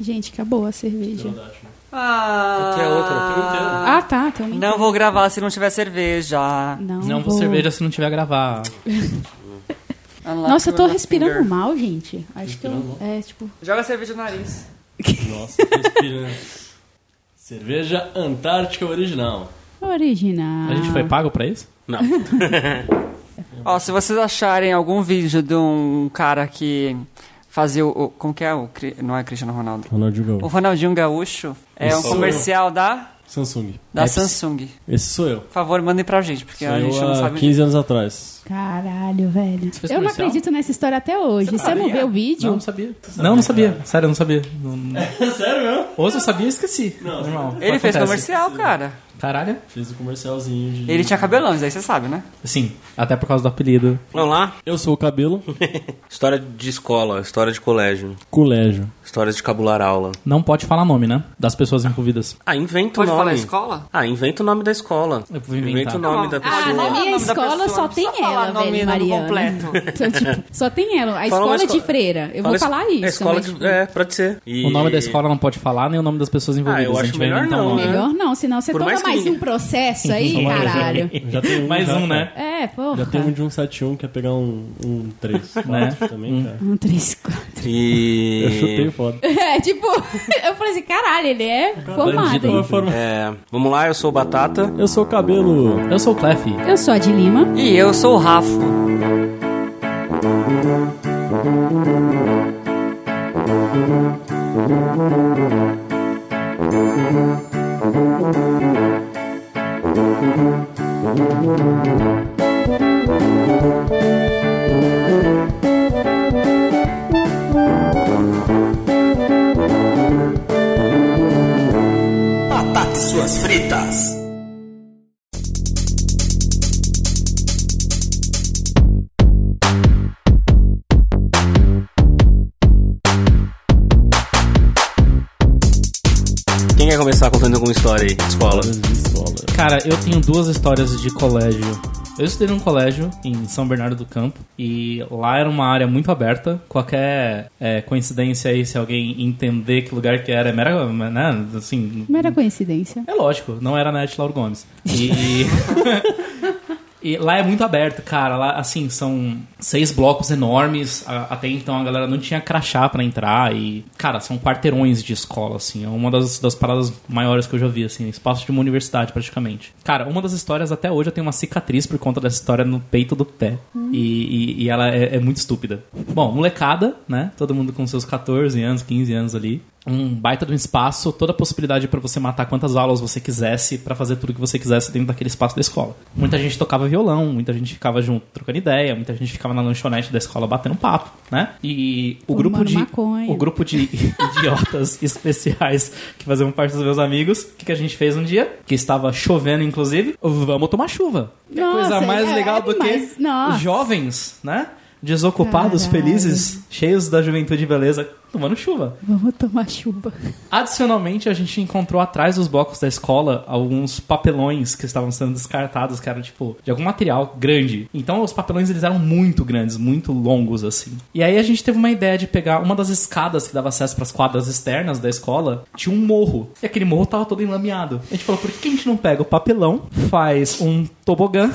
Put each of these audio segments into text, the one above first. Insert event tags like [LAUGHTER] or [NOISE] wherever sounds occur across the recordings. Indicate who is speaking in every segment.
Speaker 1: Gente, acabou a cerveja.
Speaker 2: Então,
Speaker 3: Ah,
Speaker 4: Aqui é outra.
Speaker 1: Ah, tá. Então nem
Speaker 4: Não vou gravar se não tiver cerveja. tá
Speaker 1: Não,
Speaker 5: Não vou cerveja se não tiver a gravar.
Speaker 1: Nossa, eu tô respirando mal, gente. Acho que eu. É, tipo.
Speaker 4: Joga cerveja no nariz.
Speaker 2: Nossa, tô respirando. [LAUGHS] Cerveja Antártica Original.
Speaker 1: Original.
Speaker 5: A gente foi pago pra isso?
Speaker 6: Não.
Speaker 4: Ó, se vocês acharem algum vídeo de um cara que fazia o. o- Como que é o. Cri- Não é Cristiano Ronaldo.
Speaker 2: Ronaldinho
Speaker 4: O
Speaker 2: Gaúcho.
Speaker 4: Ronaldinho Gaúcho é um
Speaker 2: Isso.
Speaker 4: comercial da,
Speaker 2: Samsung.
Speaker 4: da
Speaker 2: Esse-
Speaker 4: Samsung.
Speaker 2: Esse sou eu.
Speaker 4: Por favor, mandem pra gente, porque
Speaker 2: Sou
Speaker 4: a gente
Speaker 2: eu
Speaker 4: não
Speaker 2: há
Speaker 4: sabe.
Speaker 2: 15 anos atrás.
Speaker 1: Caralho, velho.
Speaker 5: fez
Speaker 1: Eu não
Speaker 5: comercial?
Speaker 1: acredito nessa história até hoje. Você, não vê o vídeo?
Speaker 5: Não, não sabia. Não, não sabia. Sério, eu não sabia. Não- não-
Speaker 2: Sério mesmo?
Speaker 5: Ou se eu sabia, eu esqueci. Normal.
Speaker 4: Ele fez
Speaker 5: Acontece.
Speaker 4: comercial, cara.
Speaker 5: Caralho.
Speaker 2: Fiz o comercialzinho de...
Speaker 4: Ele tinha cabelão, isso aí você sabe, né?
Speaker 5: Sim, Assim, até por causa do apelido.
Speaker 6: Vamos lá?
Speaker 2: Eu sou o cabelo,
Speaker 6: História de escola, história de colégio,
Speaker 2: colégio.
Speaker 6: histórias de cabular aula.
Speaker 5: Não pode falar nome, né? Das pessoas envolvidas.
Speaker 6: Ah, inventa o
Speaker 4: Pode
Speaker 6: nome.
Speaker 4: falar escola?
Speaker 6: Ah, inventa o nome da escola.
Speaker 5: Eu vou inventar.
Speaker 6: Inventa o nome
Speaker 4: Não,
Speaker 6: da
Speaker 4: ah,
Speaker 6: pessoa.
Speaker 4: não.
Speaker 1: Na
Speaker 4: Fala o
Speaker 1: minha
Speaker 4: nome da
Speaker 1: escola
Speaker 4: pessoa,
Speaker 1: só
Speaker 4: não
Speaker 1: tem
Speaker 4: precisa falar
Speaker 1: ela,
Speaker 4: nome e
Speaker 1: velho,
Speaker 4: nome
Speaker 1: Mariana.
Speaker 4: completo.
Speaker 1: [LAUGHS] Então, tipo, só tem ela. A
Speaker 6: Fala uma
Speaker 1: escola,
Speaker 6: escola-
Speaker 1: de freira. Eu
Speaker 6: Fala
Speaker 1: vou
Speaker 6: es-
Speaker 1: falar isso.
Speaker 6: A escola
Speaker 1: mas,
Speaker 6: de...
Speaker 1: tipo,
Speaker 6: É, pode ser. E-
Speaker 5: O nome da
Speaker 6: [LAUGHS]
Speaker 5: escola não pode falar, nem o nome das pessoas envolvidas.
Speaker 6: acho
Speaker 5: a gente vai
Speaker 6: melhor
Speaker 5: inventar
Speaker 6: não,
Speaker 5: um nome.
Speaker 6: né?
Speaker 1: Melhor não, senão você
Speaker 6: Por
Speaker 1: toma
Speaker 6: mais
Speaker 1: mais,
Speaker 6: que ninguém-
Speaker 1: um processo aí,
Speaker 5: [LAUGHS]
Speaker 1: caralho.
Speaker 2: Já tem um.
Speaker 5: Mais
Speaker 2: já,
Speaker 5: um,
Speaker 2: cara.
Speaker 5: né?
Speaker 1: É, porra.
Speaker 2: Já tem um de 171, que é pegar um, um 3, 4
Speaker 5: Né?
Speaker 2: também, cara.
Speaker 1: Um, três, quatro. [LAUGHS]
Speaker 6: E...
Speaker 2: Eu chutei foda.
Speaker 1: É, tipo, [LAUGHS] eu falei assim, caralho, ele é formado. hein?
Speaker 6: É, vamos lá, eu sou o Batata.
Speaker 2: Eu sou o cabelo.
Speaker 5: Eu sou o Clef.
Speaker 1: Eu sou a de Lima.
Speaker 4: E eu sou o Rafa.
Speaker 6: Quem quer começar contando alguma história aí de escola?
Speaker 2: de escola.
Speaker 5: Cara, eu tenho duas histórias de colégio. Eu estudei num colégio em São Bernardo do Campo e lá era uma área muito aberta. Qualquer é, coincidência aí, se alguém entender que lugar que era, é mera, né, assim,
Speaker 1: Mera coincidência.
Speaker 5: É lógico, não era Net Lauro Gomes. E. [LAUGHS] E lá é muito aberto, cara. Lá, assim, são seis blocos enormes. A- Até então a galera não tinha crachá pra entrar. E, cara, são quarteirões de escola, assim. É uma das, das paradas maiores que eu já vi, assim. Espaço de uma universidade, praticamente. Cara, uma das histórias até hoje eu tenho uma cicatriz por conta dessa história no peito do pé. E, e- e ela é, é muito estúpida. Bom, molecada, né? Todo mundo com seus 14 anos, 15 anos ali. Um baita de um espaço, toda a possibilidade pra você matar quantas aulas você quisesse, pra fazer tudo que você quisesse dentro daquele espaço da escola. Muita gente tocava violão, muita gente ficava junto trocando ideia, muita gente ficava na lanchonete da escola batendo papo, né? E o
Speaker 1: Fumando
Speaker 5: grupo de
Speaker 1: maconha.
Speaker 5: o grupo de [LAUGHS] idiotas especiais que faziam parte dos meus amigos, o que, que a gente fez um dia? Que estava chovendo inclusive, vamos tomar chuva. Que coisa
Speaker 1: Nossa,
Speaker 5: mais
Speaker 1: é,
Speaker 5: legal
Speaker 1: é
Speaker 5: do que
Speaker 1: demais. Nossa.
Speaker 5: jovens, né? Desocupados,
Speaker 1: Caralho.
Speaker 5: felizes, cheios da juventude e beleza, tomando chuva.
Speaker 1: Vamos tomar chuva.
Speaker 5: Adicionalmente, a gente encontrou atrás dos blocos da escola alguns papelões que estavam sendo descartados, que eram tipo de algum material grande. Então, os papelões eles eram muito grandes, muito longos assim. E aí a gente teve uma ideia de pegar uma das escadas que dava acesso pras quadras externas da escola, tinha um morro. E aquele morro tava todo enlameado. A gente falou, por que a gente não pega o papelão, faz um tobogã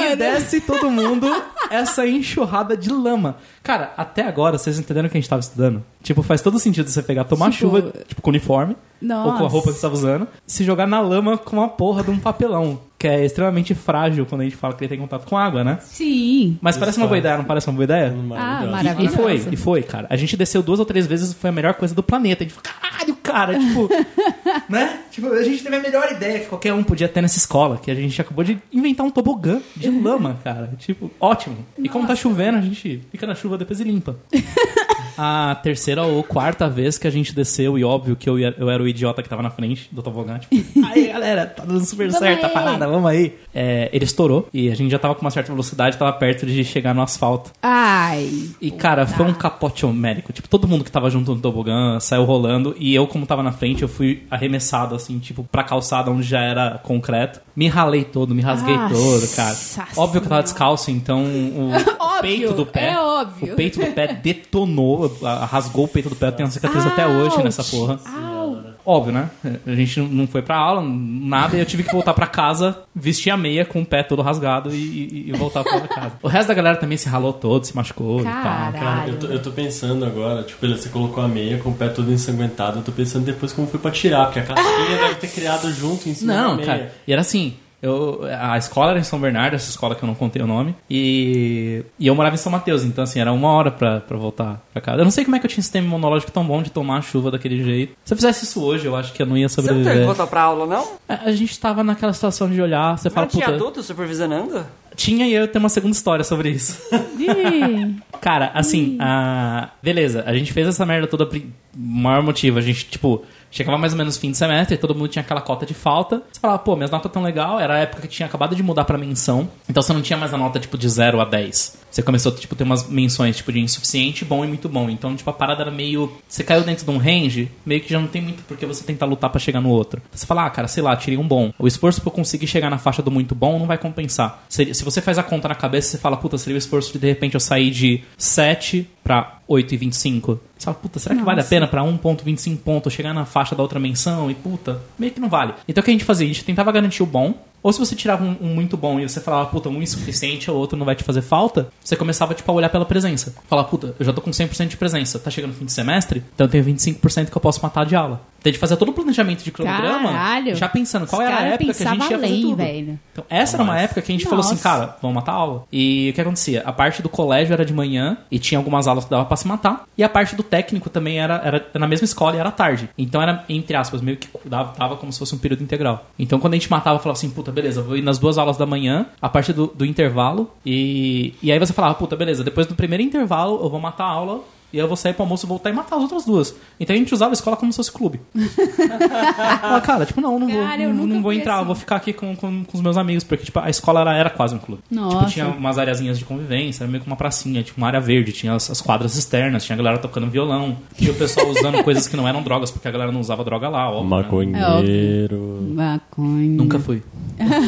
Speaker 5: e desce todo mundo essa enxurrada de lama. Cara, até agora, vocês entenderam o que a gente tava estudando? Tipo, faz todo sentido você pegar, tomar
Speaker 1: Tipo,
Speaker 5: chuva, tipo, com uniforme, ou com
Speaker 1: Nossa.
Speaker 5: a roupa que você tava usando, se jogar na lama com a porra de um papelão, que é extremamente frágil quando a gente fala que ele tem contato com água, né?
Speaker 1: Sim.
Speaker 5: Mas parece uma boa ideia, não parece uma boa ideia?
Speaker 1: Ah,
Speaker 5: E
Speaker 1: maravilhoso.
Speaker 5: foi, e foi, cara. A gente desceu duas ou três vezes, foi a melhor coisa do planeta. A gente falou, caralho, cara, [LAUGHS] tipo, né? Tipo, a gente teve a melhor ideia que qualquer um podia ter nessa escola, que a gente acabou de inventar um tobogã de [LAUGHS] lama, cara. Tipo, ótimo. E como tá chovendo, a gente fica na chuva depois e [LAUGHS] limpa. A terceira ou quarta vez que a gente desceu, e óbvio que eu, ia- eu era o idiota que tava na frente do tobogã, tipo, [LAUGHS] aí galera, tá dando super
Speaker 1: Vamos
Speaker 5: certo a
Speaker 1: aí."
Speaker 5: parada, vamos aí. É, ele estourou e a gente já tava com uma certa velocidade, tava perto de chegar no asfalto.
Speaker 1: Ai.
Speaker 5: E, cara, foi
Speaker 1: Tá.
Speaker 5: um capote homérico. Tipo, todo mundo que tava junto no tobogã saiu rolando. E eu, como tava na frente, eu fui arremessado, assim, tipo, pra calçada onde já era concreto. Me ralei todo, me rasguei
Speaker 1: Nossa
Speaker 5: todo, cara. Óbvio que eu
Speaker 1: Senhora.
Speaker 5: tava descalço, então o,
Speaker 1: [LAUGHS] óbvio,
Speaker 5: peito do pé.
Speaker 1: é óbvio.
Speaker 5: O peito do pé detonou, a- rasgou o peito do pé. Eu tenho uma cicatriz até hoje nessa
Speaker 1: Ouch.
Speaker 5: porra.
Speaker 1: Au.
Speaker 5: Óbvio, né? A gente não foi pra aula, nada, e eu tive que voltar pra casa, vestir a meia com o pé todo rasgado e, e- e voltar pra casa. O resto da galera também se ralou todo, se machucou e tal.
Speaker 2: Cara,
Speaker 1: Caralho.
Speaker 2: eu tô, eu tô pensando agora, tipo, beleza, você colocou a meia com o pé todo ensanguentado, eu tô pensando depois como foi pra tirar, porque a casquinha deve ter criado junto em cima da
Speaker 5: Não,
Speaker 2: meia.
Speaker 5: cara. E era assim. Eu, a escola era em São Bernardo, essa escola que eu não contei o nome. E, e eu morava em São Mateus, então assim, era uma hora pra, pra voltar pra casa. Eu não sei como é que eu tinha um sistema imunológico tão bom de tomar a chuva daquele jeito. Se eu fizesse isso hoje, eu acho que eu não ia
Speaker 4: Você não teve que
Speaker 5: sobreviver. É,
Speaker 4: voltar pra aula, não?
Speaker 5: A, a gente tava naquela situação de olhar, você fala,
Speaker 4: Mas tinha
Speaker 5: puta,
Speaker 4: adulto supervisionando?
Speaker 5: tinha e eu tenho uma segunda história sobre isso.
Speaker 1: Ih,
Speaker 5: Cara, assim, a... beleza, a gente fez essa merda toda por maior motivo. A gente, tipo, chegava mais ou menos fim de semestre, todo mundo tinha aquela cota de falta. Você falava, pô, minhas notas tão legal. Era a época que tinha acabado de mudar pra menção. Então você não tinha mais a nota, tipo, de 0 a 10. Você começou, tipo, a ter umas menções, tipo, de insuficiente, bom e muito bom. Então, tipo, a parada era meio. Você caiu dentro de um range, meio que já não tem muito porque você tentar lutar pra chegar no outro. Você fala, ah, cara, sei lá, tirei um bom. O esforço pra eu conseguir chegar na faixa do muito bom não vai compensar. Seria- Se você faz a conta na cabeça, você fala, puta, seria o esforço de de repente eu sair de 7 pra 8,25. Você fala, puta, será que vale a pena pra 1,25 ponto eu chegar na faixa da outra menção? E puta, meio que não vale. Então o que a gente fazia? A gente tentava garantir o bom. Ou se você tirava um, um muito bom e você falava, puta, um insuficiente, o outro não vai te fazer falta, você começava, tipo, a olhar pela presença. Falar, puta, eu já tô com 100% de presença, tá chegando o fim de semestre, então eu tenho 25% que eu posso matar de aula. Tem de fazer todo o planejamento de cronograma,
Speaker 1: Caralho.
Speaker 5: já pensando qual
Speaker 1: Os
Speaker 5: era a
Speaker 1: cara
Speaker 5: época que a gente
Speaker 1: pensava
Speaker 5: ia fazer
Speaker 1: além,
Speaker 5: tudo.
Speaker 1: velho.
Speaker 5: Então, essa era uma época que a gente falou assim,
Speaker 1: Nossa.
Speaker 5: cara, vamos matar a aula. E o que acontecia? A parte do colégio era de manhã e tinha algumas aulas que dava pra se matar. E a parte do técnico também era, era na mesma escola e era tarde. Então era, entre aspas, meio que dava, dava como se fosse um período integral. Então quando a gente matava, falava assim, puta, beleza, vou ir nas duas aulas da manhã, a parte do, do intervalo. E, e aí você falava, puta, beleza, depois do primeiro intervalo eu vou matar a aula. E eu vou sair pro almoço, voltar e matar as outras duas. Então a gente usava a escola como se fosse clube. [LAUGHS] Fala, cara, tipo, não, não
Speaker 1: Cara, eu
Speaker 5: vou, não,
Speaker 1: nunca
Speaker 5: não vou
Speaker 1: fui
Speaker 5: entrar,
Speaker 1: assim.
Speaker 5: vou ficar aqui com, com, com os meus amigos, porque tipo, a escola era, era quase um clube.
Speaker 1: Nossa.
Speaker 5: Tipo, tinha umas areazinhas de convivência, era meio que uma pracinha, tipo uma área verde, tinha as, as quadras externas, tinha a galera tocando violão, tinha o pessoal usando coisas que não eram drogas, porque a galera não usava droga lá, óbvio. né?
Speaker 2: Maconheiro.
Speaker 1: Maconha.
Speaker 5: Nunca fui.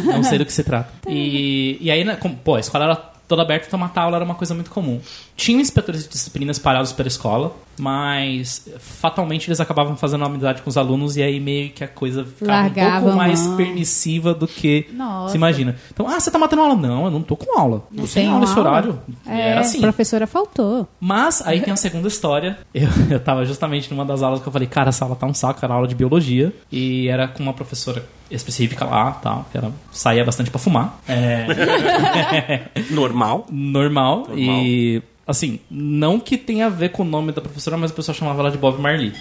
Speaker 5: Não sei do que se trata.
Speaker 1: Tá.
Speaker 5: E, e aí, né, com- pô, a escola era toda aberta, então matar aula era uma coisa muito comum. Tinha inspetores de disciplinas parados pela escola, mas fatalmente eles acabavam fazendo amizade com os alunos e aí meio que a coisa ficava um
Speaker 1: Largava
Speaker 5: pouco
Speaker 1: a
Speaker 5: mais
Speaker 1: mão.
Speaker 5: permissiva do que
Speaker 1: Nossa.
Speaker 5: se imagina. Então, ah, você tá matando aula? Não, eu não tô com aula.
Speaker 1: Não
Speaker 5: Você tem
Speaker 1: tenho
Speaker 5: aula nesse
Speaker 1: aula.
Speaker 5: horário.
Speaker 1: É,
Speaker 5: era assim.
Speaker 1: professora faltou.
Speaker 5: Mas aí tem a segunda história. Eu, eu tava justamente numa das aulas que eu falei, cara, essa aula tá um saco, era aula de biologia. E era com uma professora específica lá, tal, que ela saía bastante pra fumar. É,
Speaker 6: Normal.
Speaker 5: normal.
Speaker 6: Normal.
Speaker 5: E assim, não que tenha a ver com o nome da professora, mas o pessoal chamava ela de Bob Marley.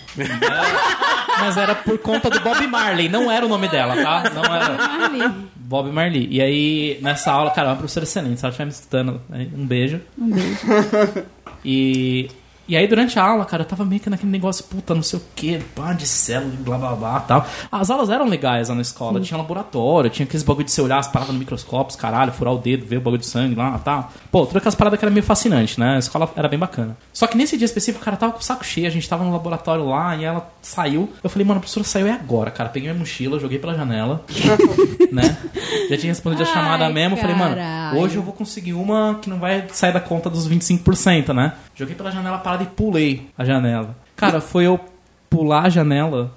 Speaker 5: mas era por conta do Bob Marley, não era o nome dela, tá? Não era.
Speaker 1: Ali.
Speaker 5: Bob Marley. E aí, nessa aula, cara, é uma professora excelente, se ela estiver me escutando, né, um beijo. Um beijo. E, e aí, durante a aula, cara, eu tava meio que naquele negócio, puta, não sei o que, pá, de célula, blá blá blá tal. As aulas eram legais lá na escola, tinha laboratório, tinha aqueles bagulho de você olhar as paradas no microscópio, os caralho, furar o dedo, ver o bagulho de sangue lá tal. Pô, todas aquelas paradas que era meio fascinante, né? A escola era bem bacana. Só que nesse dia específico, cara, tava com o saco cheio, a gente tava no laboratório lá e ela saiu. Eu falei, mano, a professora saiu é agora, cara. Peguei minha mochila, joguei pela janela né? Já tinha respondido a
Speaker 1: Ai,
Speaker 5: chamada mesmo. Falei, mano,
Speaker 1: caralho.
Speaker 5: hoje eu vou conseguir uma que não vai sair da conta dos 25%, né? Joguei pela janela parada e pulei a janela. Cara, foi eu pular a janela,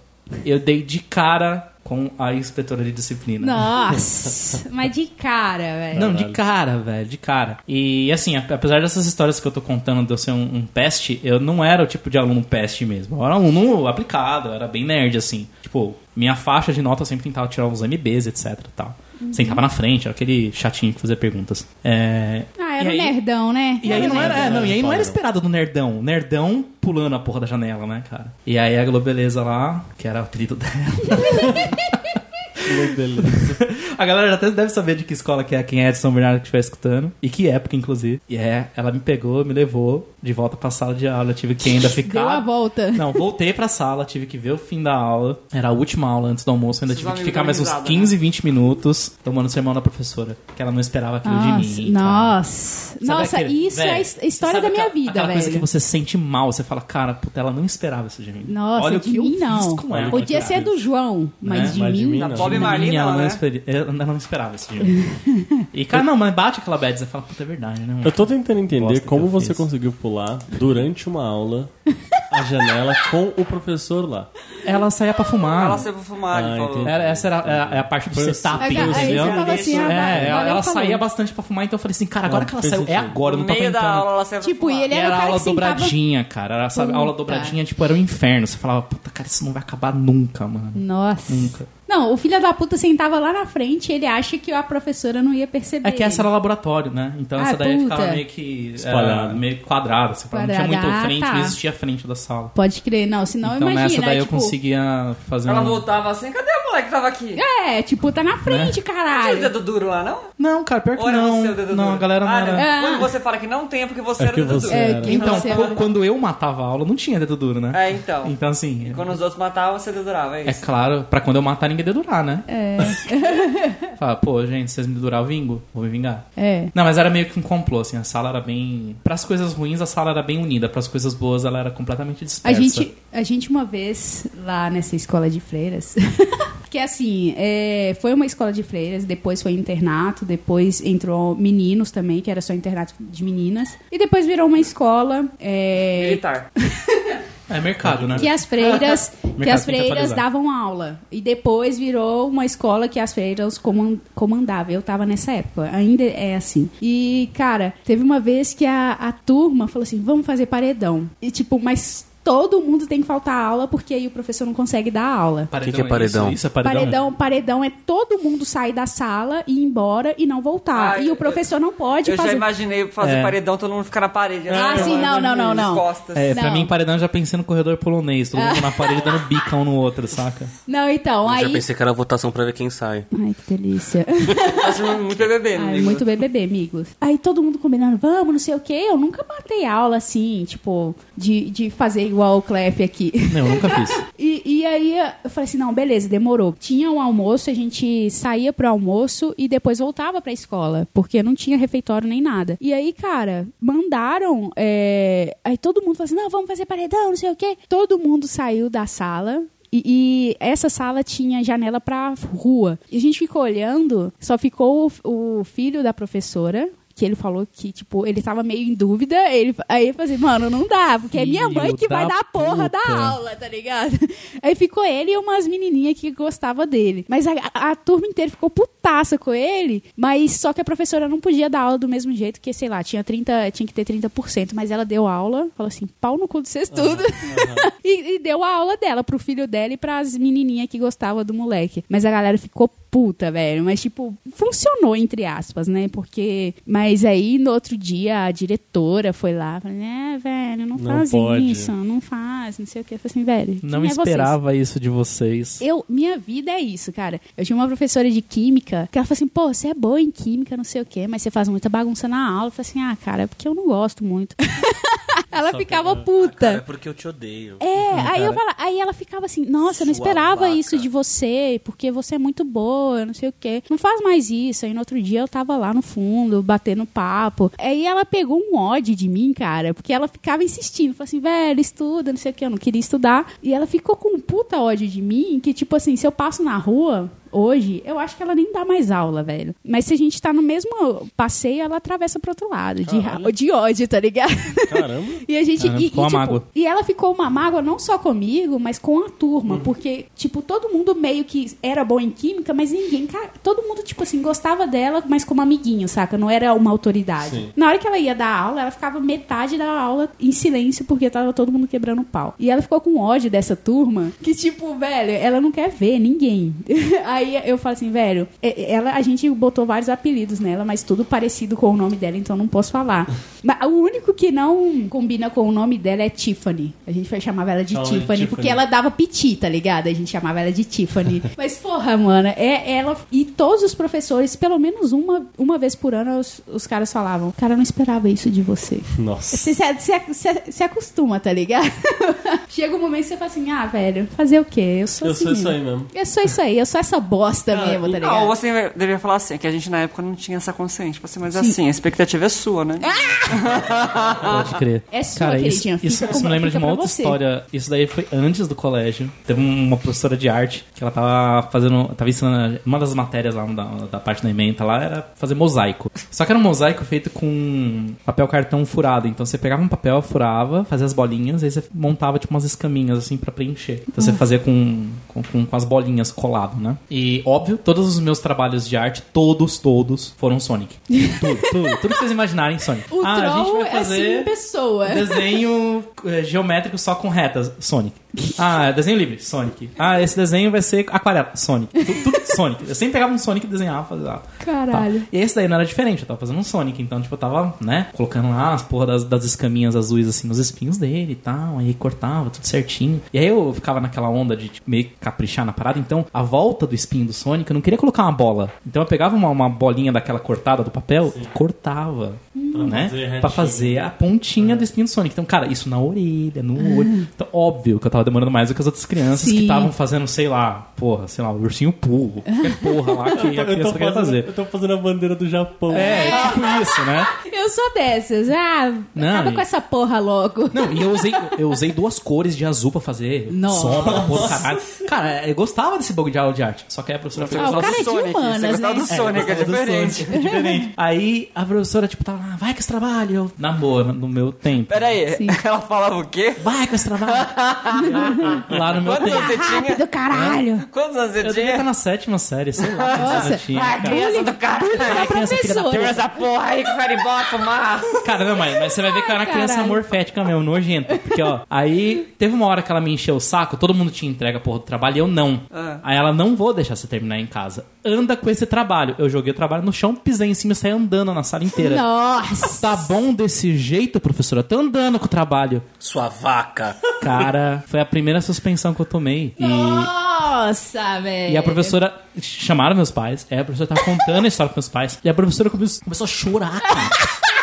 Speaker 5: eu dei de cara com a inspetora de disciplina.
Speaker 1: Nossa, mas de cara, velho.
Speaker 5: Não, de cara, velho, de cara. E assim, a- apesar dessas histórias que eu tô contando de eu ser um, um peste, eu não era o tipo de aluno peste mesmo. Eu era um aluno aplicado, eu era bem nerd, assim. Tipo, minha faixa de nota eu sempre tentava tirar uns MBs, etc e tal. Sentava na frente, era aquele chatinho que fazia perguntas. É...
Speaker 1: Ah, era
Speaker 5: e
Speaker 1: um
Speaker 5: aí-
Speaker 1: nerdão, né?
Speaker 5: E aí,
Speaker 1: Era
Speaker 5: não era, é, não, e aí não era
Speaker 2: Padrão.
Speaker 5: esperado do nerdão. Nerdão pulando a porra da janela, né, cara? E aí a Globeleza lá, que era o apelido dela. A galera até deve saber de que escola que é, quem é de São Bernardo que estiver escutando. E que época, inclusive. E é, ela me pegou, me levou de volta pra sala de aula. Eu tive que ainda ficar.
Speaker 1: Deu a volta.
Speaker 5: Não, voltei pra sala, tive que ver o fim da aula. Era a última aula antes do almoço, eu ainda
Speaker 4: Esses
Speaker 5: tive que
Speaker 4: amigos
Speaker 5: ficar mais uns
Speaker 1: né?
Speaker 4: organizados,
Speaker 5: 15, 20 minutos tomando sermão da professora. Que ela não esperava aquilo de
Speaker 1: Nossa,
Speaker 5: mim. e tal.
Speaker 1: Ah, nossa,
Speaker 5: Sabe
Speaker 1: nossa
Speaker 5: aquele-
Speaker 1: isso
Speaker 5: velho,
Speaker 1: é a his- história
Speaker 5: sabe
Speaker 1: da minha
Speaker 5: aquela-
Speaker 1: vida,
Speaker 5: aquela coisa que
Speaker 1: velho.
Speaker 5: você sente mal, você fala, cara, puta, ela não esperava isso de mim.
Speaker 1: Nossa,
Speaker 5: Olha o
Speaker 1: de
Speaker 5: que eu
Speaker 1: mim
Speaker 5: fiz
Speaker 1: não.
Speaker 5: com ela.
Speaker 1: Podia ser
Speaker 5: cara.
Speaker 1: do João, mas
Speaker 5: Né?
Speaker 1: de
Speaker 2: Mas de
Speaker 1: mim
Speaker 2: mim
Speaker 1: não.
Speaker 2: não.
Speaker 4: Bob Bob Marley
Speaker 5: menininha,
Speaker 4: não,
Speaker 5: ela,
Speaker 4: né?
Speaker 5: esper- ela não esperava esse filme.
Speaker 1: [LAUGHS]
Speaker 5: E, cara, não, mas bate aquela bad, você fala, puta, é verdade, né? mano?
Speaker 2: Eu tô tentando entender
Speaker 5: Bosta que
Speaker 2: como
Speaker 5: eu
Speaker 2: você
Speaker 5: fiz.
Speaker 2: conseguiu pular durante uma aula a janela com o professor lá.
Speaker 5: Ela saía pra fumar.
Speaker 4: Ela saiu pra fumar, ele
Speaker 2: Ah,
Speaker 4: falou.
Speaker 2: entendi.
Speaker 5: Era- essa era, era- era a parte de
Speaker 2: Foi
Speaker 5: você
Speaker 2: o
Speaker 1: Aí,
Speaker 5: tapinha.
Speaker 2: Deus,
Speaker 1: aí
Speaker 2: eu
Speaker 1: você fala assim, ah,
Speaker 5: É, ela,
Speaker 1: valeu,
Speaker 5: ela
Speaker 1: falou.
Speaker 5: saía bastante pra fumar, então eu falei assim, cara, agora
Speaker 2: Ah,
Speaker 5: que ela
Speaker 2: fez
Speaker 5: saiu, é
Speaker 2: sentido.
Speaker 5: agora, eu
Speaker 4: no
Speaker 5: não tô
Speaker 4: meio da
Speaker 5: tentando.
Speaker 4: aula, ela saiu pra
Speaker 1: Tipo, e
Speaker 4: fumar.
Speaker 1: ele
Speaker 5: E
Speaker 1: era,
Speaker 5: era
Speaker 1: o cara
Speaker 5: aula
Speaker 1: que sentava...
Speaker 5: dobradinha, cara. Era, sabe, aula
Speaker 1: Puta.
Speaker 5: dobradinha, tipo, era um inferno. Você falava, puta, cara, isso não vai acabar nunca, mano.
Speaker 1: Nossa.
Speaker 5: Nunca.
Speaker 1: Não, o filho da puta sentava lá na frente e ele acha que a professora não ia perceber.
Speaker 5: É que essa era laboratório, né? Então
Speaker 1: Ah,
Speaker 5: essa daí
Speaker 1: puta.
Speaker 5: ficava meio que. Era,
Speaker 2: Espalhado.
Speaker 5: meio quadrada. Você falava, não tinha
Speaker 1: Quadrada,
Speaker 5: muito
Speaker 1: ah,
Speaker 5: frente,
Speaker 1: tá.
Speaker 5: não existia frente da sala.
Speaker 1: Pode crer, não, senão
Speaker 5: então
Speaker 1: imagina.
Speaker 5: nessa daí eu
Speaker 1: tipo,
Speaker 5: conseguia fazer
Speaker 4: Ela
Speaker 5: um-
Speaker 4: voltava assim, cadê o moleque que tava aqui?
Speaker 1: É, tipo, tá na frente,
Speaker 5: Né?
Speaker 4: Não tinha o
Speaker 5: é
Speaker 1: caralho.
Speaker 4: dedo duro lá, não?
Speaker 5: Não, cara, pior que
Speaker 4: Ou era
Speaker 5: não.
Speaker 4: você o dedo
Speaker 5: não,
Speaker 4: duro?
Speaker 5: a galera não
Speaker 4: Ah,
Speaker 5: era.
Speaker 1: não.
Speaker 4: Quando
Speaker 1: Ah.
Speaker 4: você fala que não tem, é porque você
Speaker 2: É
Speaker 4: era o
Speaker 2: que
Speaker 4: dedo
Speaker 2: você
Speaker 4: duro.
Speaker 2: era.
Speaker 1: É, quem
Speaker 5: Então,
Speaker 1: você
Speaker 5: qu- quando eu matava a aula, não tinha dedo duro, né?
Speaker 4: É, então.
Speaker 5: Então, assim.
Speaker 4: Quando os outros matavam, você dedurava, é
Speaker 5: É
Speaker 4: isso.
Speaker 5: claro, pra quando eu matar, ninguém dedurar, né?
Speaker 1: É,
Speaker 5: [LAUGHS] Fala, pô, gente, vocês me dedurar, eu vingo. Vou me vingar.
Speaker 1: é.
Speaker 5: Não, mas era meio que um complô, assim. A sala era bem. Para as coisas ruins, a sala era bem unida. Para as coisas boas, ela era completamente
Speaker 1: A
Speaker 5: dispersa.
Speaker 1: gente, a gente uma vez, lá nessa escola de freiras, [LAUGHS] que assim, é, foi uma escola de freiras, depois foi internato, depois entrou meninos também, que era só internato de meninas, e depois virou uma escola é,
Speaker 4: Militar.
Speaker 5: É mercado, né?
Speaker 1: que as
Speaker 6: [LAUGHS]
Speaker 1: freiras, que
Speaker 5: Mercado
Speaker 1: as
Speaker 5: tem que
Speaker 1: freiras
Speaker 5: atualizar.
Speaker 1: davam aula. E depois virou uma escola que as freiras coman- comandavam. Eu tava nessa época, ainda é assim. E, cara, teve uma vez que a, a turma falou assim: vamos fazer paredão. E, tipo, mas todo mundo tem que faltar à aula porque aí o professor não consegue dar aula.
Speaker 5: Paredão,
Speaker 6: Que que é paredão?
Speaker 5: Isso, isso é paredão?
Speaker 1: Paredão, paredão é todo mundo sair da sala e ir embora e não voltar.
Speaker 4: Ah,
Speaker 1: e
Speaker 4: eu-
Speaker 1: o professor não pode
Speaker 4: Eu já
Speaker 1: fazer.
Speaker 4: imaginei fazer
Speaker 5: É.
Speaker 4: paredão, todo mundo ficar na parede.
Speaker 1: Ah,
Speaker 4: assim,
Speaker 1: sim, não, não, não,
Speaker 4: de
Speaker 1: não.
Speaker 4: Costas.
Speaker 5: É, pra
Speaker 1: Não.
Speaker 5: mim, paredão eu já pensei no corredor polonês. Todo mundo na parede dando bica um no outro, saca?
Speaker 1: Não, então,
Speaker 6: Eu
Speaker 1: aí.
Speaker 6: já pensei que era votação pra ver quem sai.
Speaker 1: Ai, que delícia.
Speaker 4: Acho muito é né? BBB,
Speaker 1: Ai,
Speaker 4: amigo.
Speaker 1: Ah, é muito BBB, amigos. Aí todo mundo combinando, vamos, não sei o quê. Eu nunca matei aula assim, tipo, de, de fazer igual o Clef aqui. [LAUGHS]
Speaker 5: Não, eu nunca fiz.
Speaker 1: E, e aí eu falei assim, não, beleza, demorou. Tinha um almoço, a gente saía pro almoço e depois voltava pra escola, porque não tinha refeitório nem nada. E aí, cara, mandaram, é, aí todo mundo falou assim, não, vamos fazer paredão, não sei o quê. Todo mundo saiu da sala. E, e essa sala tinha janela pra rua. E a gente ficou olhando, só ficou o- o filho da professora, que ele falou que, tipo, ele tava meio em dúvida. Ele, aí eu falei, mano, não dá, porque é minha
Speaker 5: Filho
Speaker 1: mãe que vai
Speaker 5: da
Speaker 1: dar a porra
Speaker 5: puta.
Speaker 1: da aula, tá ligado? [LAUGHS] Aí ficou ele e umas menininhas que gostava dele. Mas a, a- a turma inteira ficou putaça com ele, mas só que a professora não podia dar aula do mesmo jeito, que, sei lá, tinha 30, tinha que ter 30%, mas ela deu aula, falou assim, pau no cu de vocês tudo. [LAUGHS] e, e deu a aula dela pro filho dela e pras menininhas que gostavam do moleque. Mas a galera ficou puta, velho. Mas, tipo, funcionou, entre aspas, né? Porque. Mas aí, no outro dia, a diretora foi lá, falou, né, velho, não
Speaker 2: Não
Speaker 1: faz
Speaker 2: pode.
Speaker 1: isso, não faz, não sei o quê. Eu falei assim, velho.
Speaker 5: Não
Speaker 1: quem é vocês?
Speaker 5: esperava isso de vocês.
Speaker 1: Eu, minha vida é isso, cara. Eu tinha uma professora de química que ela falou assim: pô, você é boa em química, não sei o quê, mas você faz muita bagunça na aula. Eu falei assim: ah, cara, é porque eu não gosto muito. [LAUGHS] ela ficava puta.
Speaker 6: É porque eu te odeio.
Speaker 1: É, aí, eu
Speaker 5: cara.
Speaker 1: fala, aí ela ficava assim, nossa, eu não
Speaker 6: Sua
Speaker 1: esperava
Speaker 6: vaca.
Speaker 1: isso de você, porque você é muito boa, não sei o quê. Não faz mais isso. Aí no outro dia eu tava lá no fundo, batendo papo. Aí ela pegou um ódio de mim, cara, porque ela ficava insistindo, falou assim, velho, estuda, não sei o quê, eu não queria estudar. E ela ficou com um puta ódio de mim, que tipo assim, se eu passo na rua... Hoje, eu acho que ela nem dá mais aula, velho. Mas se a gente tá no mesmo passeio, ela atravessa pro outro lado, de, ra- de ódio, tá ligado?
Speaker 2: Caramba.
Speaker 1: E a gente.
Speaker 5: Caramba,
Speaker 1: e,
Speaker 5: ficou
Speaker 1: e,
Speaker 5: uma
Speaker 1: tipo,
Speaker 5: mágoa.
Speaker 1: e ela ficou uma mágoa não só comigo, mas com a
Speaker 5: Uhum.
Speaker 1: turma. Porque, tipo, todo mundo meio que era bom em química, mas ninguém. ca- Todo mundo, tipo assim, gostava dela, mas como amiguinho, saca? Não era uma autoridade.
Speaker 2: Sim.
Speaker 1: Na hora que ela ia dar aula, ela ficava metade da aula em silêncio, porque tava todo mundo quebrando pau. E ela ficou com ódio dessa turma, que, tipo, velho, ela não quer ver ninguém. [LAUGHS] Aí eu falo assim, velho, é- ela, a gente botou vários apelidos nela, mas tudo parecido com o nome dela, então não posso falar. Mas o único que não combina com o nome dela é Tiffany. A gente chamava ela de
Speaker 2: Ah,
Speaker 1: Tiffany,
Speaker 2: Tiffany.
Speaker 1: porque ela dava piti, tá ligado? A gente chamava ela de Tiffany. Mas, porra, mano, é ela. E todos os professores, pelo menos uma, uma vez por ano, os, os caras falavam: Cara, eu não esperava isso de você.
Speaker 2: Nossa.
Speaker 1: Você se, se- se- se acostuma, tá [LAUGHS] ligado? Chega um momento que você fala assim: Ah, velho, fazer o quê? Eu sou
Speaker 2: Eu
Speaker 1: esse
Speaker 2: sou isso aí
Speaker 1: menino.
Speaker 2: mesmo.
Speaker 1: Eu sou isso aí, eu sou essa bosta
Speaker 5: Ah,
Speaker 1: mesmo, tá ligado?
Speaker 4: Não, você deveria falar assim, que a gente na época não tinha essa consciência. Tipo assim, mas assim, a expectativa é sua, né?
Speaker 5: Pode crer.
Speaker 1: É sua,
Speaker 5: Cara, isso,
Speaker 1: queridinha,
Speaker 5: isso,
Speaker 1: fica
Speaker 5: isso
Speaker 1: com-
Speaker 5: me lembra de
Speaker 1: fica
Speaker 5: uma
Speaker 1: pra
Speaker 5: outra
Speaker 1: você.
Speaker 5: história. Isso daí foi antes do colégio. Teve um, uma professora de arte que ela tava fazendo. Tava ensinando. Uma das matérias lá da, da parte da ementa lá era fazer mosaico. Só que era um mosaico feito com papel cartão furado. Então você pegava um papel, furava, fazia as bolinhas, aí você montava tipo umas escaminhas assim pra preencher. Então
Speaker 1: Hum.
Speaker 5: você fazia com, com, com, com as bolinhas colado, né? E óbvio, todos os meus trabalhos de arte, todos, todos, foram
Speaker 1: [LAUGHS]
Speaker 5: Sonic. Tudo, tudo, tudo que vocês imaginarem, Sonic.
Speaker 1: O
Speaker 5: ah, a gente
Speaker 1: troll
Speaker 5: vai
Speaker 1: é assim
Speaker 5: fazer
Speaker 1: em pessoa.
Speaker 5: desenho eh, geométrico só com retas, Sonic. Ah, desenho livre, Sonic. Ah, esse desenho vai ser aquarela, Sonic. Tu- Tudo Sonic. Eu sempre pegava um Sonic e desenhava, fazia.
Speaker 1: Caralho.
Speaker 5: Tá. E esse daí não era diferente, eu tava fazendo um Sonic, então, tipo, eu tava, né, colocando lá as porra das, das escaminhas azuis, assim, nos espinhos dele e tal, aí cortava tudo certinho. E aí eu ficava naquela onda de tipo, meio que caprichar na parada, então, a volta do espinho do Sonic, eu não queria colocar uma bola. Então eu pegava uma, uma bolinha daquela cortada do papel e cortava, né,
Speaker 2: fazer É. retinho.
Speaker 5: pra fazer a pontinha do espinho do Sonic. Então, cara, isso na orelha, no olho. Então, óbvio que eu tava demorando mais do que as outras crianças que
Speaker 1: Ah. Sim.
Speaker 5: estavam fazendo, sei lá, porra, sei lá, o ursinho pulo, qualquer porra lá que
Speaker 2: [LAUGHS]
Speaker 5: a
Speaker 2: Eu tô,
Speaker 5: criança
Speaker 2: fazendo,
Speaker 5: queria fazer.
Speaker 2: eu tô fazendo a bandeira do Japão.
Speaker 5: É, é tipo isso, né?
Speaker 1: Eu sou dessas. Ah,
Speaker 5: Não,
Speaker 1: acaba
Speaker 5: e-
Speaker 1: com essa porra logo.
Speaker 5: Não, e eu usei, eu usei duas cores de azul pra fazer
Speaker 1: Nossa.
Speaker 5: sombra, porra, caralho. Cara, eu gostava desse bug de aula de arte, só que aí a professora
Speaker 4: Você
Speaker 5: foi
Speaker 1: Ah, o
Speaker 4: gostava
Speaker 1: cara é
Speaker 4: do
Speaker 1: de
Speaker 4: Sonic,
Speaker 1: humanas,
Speaker 4: você gostava
Speaker 1: né?
Speaker 4: do Sonic, é
Speaker 5: do
Speaker 4: diferente.
Speaker 5: Sonic, é diferente. Aí a professora, tipo, tava lá, vai com esse trabalho. Eu, Na boa, no meu tempo.
Speaker 4: Peraí, [LAUGHS] ela falava o quê?
Speaker 5: Vai com
Speaker 4: [LAUGHS]
Speaker 5: esse trabalho. lá no meu
Speaker 4: Quantos
Speaker 5: tempo.
Speaker 4: anos você tinha?
Speaker 1: Ah, Rápido, caralho.
Speaker 4: Quantos anos
Speaker 5: Eu
Speaker 4: você
Speaker 5: devia estar
Speaker 4: tinha?
Speaker 5: na sétima série, sei lá. quantos anos
Speaker 1: Nossa,
Speaker 5: eu tinha,
Speaker 4: Ah,
Speaker 5: cara.
Speaker 4: criança do
Speaker 1: Pra
Speaker 4: caralho.
Speaker 5: É, criança filha da
Speaker 1: professora.
Speaker 4: Tem essa porra aí que o caribó fumar.
Speaker 5: Cara, não, mas, mas você vai ver que eu era
Speaker 1: Ai,
Speaker 5: criança
Speaker 1: Ah, caralho.
Speaker 5: morfética mesmo, nojenta. Porque, ó, aí teve uma hora que ela me encheu o saco, todo mundo tinha entrega a porra do trabalho e eu não.
Speaker 4: Ah.
Speaker 5: Aí ela, não vou deixar você terminar em casa. Anda com esse trabalho. Eu joguei o trabalho no chão, pisei em cima e saí andando na sala inteira.
Speaker 1: Nossa.
Speaker 5: Tá bom desse jeito, professora? Eu Tô andando com o trabalho.
Speaker 6: Sua vaca.
Speaker 5: Cara, foi a primeira suspensão que eu tomei. E.
Speaker 1: Nossa, velho.
Speaker 5: E a professora chamaram meus pais, é, a professora tava contando a história pros meus pais, e a professora começou, começou a chorar, cara. [LAUGHS]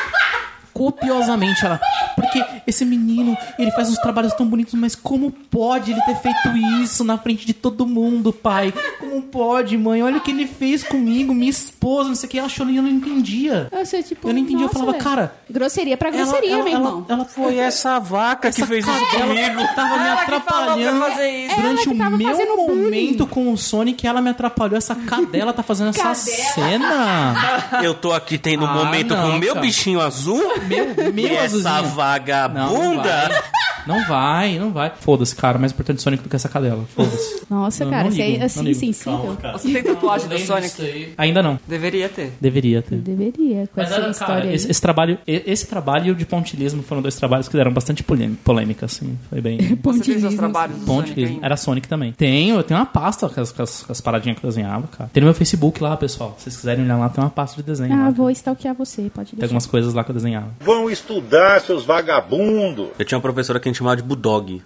Speaker 5: Copiosamente ela. Porque esse menino, ele faz uns trabalhos tão bonitos, mas como pode ele ter feito isso na frente de todo mundo, pai? Como pode, mãe? Olha o que ele fez comigo, minha esposa, não sei o que. Ela chorando e eu não entendia.
Speaker 1: Nossa, tipo,
Speaker 5: Eu não entendi, eu
Speaker 1: nossa,
Speaker 5: falava,
Speaker 1: velho.
Speaker 5: cara,
Speaker 1: Grosseria pra
Speaker 5: Ela,
Speaker 1: grosseria,
Speaker 5: ela-
Speaker 1: meu
Speaker 5: ela-
Speaker 1: irmão.
Speaker 5: ela
Speaker 6: Foi essa vaca que fez isso comigo.
Speaker 5: ela tava me
Speaker 4: Ela que falou pra
Speaker 5: atrapalhando
Speaker 4: fazer isso.
Speaker 5: durante
Speaker 1: Ela que
Speaker 5: o
Speaker 1: tava fazendo
Speaker 5: meu
Speaker 1: bullying.
Speaker 5: momento com o Sonic. Ela me atrapalhou. Essa cadela tá fazendo essa cena.
Speaker 6: [LAUGHS] Eu tô aqui tendo um
Speaker 5: Ah,
Speaker 6: momento com
Speaker 5: não,
Speaker 6: o meu
Speaker 5: cara.
Speaker 6: bichinho azul.
Speaker 5: Meu,
Speaker 6: e
Speaker 5: meu
Speaker 6: essa
Speaker 5: azulzinho. Não, não
Speaker 6: vagabunda.
Speaker 5: vai. Não vai, não vai. Foda-se, cara. Mais importante Sonic do que essa cadela.
Speaker 1: [LAUGHS]
Speaker 5: Foda-se.
Speaker 1: Nossa,
Speaker 5: Não,
Speaker 1: cara,
Speaker 5: não
Speaker 1: você
Speaker 5: ligo,
Speaker 1: é
Speaker 5: não
Speaker 1: assim
Speaker 5: ligo.
Speaker 1: sensível.
Speaker 4: Você tem tatuagem do Sonic?
Speaker 5: Ainda não.
Speaker 4: Deveria ter.
Speaker 5: Deveria ter.
Speaker 1: Deveria, com essa
Speaker 5: era,
Speaker 1: história aí.
Speaker 5: esse, esse trabalho, e- esse trabalho de pontilismo foram dois trabalhos que deram bastante polê- polêmica, assim. Foi bem.
Speaker 4: Você fez os
Speaker 1: Pontilismo.
Speaker 4: trabalhos do Sonic
Speaker 5: Pontilismo.
Speaker 4: ainda?
Speaker 5: Era Sonic também. Tenho, eu tenho uma pasta com as, com as- com as paradinhas que eu desenhava, cara. Tem no meu Facebook lá, pessoal. Se vocês quiserem olhar lá, tem uma pasta de desenho. lá,
Speaker 1: Ah,
Speaker 5: cara.
Speaker 1: vou stalkear você, pode
Speaker 5: Tem
Speaker 1: deixar.
Speaker 5: algumas coisas lá que eu desenhava.
Speaker 3: Vão estudar, seus vagabundos!
Speaker 6: Eu tinha uma professora que a gente chamava de Budog.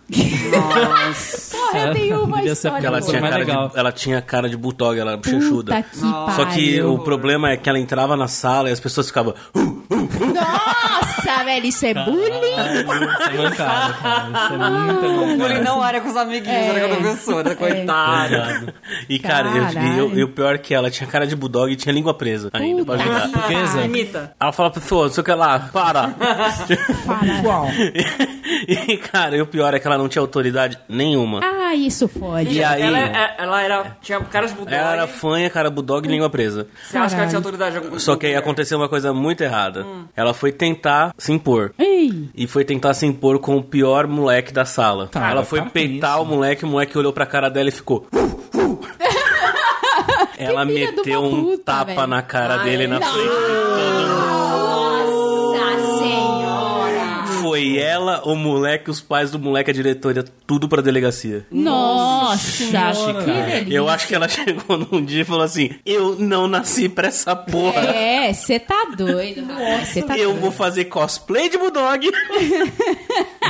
Speaker 1: Porra, eu tenho uma
Speaker 5: Devia ser
Speaker 1: história.
Speaker 6: Ela
Speaker 5: Pô,
Speaker 6: tinha,
Speaker 5: mas
Speaker 6: cara
Speaker 5: legal.
Speaker 6: de, ela tinha cara de Bulldog, ela era
Speaker 1: Puta
Speaker 6: bochechuda.
Speaker 1: que
Speaker 4: Nossa.
Speaker 1: pariu.
Speaker 6: Só que o
Speaker 4: Pariu.
Speaker 6: problema é que ela entrava na sala e as pessoas ficavam. "Uh,
Speaker 1: Nossa, velho, isso é bullying.
Speaker 5: Isso é mancada, cara. Isso é muita
Speaker 4: O bullying
Speaker 5: mancada.
Speaker 4: não era com os amiguinhos,
Speaker 1: É.
Speaker 4: era com a professora, coitada.
Speaker 6: [LAUGHS] E cara, eu- e eu-
Speaker 1: Caralho.
Speaker 6: e o pior é que ela tinha cara de Bulldog e tinha língua presa ainda pra
Speaker 1: Puta
Speaker 6: ajudar.
Speaker 1: que
Speaker 5: Portuguesa?
Speaker 1: pariu.
Speaker 4: [LAUGHS] Imita.
Speaker 6: Ela fala, pessoa, não sei o que lá, para. [LAUGHS]
Speaker 5: Uau.
Speaker 6: e cara, e o pior é que ela não tinha autoridade nenhuma.
Speaker 1: Ah, isso fode.
Speaker 6: E aí?
Speaker 4: Ela, é- ela era, tinha cara de bulldog.
Speaker 6: Ela era fanha, cara, Bulldog e língua presa.
Speaker 4: Você acha que ela
Speaker 1: Caralho.
Speaker 4: tinha autoridade? alguma-
Speaker 6: Só que aí aconteceu uma coisa muito errada.
Speaker 1: Hum.
Speaker 6: Ela foi tentar se impor.
Speaker 1: Ei,
Speaker 6: E foi tentar se impor com o pior moleque da sala.
Speaker 5: Cara, né?
Speaker 6: ela foi
Speaker 5: para com
Speaker 6: peitar
Speaker 5: isso.
Speaker 6: o moleque, o moleque olhou pra cara dela e ficou. "Uh, uh." ela
Speaker 1: filha de
Speaker 6: meteu
Speaker 1: uma
Speaker 6: um
Speaker 1: puta,
Speaker 6: tapa
Speaker 1: velho.
Speaker 6: na cara dele na frente.
Speaker 1: Nossa senhora.
Speaker 6: Foi ela, o moleque, os pais do moleque, a diretoria, tudo pra delegacia.
Speaker 1: Nossa, que delícia.
Speaker 6: Eu acho que ela [LAUGHS] chegou num dia e falou assim: Eu não nasci pra essa porra.
Speaker 1: É, você tá doido. Você tá
Speaker 6: Eu
Speaker 1: doido.
Speaker 6: vou fazer cosplay de Bulldog,
Speaker 5: [LAUGHS]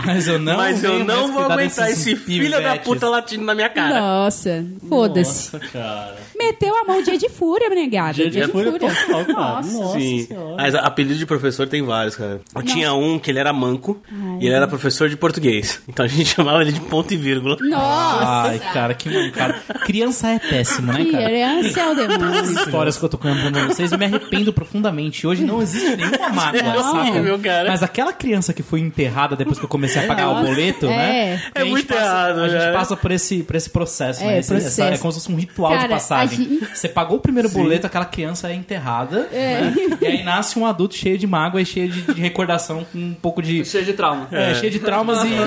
Speaker 5: Mas eu não,
Speaker 6: mas eu
Speaker 5: venho mais
Speaker 6: não vou
Speaker 5: cuidar
Speaker 6: aguentar
Speaker 5: desses
Speaker 6: esse filho da
Speaker 5: pivetes.
Speaker 6: puta latindo na minha cara.
Speaker 1: Nossa, foda-se.
Speaker 2: Nossa, cara.
Speaker 1: Meteu a mão dia de fúria, negado.
Speaker 2: Dia de fúria, total, cara.
Speaker 1: Nossa.
Speaker 2: Nossa.
Speaker 6: Sim.
Speaker 2: Senhora.
Speaker 6: Mas apelido de professor tem vários, cara. Tinha um que ele era manco.
Speaker 1: Ai.
Speaker 6: E ele era professor de português. Então a gente [LAUGHS] chamava ele de ponto e vírgula.
Speaker 1: Nossa!
Speaker 5: Ai, cara, que mano, cara. Criança é péssimo, né, cara?
Speaker 1: Criança é o demônio.
Speaker 5: As
Speaker 6: né?
Speaker 5: histórias que eu tô contando pra vocês, eu me arrependo profundamente. Hoje não existe
Speaker 6: [LAUGHS]
Speaker 5: nenhuma mágoa,
Speaker 1: Não.
Speaker 5: saca?
Speaker 6: é Meu cara.
Speaker 5: Mas aquela criança que foi enterrada depois que eu comecei a pagar o
Speaker 1: Nossa,
Speaker 5: boleto, né?
Speaker 1: é.
Speaker 5: a gente
Speaker 6: muito
Speaker 5: passa-
Speaker 6: errado, né?
Speaker 5: A gente
Speaker 6: cara.
Speaker 5: passa por esse, por esse processo, né?
Speaker 1: É,
Speaker 5: Esse- essa-
Speaker 1: processo.
Speaker 5: é como se fosse um ritual de
Speaker 1: Cara, a
Speaker 5: passagem.
Speaker 1: gente- É.
Speaker 5: Você pagou o primeiro boleto, aquela criança é enterrada. né? E aí nasce um adulto cheio de mágoa e cheio de, de recordação, com um pouco de.
Speaker 4: Cheio de trauma.
Speaker 5: É, cheio de traumas e, e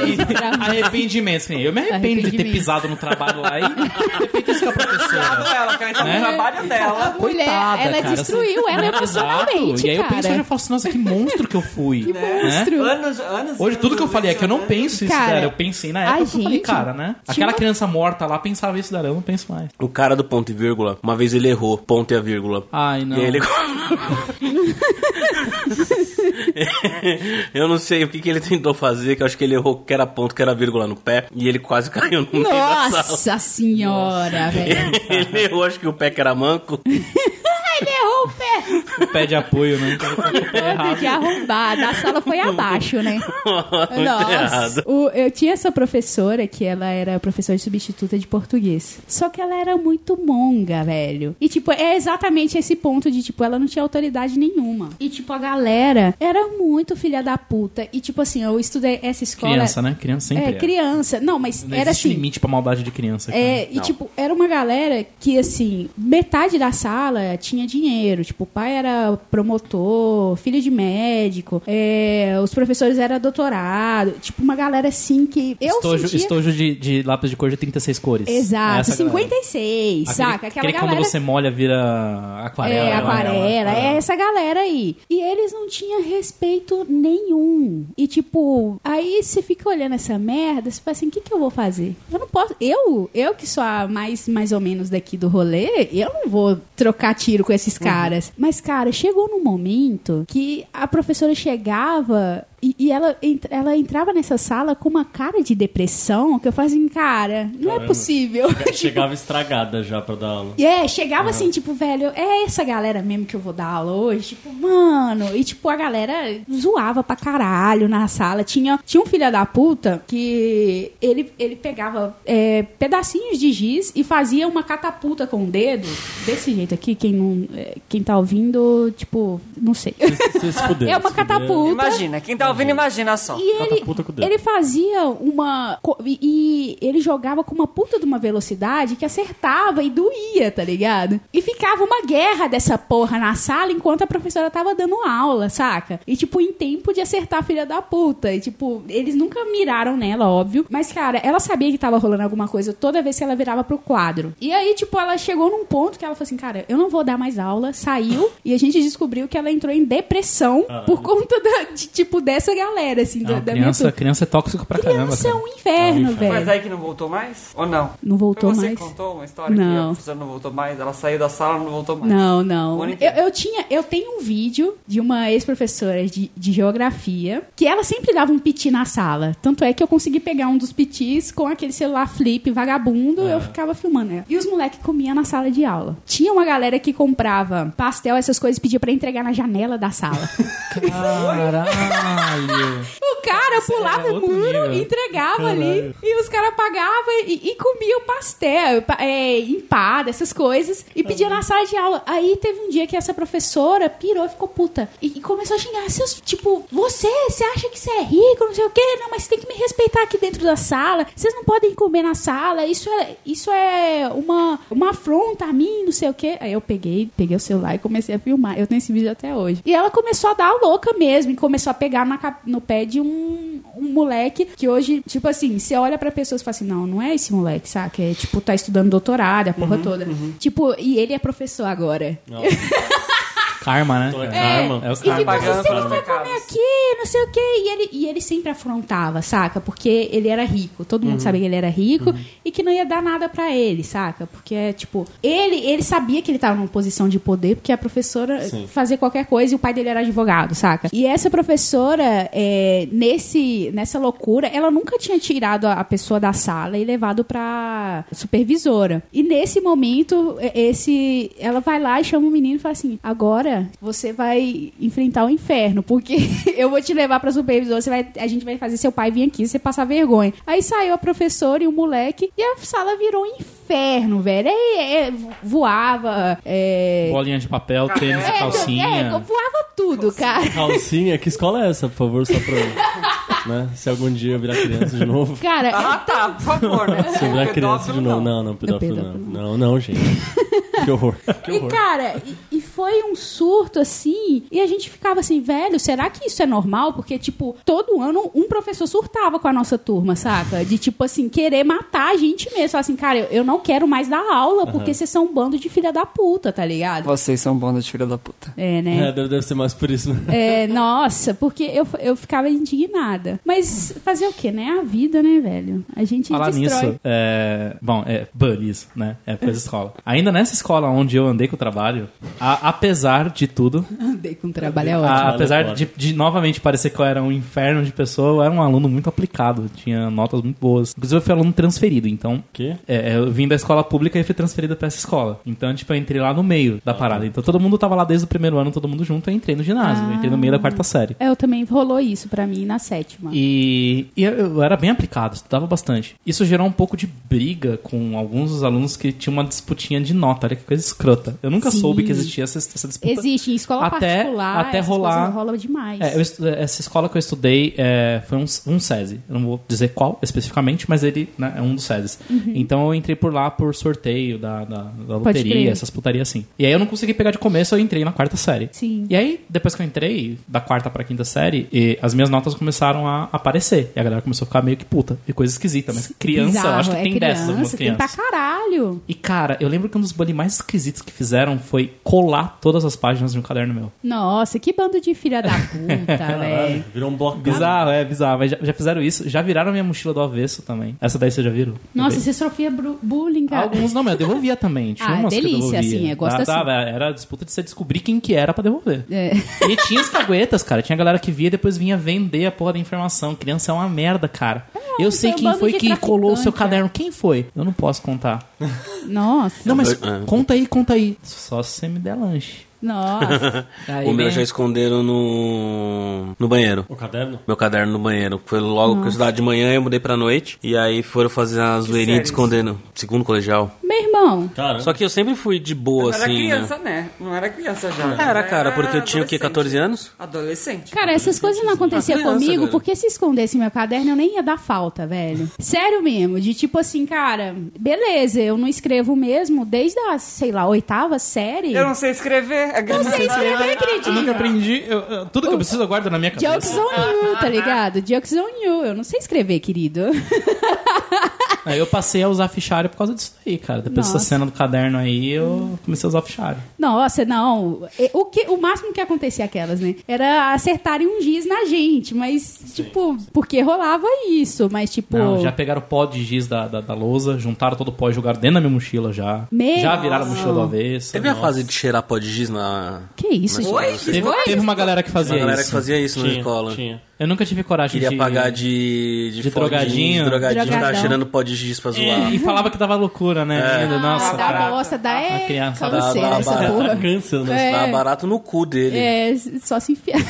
Speaker 5: arrependimentos. que nem Eu me arrependo de ter
Speaker 1: Arrependimento.
Speaker 5: pisado no trabalho lá e ter feito isso com a
Speaker 6: É.
Speaker 5: professora.
Speaker 4: Ela quer entrar no
Speaker 5: Né?
Speaker 4: trabalho dela.
Speaker 1: Mulher,
Speaker 5: Coitada,
Speaker 1: ela
Speaker 5: cara,
Speaker 1: destruiu ela
Speaker 5: assim. Exato.
Speaker 1: emocionalmente,
Speaker 5: E aí eu
Speaker 1: cara.
Speaker 5: penso hoje e falo assim, nossa, que monstro que eu fui. Que
Speaker 1: monstro.
Speaker 4: Anos, anos. e
Speaker 5: Hoje tudo
Speaker 4: anos
Speaker 5: que eu falei é
Speaker 4: disso,
Speaker 5: que eu não
Speaker 4: né?
Speaker 5: penso isso
Speaker 1: Cara,
Speaker 5: dela. Eu pensei na
Speaker 1: a
Speaker 5: época, eu falei,
Speaker 1: gente
Speaker 5: cara, né?
Speaker 1: tinha
Speaker 5: Aquela
Speaker 1: uma-
Speaker 5: criança morta lá pensava isso dela, eu não penso mais.
Speaker 6: O cara do ponto e vírgula, uma vez ele errou ponto e a vírgula.
Speaker 5: Ai, Ah, não.
Speaker 6: E aí ele... [LAUGHS] eu não sei o que, que ele tentou fazer, que eu acho que ele errou que era ponto, que era vírgula no pé, e ele quase [LAUGHS] caiu no meio da sala. [LAUGHS]
Speaker 1: Nossa senhora, velho.
Speaker 6: ele errou, acho que o pé que era manco. [LAUGHS]
Speaker 1: Ele errou o pé.
Speaker 5: O pé de
Speaker 1: [LAUGHS]
Speaker 5: apoio, né?
Speaker 1: Bando de arrombado. A sala foi abaixo, né?
Speaker 6: Muito errado.
Speaker 1: Nossa. O- eu tinha essa professora que ela era professora de substituta de português. Só que ela era muito monga, velho. E, tipo, é exatamente esse ponto de, tipo, ela não tinha autoridade nenhuma. E, tipo, a galera era muito filha da puta. E, tipo, assim, eu estudei essa escola.
Speaker 5: Criança, né? Criança sempre
Speaker 1: É,
Speaker 5: é.
Speaker 1: criança. Não, mas
Speaker 5: Não
Speaker 1: era
Speaker 5: existe
Speaker 1: assim.
Speaker 5: limite pra maldade de criança. cara.
Speaker 1: É, e tipo, era uma galera que, assim, metade da sala tinha dinheiro. Tipo, o pai era promotor, filho de médico, é, os professores eram doutorado. Tipo, uma galera assim que. Eu
Speaker 5: estojo
Speaker 1: sentia...
Speaker 5: estojo de, de lápis de cor de 36 cores. É
Speaker 1: Exato,
Speaker 5: essa galera.
Speaker 1: 56,
Speaker 5: Aquele-
Speaker 1: saca? Aquela
Speaker 5: aquele que
Speaker 1: galera.
Speaker 5: quando você molha vira aquarela.
Speaker 1: é, aquarela, é essa galera aí. E eles não tinham respeito nenhum. E tipo, aí você fica olhando essa merda, você fala assim, o que, que eu vou fazer? Eu não posso. Eu, eu que sou a mais, mais ou menos daqui do rolê, eu não vou trocar tiro com esses caras. Mas, cara, chegou num momento que a professora chegava. E, e ela, ent- ela entrava nessa sala com uma cara de depressão que eu falava assim, cara, não é
Speaker 2: Caramba.
Speaker 1: possível. [LAUGHS] Tipo,
Speaker 2: Chegava estragada já pra dar aula.
Speaker 1: e é, chegava assim, tipo, velho, é essa galera mesmo que eu vou dar aula hoje? Tipo, mano. E, tipo, a galera zoava pra caralho na sala. Tinha, tinha um filho da puta que ele, ele pegava é, pedacinhos de giz e fazia uma catapulta com o dedo. Desse jeito aqui, quem, não, é, quem tá ouvindo, tipo, não sei.
Speaker 2: Você se
Speaker 1: [LAUGHS]
Speaker 2: fudeu.
Speaker 1: É uma
Speaker 2: se fudeu.
Speaker 1: catapulta.
Speaker 4: Imagina, quem tá ouvindo, imagina só.
Speaker 1: E ele,
Speaker 2: Catapulta com o dedo.
Speaker 1: ele fazia uma. co- E e ele jogava com uma puta de uma velocidade que acertava e doía, tá ligado? E ficava uma guerra dessa porra na sala enquanto a professora tava dando aula, saca? E, tipo, em tempo de acertar a filha da puta. E, tipo, eles nunca miraram nela, óbvio. Mas, cara, ela sabia que tava rolando alguma coisa toda vez que ela virava pro quadro. E aí, tipo, ela chegou num ponto que ela falou assim: cara, eu não vou dar mais aula. Saiu. [LAUGHS] e a gente descobriu que ela entrou em depressão por conta da- de, tipo, dessa galera, assim, da,
Speaker 5: Não,
Speaker 1: da minha
Speaker 5: criança,
Speaker 1: turma.
Speaker 5: criança é tóxico pra caramba.
Speaker 1: Criança é
Speaker 5: Cara.
Speaker 1: um inferno,
Speaker 4: Mas
Speaker 1: velho.
Speaker 4: aí que não voltou mais? Ou não?
Speaker 1: Não voltou
Speaker 4: Foi você
Speaker 1: mais.
Speaker 4: que contou uma história que a
Speaker 1: Não.
Speaker 4: professora não voltou mais, ela saiu da sala e não voltou mais.
Speaker 1: Não, não.
Speaker 4: O ano
Speaker 1: Eu,
Speaker 4: inteiro.
Speaker 1: eu tinha, eu tenho um vídeo de uma ex-professora de, de geografia que ela sempre dava um piti na sala. Tanto é que eu consegui pegar um dos pitis com aquele celular flip vagabundo, eu ficava filmando ela. E os moleques comiam na sala de aula. Tinha uma galera que comprava pastel, essas coisas, e pedia pra entregar na janela da [LAUGHS] sala.
Speaker 5: Caralho.
Speaker 1: O cara pulava o
Speaker 5: é outro
Speaker 1: muro
Speaker 5: nível.
Speaker 1: e entregava ali. E os caras pagavam e, e comiam pastel, pa- é, empada, essas coisas. E pedia na sala de aula. Aí teve um dia que essa professora pirou e ficou puta. E, e começou a xingar. Seus, tipo, você, você acha que você é rico, não sei o quê. Não, mas você tem que me respeitar aqui dentro da sala. Vocês não podem comer na sala. Isso é, isso é uma, uma afronta a mim, não sei o quê. Aí eu peguei, peguei o celular e comecei a filmar. Eu tenho esse vídeo até hoje. E ela começou a dar a louca mesmo. E começou a pegar na cap- no pé de um, um moleque que hoje, tipo assim, você olha pra pessoas e fala assim: não, não é esse moleque, saca? É tipo, tá estudando doutorado, a porra toda. Tipo, e ele é professor agora.
Speaker 5: Karma, né?
Speaker 2: Então
Speaker 5: cara?
Speaker 2: é karma.
Speaker 5: É o
Speaker 1: E ficou
Speaker 5: karma.
Speaker 1: assim,
Speaker 4: Pagando
Speaker 1: você não
Speaker 4: pelos
Speaker 1: vai comer
Speaker 4: pecados."
Speaker 1: aqui, não sei o quê. E ele, e ele sempre afrontava, saca? Porque ele era rico. Todo mundo sabia que ele era rico e que não ia dar nada pra ele, saca? Porque, tipo, ele, ele sabia que ele tava numa posição de poder, porque a professora fazia qualquer coisa e o pai dele era advogado, saca? E essa professora, é, nesse, nessa loucura, ela nunca tinha tirado a a pessoa da sala e levado pra supervisora. E nesse momento, é, esse ela vai lá e chama o menino e fala assim: agora agora você vai enfrentar o inferno, porque [LAUGHS] eu vou te levar pra supervisor, você vai, a gente vai fazer seu pai vir aqui, você passar vergonha. Aí saiu a professora e o moleque, e a sala virou um inferno, velho. Aí é, voava, é...
Speaker 5: Bolinha de papel, tênis
Speaker 1: é,
Speaker 5: e
Speaker 1: é,
Speaker 5: calcinha.
Speaker 1: voava tudo, cara.
Speaker 2: Calcinha, que escola é essa, por favor, só pra eu. né? Se algum dia eu virar criança de novo.
Speaker 1: Cara,
Speaker 4: Ah, tá, por favor, né?
Speaker 2: Se eu
Speaker 6: é
Speaker 2: virar criança de
Speaker 4: Pedófilo,
Speaker 2: novo.
Speaker 4: não.
Speaker 2: Não, não, pedófilo não.
Speaker 1: pedófilo
Speaker 2: Não, não, gente. Que horror. Que
Speaker 1: E,
Speaker 2: horror.
Speaker 1: cara, e, e foi um surto assim. E a gente ficava assim, velho, será que isso é normal? Porque, tipo, todo ano um professor surtava com a nossa turma, saca? De, tipo, assim, querer matar a gente mesmo. Falar assim, cara, eu, eu não quero mais dar aula porque vocês são um bando de filha da puta, tá ligado?
Speaker 4: Vocês são banda de filha da puta.
Speaker 1: É, né?
Speaker 2: É, deve, deve ser mais por isso, [LAUGHS] né?
Speaker 1: É, nossa, porque eu, eu ficava indignada. Mas fazer o quê, né? A vida, né, velho? A gente
Speaker 5: Falar
Speaker 1: destrói.
Speaker 5: nisso, é... Bom, é buddies, né? É coisa de escola. Ainda nessa escola onde eu andei com o trabalho, a- apesar de tudo,
Speaker 1: Andei com o trabalho, é
Speaker 5: a-
Speaker 1: ótimo.
Speaker 5: apesar
Speaker 2: Olha,
Speaker 5: de, de novamente parecer que eu era um inferno de pessoa, eu era um aluno muito aplicado, eu tinha notas muito boas. Inclusive eu fui aluno transferido, então...
Speaker 2: Que?
Speaker 5: É, eu vim da escola pública e fui transferido pra essa escola. Então, tipo, eu entrei lá no meio
Speaker 1: Ah,
Speaker 5: da parada.
Speaker 1: tá.
Speaker 5: Então, todo mundo tava lá desde o primeiro ano, todo mundo junto. Eu entrei no ginásio, eu entrei no meio da quarta série.
Speaker 1: É, eu também rolou isso pra mim na sétima.
Speaker 5: E, e eu- eu era bem aplicado, estudava bastante. Isso gerou um pouco de briga com alguns dos alunos que tinham uma disputinha de nota. Olha que coisa escrota. Eu nunca
Speaker 1: Sim.
Speaker 5: soube que existia essa, essa disputa.
Speaker 1: Existe, em escola
Speaker 5: Até-
Speaker 1: particular,
Speaker 5: até
Speaker 1: essas
Speaker 5: rolar-
Speaker 1: coisas rola demais.
Speaker 5: É, eu estu- essa escola que eu estudei é, foi um, um SESI. Eu não vou dizer qual especificamente, mas ele né, é um dos SESIs.
Speaker 1: Uhum.
Speaker 5: Então eu entrei por lá por sorteio da, da, da
Speaker 1: crer.
Speaker 5: loteria, essas putarias assim. E aí eu não consegui pegar de começo, eu entrei na quarta série.
Speaker 1: Sim.
Speaker 5: E aí, depois que eu entrei, da quarta pra quinta série, e as minhas notas começaram a aparecer. E a galera começou a ficar meio que puta. E coisa esquisita, mas criança, eu acho que
Speaker 1: Bizarro,
Speaker 5: tem
Speaker 1: é
Speaker 5: dessas algumas
Speaker 1: criança, Tem pra
Speaker 5: crianças.
Speaker 1: caralho.
Speaker 5: E cara, eu lembro que um dos bullying mais esquisitos que fizeram foi colar todas as páginas de um caderno meu.
Speaker 1: Nossa, que bando de filha
Speaker 5: [LAUGHS]
Speaker 1: da puta, velho.
Speaker 2: Virou um bloco
Speaker 5: Bizarro, é bizarro. Mas já, já fizeram isso. Já viraram minha mochila do avesso também. Essa daí vocês já viram?
Speaker 1: Nossa,
Speaker 5: Também.
Speaker 1: você sofria bru- bullying, cara.
Speaker 5: Alguns não, mas eu devolvia também. Tinha
Speaker 1: Ah,
Speaker 5: umas que eu
Speaker 1: delícia,
Speaker 5: devolvia.
Speaker 1: assim, eu gosto
Speaker 5: Dá-
Speaker 1: assim.
Speaker 5: dava- Era a disputa de você descobrir quem que era pra devolver.
Speaker 1: É.
Speaker 5: E tinha os caguetas, cara. Tinha galera que via e depois vinha vender a porra da informação. Criança é uma merda, cara. eu
Speaker 1: foi
Speaker 5: sei
Speaker 1: um
Speaker 5: quem
Speaker 1: bando
Speaker 5: foi
Speaker 1: de
Speaker 5: que colou o seu
Speaker 1: traficante, é.
Speaker 5: caderno. Quem foi? Eu não posso contar.
Speaker 1: Nossa,
Speaker 5: Não, mas
Speaker 6: doido, é.
Speaker 5: conta aí, conta aí. Só se você me der lanche. [LAUGHS]
Speaker 1: nossa.
Speaker 5: Aí
Speaker 6: o meu
Speaker 5: vem-
Speaker 6: já esconderam no, no banheiro.
Speaker 2: O caderno?
Speaker 6: Meu caderno no banheiro. Foi logo que eu estudava de manhã, eu mudei pra noite. E aí foram fazer a zoeirinha de
Speaker 4: séries?
Speaker 6: escondendo. Segundo colegial.
Speaker 1: Meu irmão,
Speaker 2: Cara,
Speaker 6: Só que eu sempre fui de
Speaker 4: Não
Speaker 6: boa,
Speaker 4: era
Speaker 6: assim, né?
Speaker 4: criança, né? Não era criança já.
Speaker 6: Era, cara, porque eu tinha o quê?
Speaker 4: adolescente.
Speaker 6: 14 anos?
Speaker 4: Adolescente.
Speaker 1: cara, essas coisas não aconteciam
Speaker 6: criança,
Speaker 1: comigo
Speaker 6: cara.
Speaker 1: porque se escondesse meu caderno eu nem ia dar falta, velho. Sério mesmo, de tipo assim, cara, beleza, eu não escrevo mesmo desde a, sei lá, oitava série.
Speaker 4: Eu não sei escrever. É
Speaker 1: Não sei escrever,
Speaker 5: Eu nunca
Speaker 1: acredito.
Speaker 5: aprendi. eu- eu- tudo que eu preciso eu guardo na minha cabeça.
Speaker 1: Jokes on you, tá ligado? Jokes on you. Eu não sei escrever, querido. [LAUGHS]
Speaker 5: Aí eu passei a usar fichário por causa disso aí, cara. Depois
Speaker 1: Nossa. Hum.
Speaker 5: dessa cena do caderno aí, eu comecei a usar fichário.
Speaker 1: Nossa, não. E- O, que, o máximo que acontecia aquelas, né? Era acertarem um giz na gente, mas, tipo, porque rolava isso, mas, tipo.
Speaker 5: Não, já pegaram o pó de giz da, da, da lousa, juntaram todo o pó e jogaram dentro da minha mochila já.
Speaker 1: Meu
Speaker 5: já viraram a
Speaker 1: Deus.
Speaker 5: mochila do avesso.
Speaker 6: Teve a
Speaker 5: Nossa.
Speaker 6: fase de cheirar pó de giz na.
Speaker 1: Que isso, gente?
Speaker 4: Oi?
Speaker 5: Teve,
Speaker 4: Oi?
Speaker 5: teve uma galera que
Speaker 6: Tinha
Speaker 5: fazia
Speaker 6: uma galera que
Speaker 5: isso.
Speaker 6: fazia isso na
Speaker 2: tinha,
Speaker 6: escola.
Speaker 2: tinha.
Speaker 5: Eu nunca tive coragem
Speaker 6: Queria
Speaker 5: de...
Speaker 6: pagar de. De,
Speaker 5: de
Speaker 6: fodinho,
Speaker 5: drogadinho.
Speaker 6: De drogadinho, ficava
Speaker 1: Drogadão.
Speaker 6: cheirando pó de giz pra zoar. É.
Speaker 5: É, E falava que dava loucura, né? Lindo, Nossa,
Speaker 1: da
Speaker 5: cara.
Speaker 1: Ah,
Speaker 5: Tá
Speaker 1: bosta, da
Speaker 5: A
Speaker 1: é.
Speaker 5: criança
Speaker 6: dá-
Speaker 1: Caluceira,
Speaker 6: dá
Speaker 1: essa
Speaker 6: barata.
Speaker 1: porra.
Speaker 2: Câncer, né?
Speaker 1: É.
Speaker 6: Dava barato no cu dele.
Speaker 1: É, só se enfiar.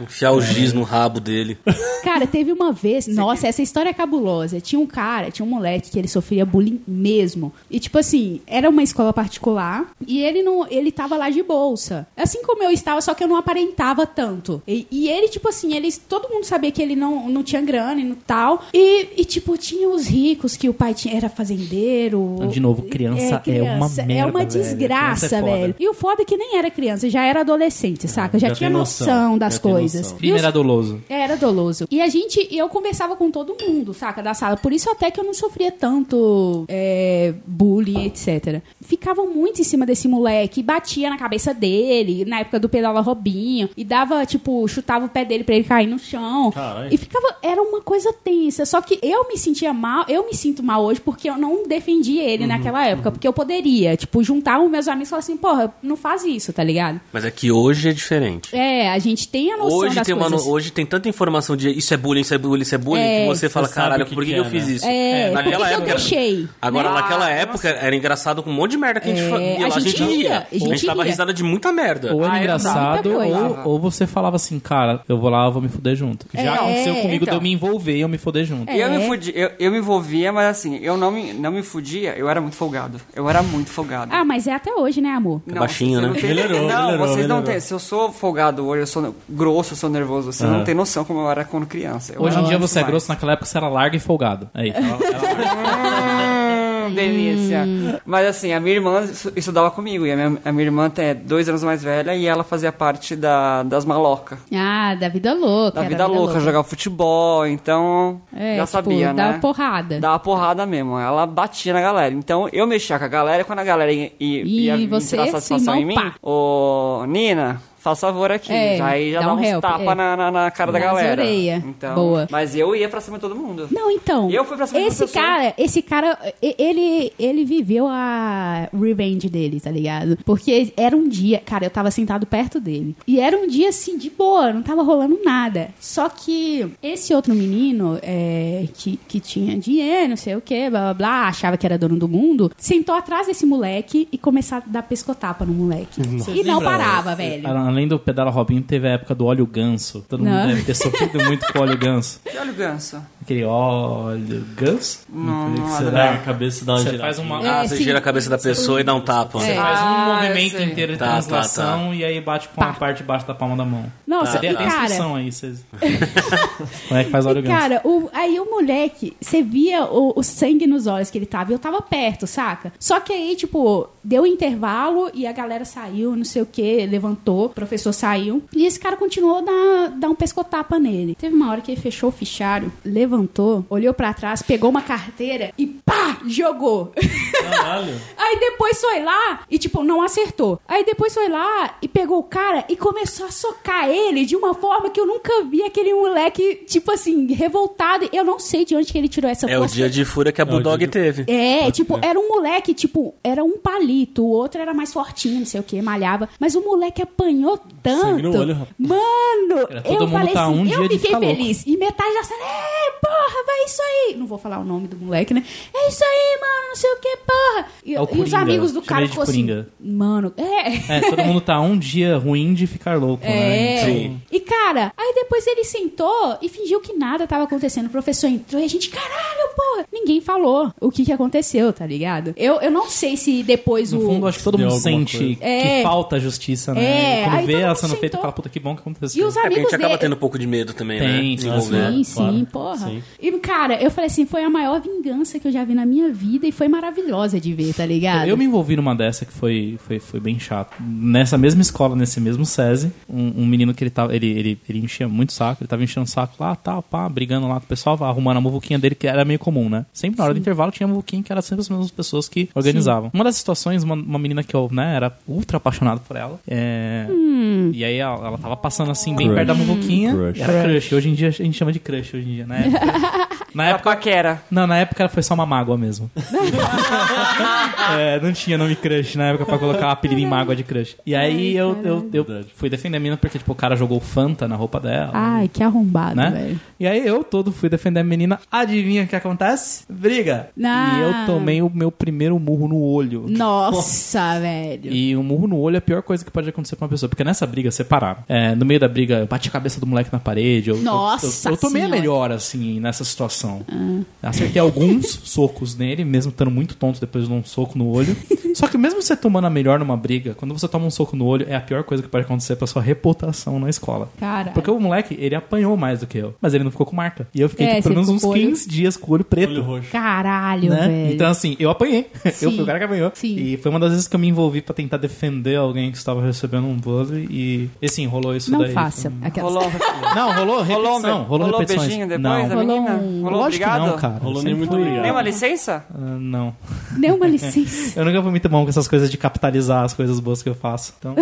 Speaker 6: Enfiar o giz no rabo dele.
Speaker 1: Cara, teve uma vez, nossa, essa história é cabulosa. Tinha um cara, tinha um moleque que ele sofria bullying mesmo. E tipo assim, era uma escola particular e ele não, ele tava lá de bolsa. Assim como eu estava, só que eu não aparentava tanto. E, e ele tipo assim, ele todo mundo sabia que ele não, não tinha grana e no tal. E, e, tipo tinha os ricos que o pai tinha, era fazendeiro.
Speaker 5: De novo, criança é uma
Speaker 1: É
Speaker 5: merda,
Speaker 1: uma
Speaker 5: velho. Criança
Speaker 1: desgraça,
Speaker 5: é foda.
Speaker 1: velho. E o foda é que nem era criança, já era adolescente, saca? Já,
Speaker 2: já
Speaker 1: tinha
Speaker 2: tem
Speaker 1: noção,
Speaker 2: noção,
Speaker 1: das
Speaker 2: já tem
Speaker 1: coisas.
Speaker 2: noção.
Speaker 1: E os
Speaker 5: Primeiro era doloso.
Speaker 1: era doloso. E a gente, eu conversava com todo mundo, saca, da sala. Por isso até que eu não sofria tanto é, bullying, etc. Ficava muito em cima desse moleque, batia na cabeça dele, na época do pedala Robinho, e dava, tipo, chutava o pé dele pra ele cair caem no chão.
Speaker 2: Caralho.
Speaker 1: E ficava. Era uma coisa tensa. Só que eu me sentia mal, eu me sinto mal hoje porque eu não defendi
Speaker 6: Uhum,
Speaker 1: ele naquela época. Porque eu poderia, tipo, juntar os meus amigos e falar assim, porra, não faz isso, tá ligado?
Speaker 6: Mas é que hoje é diferente.
Speaker 1: É, a gente tem a noção
Speaker 6: Hoje
Speaker 1: das
Speaker 6: tem, uma,
Speaker 1: coisas.
Speaker 6: no- hoje tem tanta informação de isso é bullying, isso é bullying, isso é bullying,
Speaker 1: É.
Speaker 6: que você fala,
Speaker 2: sabe
Speaker 6: caralho,
Speaker 2: o que
Speaker 6: por que,
Speaker 2: que
Speaker 6: que eu
Speaker 2: é,
Speaker 6: fiz
Speaker 2: né?
Speaker 6: isso?
Speaker 1: É, por que
Speaker 6: naquela
Speaker 1: que eu
Speaker 6: época.
Speaker 1: deixei?
Speaker 6: Agora,
Speaker 4: Ah,
Speaker 6: naquela época, era engraçado com um monte de merda que a gente
Speaker 1: É,
Speaker 6: fazia. lá,
Speaker 1: a gente ria,
Speaker 6: ria.
Speaker 1: a gente
Speaker 6: a gente dava
Speaker 1: ria.
Speaker 6: risada de muita merda.
Speaker 5: Ou
Speaker 4: Ah,
Speaker 5: era
Speaker 4: eu
Speaker 5: engraçado,
Speaker 1: dava muita
Speaker 5: ou,
Speaker 4: coisa.
Speaker 5: ou você falava assim, cara, eu vou lá, eu vou me fuder junto. Já
Speaker 1: É,
Speaker 5: aconteceu comigo
Speaker 4: então.
Speaker 5: de eu me envolver e eu me fuder junto.
Speaker 4: E Eu,
Speaker 1: É.
Speaker 4: me fudi, eu, eu me envolvia, mas assim, eu não me, não me fudia, eu era muito folgado. Eu era muito folgado.
Speaker 1: Ah, mas é até hoje, né, amor?
Speaker 4: Não,
Speaker 6: É baixinho,
Speaker 4: vocês
Speaker 6: né?
Speaker 4: não têm-
Speaker 2: Melhorou,
Speaker 4: não,
Speaker 2: melhorou,
Speaker 4: vocês não
Speaker 2: melhorou.
Speaker 4: têm. Se eu sou folgado hoje, eu sou grosso, eu sou nervoso, vocês
Speaker 6: Ah.
Speaker 4: não têm noção como eu era quando criança. Eu
Speaker 5: Hoje em
Speaker 4: era
Speaker 5: dia você é
Speaker 4: demais.
Speaker 5: grosso, naquela época você era largo e folgado. Aí,
Speaker 4: Hum, delícia. Mas assim, a minha irmã estu- estudava comigo. E a minha, a minha irmã é dois anos mais velha e ela fazia parte da, das malocas.
Speaker 1: Ah, da vida louca.
Speaker 4: Da
Speaker 1: era
Speaker 4: vida louca, jogava futebol, então
Speaker 1: É,
Speaker 4: já
Speaker 1: tipo,
Speaker 4: sabia, né?
Speaker 1: dava porrada.
Speaker 4: Dava porrada mesmo, ela batia na galera. Então eu mexia com a galera, e quando a galera ia, ia,
Speaker 1: E
Speaker 4: ia vir
Speaker 1: você,
Speaker 4: tirar
Speaker 1: seu
Speaker 4: satisfação
Speaker 1: irmão,
Speaker 4: em mim,
Speaker 1: pá.
Speaker 4: ô Nina, faz favor aqui.
Speaker 1: É,
Speaker 4: já, aí já
Speaker 1: dá
Speaker 4: dá,
Speaker 1: um
Speaker 4: uns
Speaker 1: help,
Speaker 4: tapas
Speaker 1: é.
Speaker 4: na, na- na cara da
Speaker 1: Nas
Speaker 4: galera.
Speaker 1: orelha.
Speaker 4: Então,
Speaker 1: Boa.
Speaker 4: Mas eu ia pra cima de todo mundo.
Speaker 1: Não, então.
Speaker 4: Eu fui pra cima de uma
Speaker 1: esse
Speaker 4: pessoa.
Speaker 1: cara, esse cara, e- ele, ele viveu a revenge dele, tá ligado? Porque era um dia, cara, eu tava sentado perto dele. E era um dia assim de boa, não tava rolando nada. Só que esse outro menino, é, que, que tinha dinheiro, não sei o que, blá blá blá, achava que era dono do mundo, sentou atrás desse moleque e começou a dar pescotapa no moleque. E não parava, velho.
Speaker 5: era- além do pedala Robinho, teve a época do óleo ganso. Todo
Speaker 1: Não.
Speaker 5: mundo deve ter sofrido muito com o óleo ganso. [LAUGHS]
Speaker 4: E olha o ganso.
Speaker 5: Aquele óleo ganso?
Speaker 4: Não,
Speaker 5: Não,
Speaker 4: não
Speaker 5: sei o que será.
Speaker 2: Pega a cabeça e dá uma
Speaker 5: Você
Speaker 2: girada.
Speaker 5: faz um uma.
Speaker 1: É,
Speaker 6: Ah, você
Speaker 1: sim.
Speaker 6: gira a cabeça da pessoa e dá um tapa.
Speaker 5: Você
Speaker 1: É.
Speaker 5: faz um
Speaker 4: Ah,
Speaker 5: movimento
Speaker 4: eu sei.
Speaker 5: inteiro de
Speaker 6: Tá, tá,
Speaker 5: translação e aí bate com a
Speaker 1: Pá.
Speaker 5: parte de baixo da palma da mão.
Speaker 1: Nossa,
Speaker 5: Tá. Você Tá, tem
Speaker 1: e
Speaker 5: até
Speaker 1: cara,
Speaker 5: instrução aí, [LAUGHS] vocês. Como é que faz óleo
Speaker 1: E,
Speaker 5: ganso?
Speaker 1: cara, o- aí o moleque, você via o, o sangue nos olhos que ele tava. e Eu tava perto, saca? Só que aí, tipo, deu intervalo e a galera saiu, não sei o que, levantou, o professor saiu. E esse cara continuou a dar, dar um pescotapa nele. Teve uma hora que ele fechou o fichário, levantou, olhou pra trás, pegou uma carteira e pá, jogou.
Speaker 2: Caralho.
Speaker 1: Aí depois foi lá e, tipo, não acertou. Aí depois foi lá e pegou o cara e começou a socar ele de uma forma que eu nunca vi aquele moleque, tipo assim, revoltado. Eu não sei de onde que ele tirou essa
Speaker 6: É o
Speaker 1: força.
Speaker 6: dia de fúria que a Bulldog teve.
Speaker 1: É, tipo, era um moleque, tipo, era um palito, o outro era mais fortinho, não sei o que, malhava. Mas o moleque apanhou tanto.
Speaker 2: Sangue no olho, rapaz.
Speaker 1: Mano,
Speaker 5: Cara, todo
Speaker 1: eu
Speaker 5: mundo
Speaker 1: falei
Speaker 5: tá
Speaker 1: assim, eu
Speaker 5: um dia de
Speaker 1: fiquei
Speaker 5: ficar louco.
Speaker 1: feliz. E metade da sala, é, porra, vai isso aí. Não vou falar o nome do moleque, né? É isso aí, mano, não sei o que, porra. E,
Speaker 5: É o
Speaker 1: e os
Speaker 5: Coringa,
Speaker 1: amigos do
Speaker 5: chamei
Speaker 1: cara
Speaker 5: de
Speaker 1: ficou assim,
Speaker 5: Coringa.
Speaker 1: mano,
Speaker 5: É, todo mundo tá um dia ruim de ficar louco, né?
Speaker 1: é.
Speaker 5: Então,
Speaker 1: E, cara, aí depois ele sentou e fingiu que nada tava acontecendo. O professor entrou e a gente, caralho, porra. Ninguém falou o que que aconteceu, tá ligado? Eu, eu não sei se depois
Speaker 5: No
Speaker 1: o...
Speaker 5: fundo, acho que todo
Speaker 2: Deu
Speaker 5: mundo
Speaker 2: alguma
Speaker 5: sente
Speaker 2: coisa.
Speaker 5: que
Speaker 1: É.
Speaker 5: falta justiça, né?
Speaker 1: É,
Speaker 5: E Quando
Speaker 1: aí
Speaker 5: vê
Speaker 1: todo
Speaker 5: ela
Speaker 1: mundo
Speaker 5: sendo feita,
Speaker 1: sentou.
Speaker 5: fala, puta, que bom que
Speaker 1: E
Speaker 5: aconteceu.
Speaker 1: os
Speaker 6: É porque a
Speaker 1: amigos
Speaker 6: gente acaba
Speaker 1: dele...
Speaker 6: tendo um pouco de medo também,
Speaker 5: Tem,
Speaker 6: né? Se
Speaker 2: sim,
Speaker 6: envolver.
Speaker 2: né?
Speaker 1: Sim, sim,
Speaker 2: Claro.
Speaker 1: porra.
Speaker 2: Sim.
Speaker 1: E, cara, eu falei assim, foi a maior vingança que eu já vi na minha vida e foi maravilhosa de ver, tá ligado?
Speaker 5: Então, Eu me envolvi numa dessa que foi, foi, foi bem chato. Nessa mesma escola, nesse mesmo SESI, um, um menino que ele tava. Ele, ele, ele enchia muito o saco, ele tava enchendo o saco lá, tal, pá, brigando lá com o pessoal, vai arrumando a muvuquinha dele, que era meio comum, né? Sempre na hora do intervalo tinha muvuquinha que era sempre as mesmas pessoas que organizavam. Uma das situações, uma, uma menina que eu, né, era ultra apaixonado por ela. é, E aí ela, ela tava passando assim, bem
Speaker 2: Hum. Crush.
Speaker 5: perto da muvuquinha.
Speaker 2: Crush.
Speaker 5: Era crush. Hoje em dia a gente chama de crush hoje em
Speaker 2: [LAUGHS]
Speaker 5: dia, né? Na
Speaker 4: Era
Speaker 5: época
Speaker 4: paquera.
Speaker 5: não, na época foi só uma mágoa mesmo. É, não tinha nome crush na época pra colocar o apelido em mágoa de crush. E aí eu, eu, eu fui defender a mina porque, tipo, o cara jogou Fanta na roupa dela.
Speaker 1: Ai, que arrombado,
Speaker 5: né?
Speaker 1: velho.
Speaker 5: E aí eu todo fui defender a menina. Adivinha o que acontece? Briga!
Speaker 1: Ah.
Speaker 5: E eu tomei o meu primeiro murro no olho.
Speaker 1: Nossa, velho.
Speaker 5: E um murro no olho é a pior coisa que pode acontecer pra uma pessoa. Porque nessa briga, separaram. É, no meio da briga, eu bati a cabeça do moleque na parede. Eu, eu-
Speaker 1: Nossa
Speaker 5: Eu, eu
Speaker 1: Senhora.
Speaker 5: tomei
Speaker 1: Ah.
Speaker 5: a melhor, assim, nessa situação. Acertei
Speaker 1: [LAUGHS]
Speaker 5: alguns socos nele, mesmo estando muito tonto depois de um soco no olho. Só que mesmo você tomando a melhor numa briga, quando você toma um soco no olho, é a pior coisa que pode acontecer pra sua reputação na escola.
Speaker 1: Caralho.
Speaker 5: Porque o moleque, ele apanhou mais do que eu. Mas ele não ficou com marca. E eu fiquei,
Speaker 1: É,
Speaker 5: tipo,
Speaker 1: você
Speaker 5: pelo menos uns
Speaker 1: ficou com o olho-
Speaker 5: 15 dias com o olho preto.
Speaker 2: Olho roxo.
Speaker 1: Caralho,
Speaker 5: Né?
Speaker 1: velho.
Speaker 5: Então, assim, eu apanhei. [LAUGHS]
Speaker 1: Sim.
Speaker 5: Eu fui o cara que apanhou.
Speaker 1: Sim.
Speaker 5: E foi uma das vezes que eu me envolvi pra tentar defender alguém que estava recebendo um bullying. E, e assim, rolou isso
Speaker 1: não
Speaker 5: daí.
Speaker 1: faça.
Speaker 5: Foi-
Speaker 1: Aquelas... [LAUGHS]
Speaker 4: Rolou,
Speaker 5: Não, rolou
Speaker 4: rolou, um
Speaker 5: repetição. Rolou,
Speaker 4: rolou
Speaker 5: repetições.
Speaker 4: beijinho depois
Speaker 5: não.
Speaker 4: da
Speaker 1: Rolou
Speaker 4: menina?
Speaker 1: um-
Speaker 4: Rolou
Speaker 5: Lógico que
Speaker 4: obrigado?
Speaker 5: não, cara.
Speaker 2: Rolou nem
Speaker 5: Sempre
Speaker 2: muito
Speaker 5: fui-
Speaker 2: obrigado.
Speaker 4: Nem uma licença?
Speaker 5: Ah, não.
Speaker 1: Dê uma licença. [LAUGHS]
Speaker 5: [LAUGHS] Eu nunca fui muito bom com essas coisas de capitalizar as coisas boas que eu faço. Então,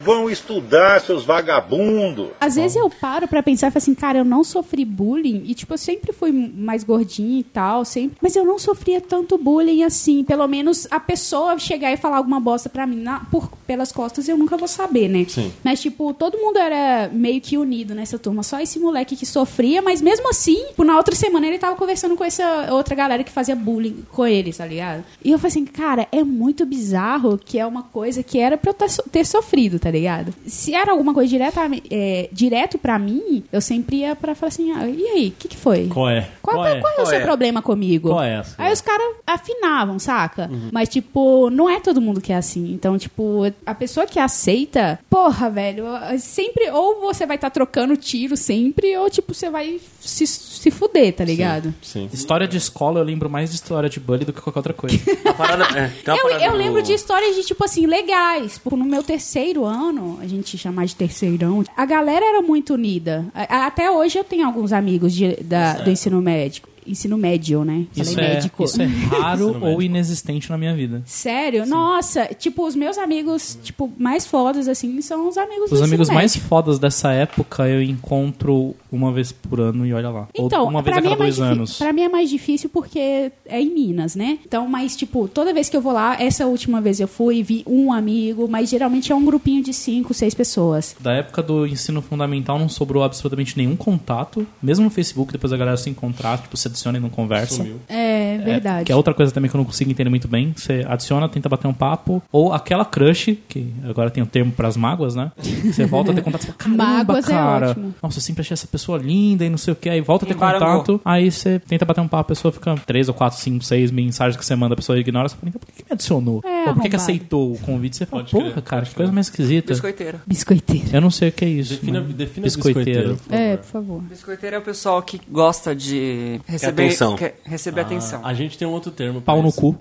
Speaker 3: Vão estudar, seus vagabundos.
Speaker 1: Às vezes eu paro pra pensar e falo assim, cara, eu não sofri bullying. E, tipo, eu sempre fui mais gordinha e tal, sempre. Mas eu não sofria tanto bullying assim. Pelo menos a pessoa chegar e falar alguma bosta pra mim na- por- pelas costas, eu nunca vou saber, né?
Speaker 2: Sim.
Speaker 1: Mas, tipo, todo mundo era meio que unido nessa turma. Só esse moleque que sofria, mas mesmo assim, tipo, na outra semana ele tava conversando com essa outra galera que fazia bullying com ele, tá ligado? E eu falei assim, cara, é muito bizarro que é uma coisa que era pra eu tá so- ter sofrido, tá ligado? Se era alguma coisa direta, é, direto pra mim, eu sempre ia pra falar assim, ah, e aí, o que, que foi?
Speaker 2: Qual é?
Speaker 1: Qual, qual- qual é o seu
Speaker 6: é?
Speaker 1: problema comigo?
Speaker 2: Qual é a sua?
Speaker 1: Aí os caras afinavam, saca? Mas, tipo, não é todo mundo que é assim. Então, tipo, a pessoa que aceita, porra, velho, sempre, ou você vai estar trocando tiro sempre, ou, tipo, você vai se, se fuder, tá ligado?
Speaker 2: Sim.
Speaker 5: História de escola, eu lembro mais de história de bullying do que qualquer
Speaker 1: [LAUGHS]
Speaker 5: outra coisa.
Speaker 6: A parada, é, tem uma
Speaker 1: Eu,
Speaker 6: parada
Speaker 1: eu
Speaker 6: do-
Speaker 1: lembro de histórias de, tipo assim, legais. Por no meu terceiro ano, a gente chamar de terceirão, a galera era muito unida. A- a- até hoje eu tenho alguns amigos de- da- do ensino médico. Ensino médio, né?
Speaker 5: Isso é,
Speaker 1: médico.
Speaker 5: isso é raro ou inexistente na minha vida.
Speaker 1: Sério? Nossa, tipo, os meus amigos, tipo, mais fodas, assim, são os amigos do
Speaker 5: Os
Speaker 1: ensino
Speaker 5: amigos
Speaker 1: médio.
Speaker 5: mais fodas dessa época eu encontro uma vez por ano e olha lá.
Speaker 1: Então,
Speaker 5: ou uma vez
Speaker 1: pra
Speaker 5: a
Speaker 1: mim,
Speaker 5: cada
Speaker 1: é mais
Speaker 5: dois
Speaker 1: difí-
Speaker 5: anos.
Speaker 1: pra mim é mais difícil porque é em Minas, né? Então, mas, tipo, toda vez que eu vou lá, essa última vez eu fui, vi um amigo, mas geralmente é um grupinho de cinco, seis pessoas.
Speaker 5: Da época do ensino fundamental não sobrou absolutamente nenhum contato. Mesmo no Facebook, depois a galera se encontrar, tipo, se adiciona e não conversa.
Speaker 2: Sumiu.
Speaker 1: É
Speaker 5: É,
Speaker 1: verdade.
Speaker 5: que é outra coisa também que eu não consigo entender muito bem. Você adiciona, tenta bater um papo. Ou aquela crush, que agora tem o termo pras mágoas, né? Você volta a ter contato e fala, caramba,
Speaker 1: Mágoas é
Speaker 5: cara.
Speaker 1: ótimo.
Speaker 5: Nossa, eu sempre achei essa pessoa linda e não sei o que. Aí volta a ter
Speaker 4: Embarangou.
Speaker 5: contato. Aí você tenta bater um papo, a pessoa fica três ou quatro, cinco, seis mensagens que você manda, a pessoa ignora. Você fala, então, por que que me adicionou?
Speaker 1: É,
Speaker 5: ou por que
Speaker 1: arrombado.
Speaker 5: que aceitou o convite? Você fala,
Speaker 2: Pode
Speaker 5: porra,
Speaker 2: crer,
Speaker 5: cara, que coisa mais esquisita.
Speaker 4: Biscoiteiro.
Speaker 1: Biscoiteiro.
Speaker 5: Eu não sei o que é isso.
Speaker 2: Defina,
Speaker 5: mano.
Speaker 2: defina biscoiteiro. por
Speaker 1: É, por
Speaker 2: favor.
Speaker 1: favor.
Speaker 4: Biscoiteiro é o pessoal que gosta de receber
Speaker 6: atenção.
Speaker 4: que- receber atenção.
Speaker 2: Ah, a gente tem um outro termo. pra
Speaker 5: Pau no
Speaker 2: isso.
Speaker 5: cu.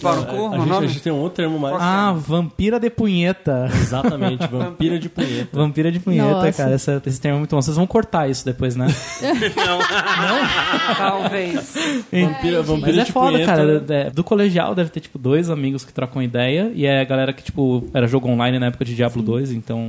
Speaker 4: Pau no
Speaker 2: A,
Speaker 4: cu,
Speaker 2: a
Speaker 4: o
Speaker 2: gente, a
Speaker 4: nome?
Speaker 2: gente tem um outro termo mais.
Speaker 5: [LAUGHS] Ah, vampira de punheta.
Speaker 2: Exatamente, vampira de punheta.
Speaker 5: Vampira de punheta,
Speaker 1: Nossa.
Speaker 5: cara. Essa- esse termo é muito bom. Vocês vão cortar isso depois, [LAUGHS] né?
Speaker 4: Talvez.
Speaker 2: Vampira, vampira
Speaker 5: Mas é
Speaker 2: de
Speaker 5: foda,
Speaker 2: punheta.
Speaker 5: cara. É, do colegial deve ter, tipo, dois amigos que trocam ideia. E é a galera que, tipo, era jogo online na época de Diablo 2. Então,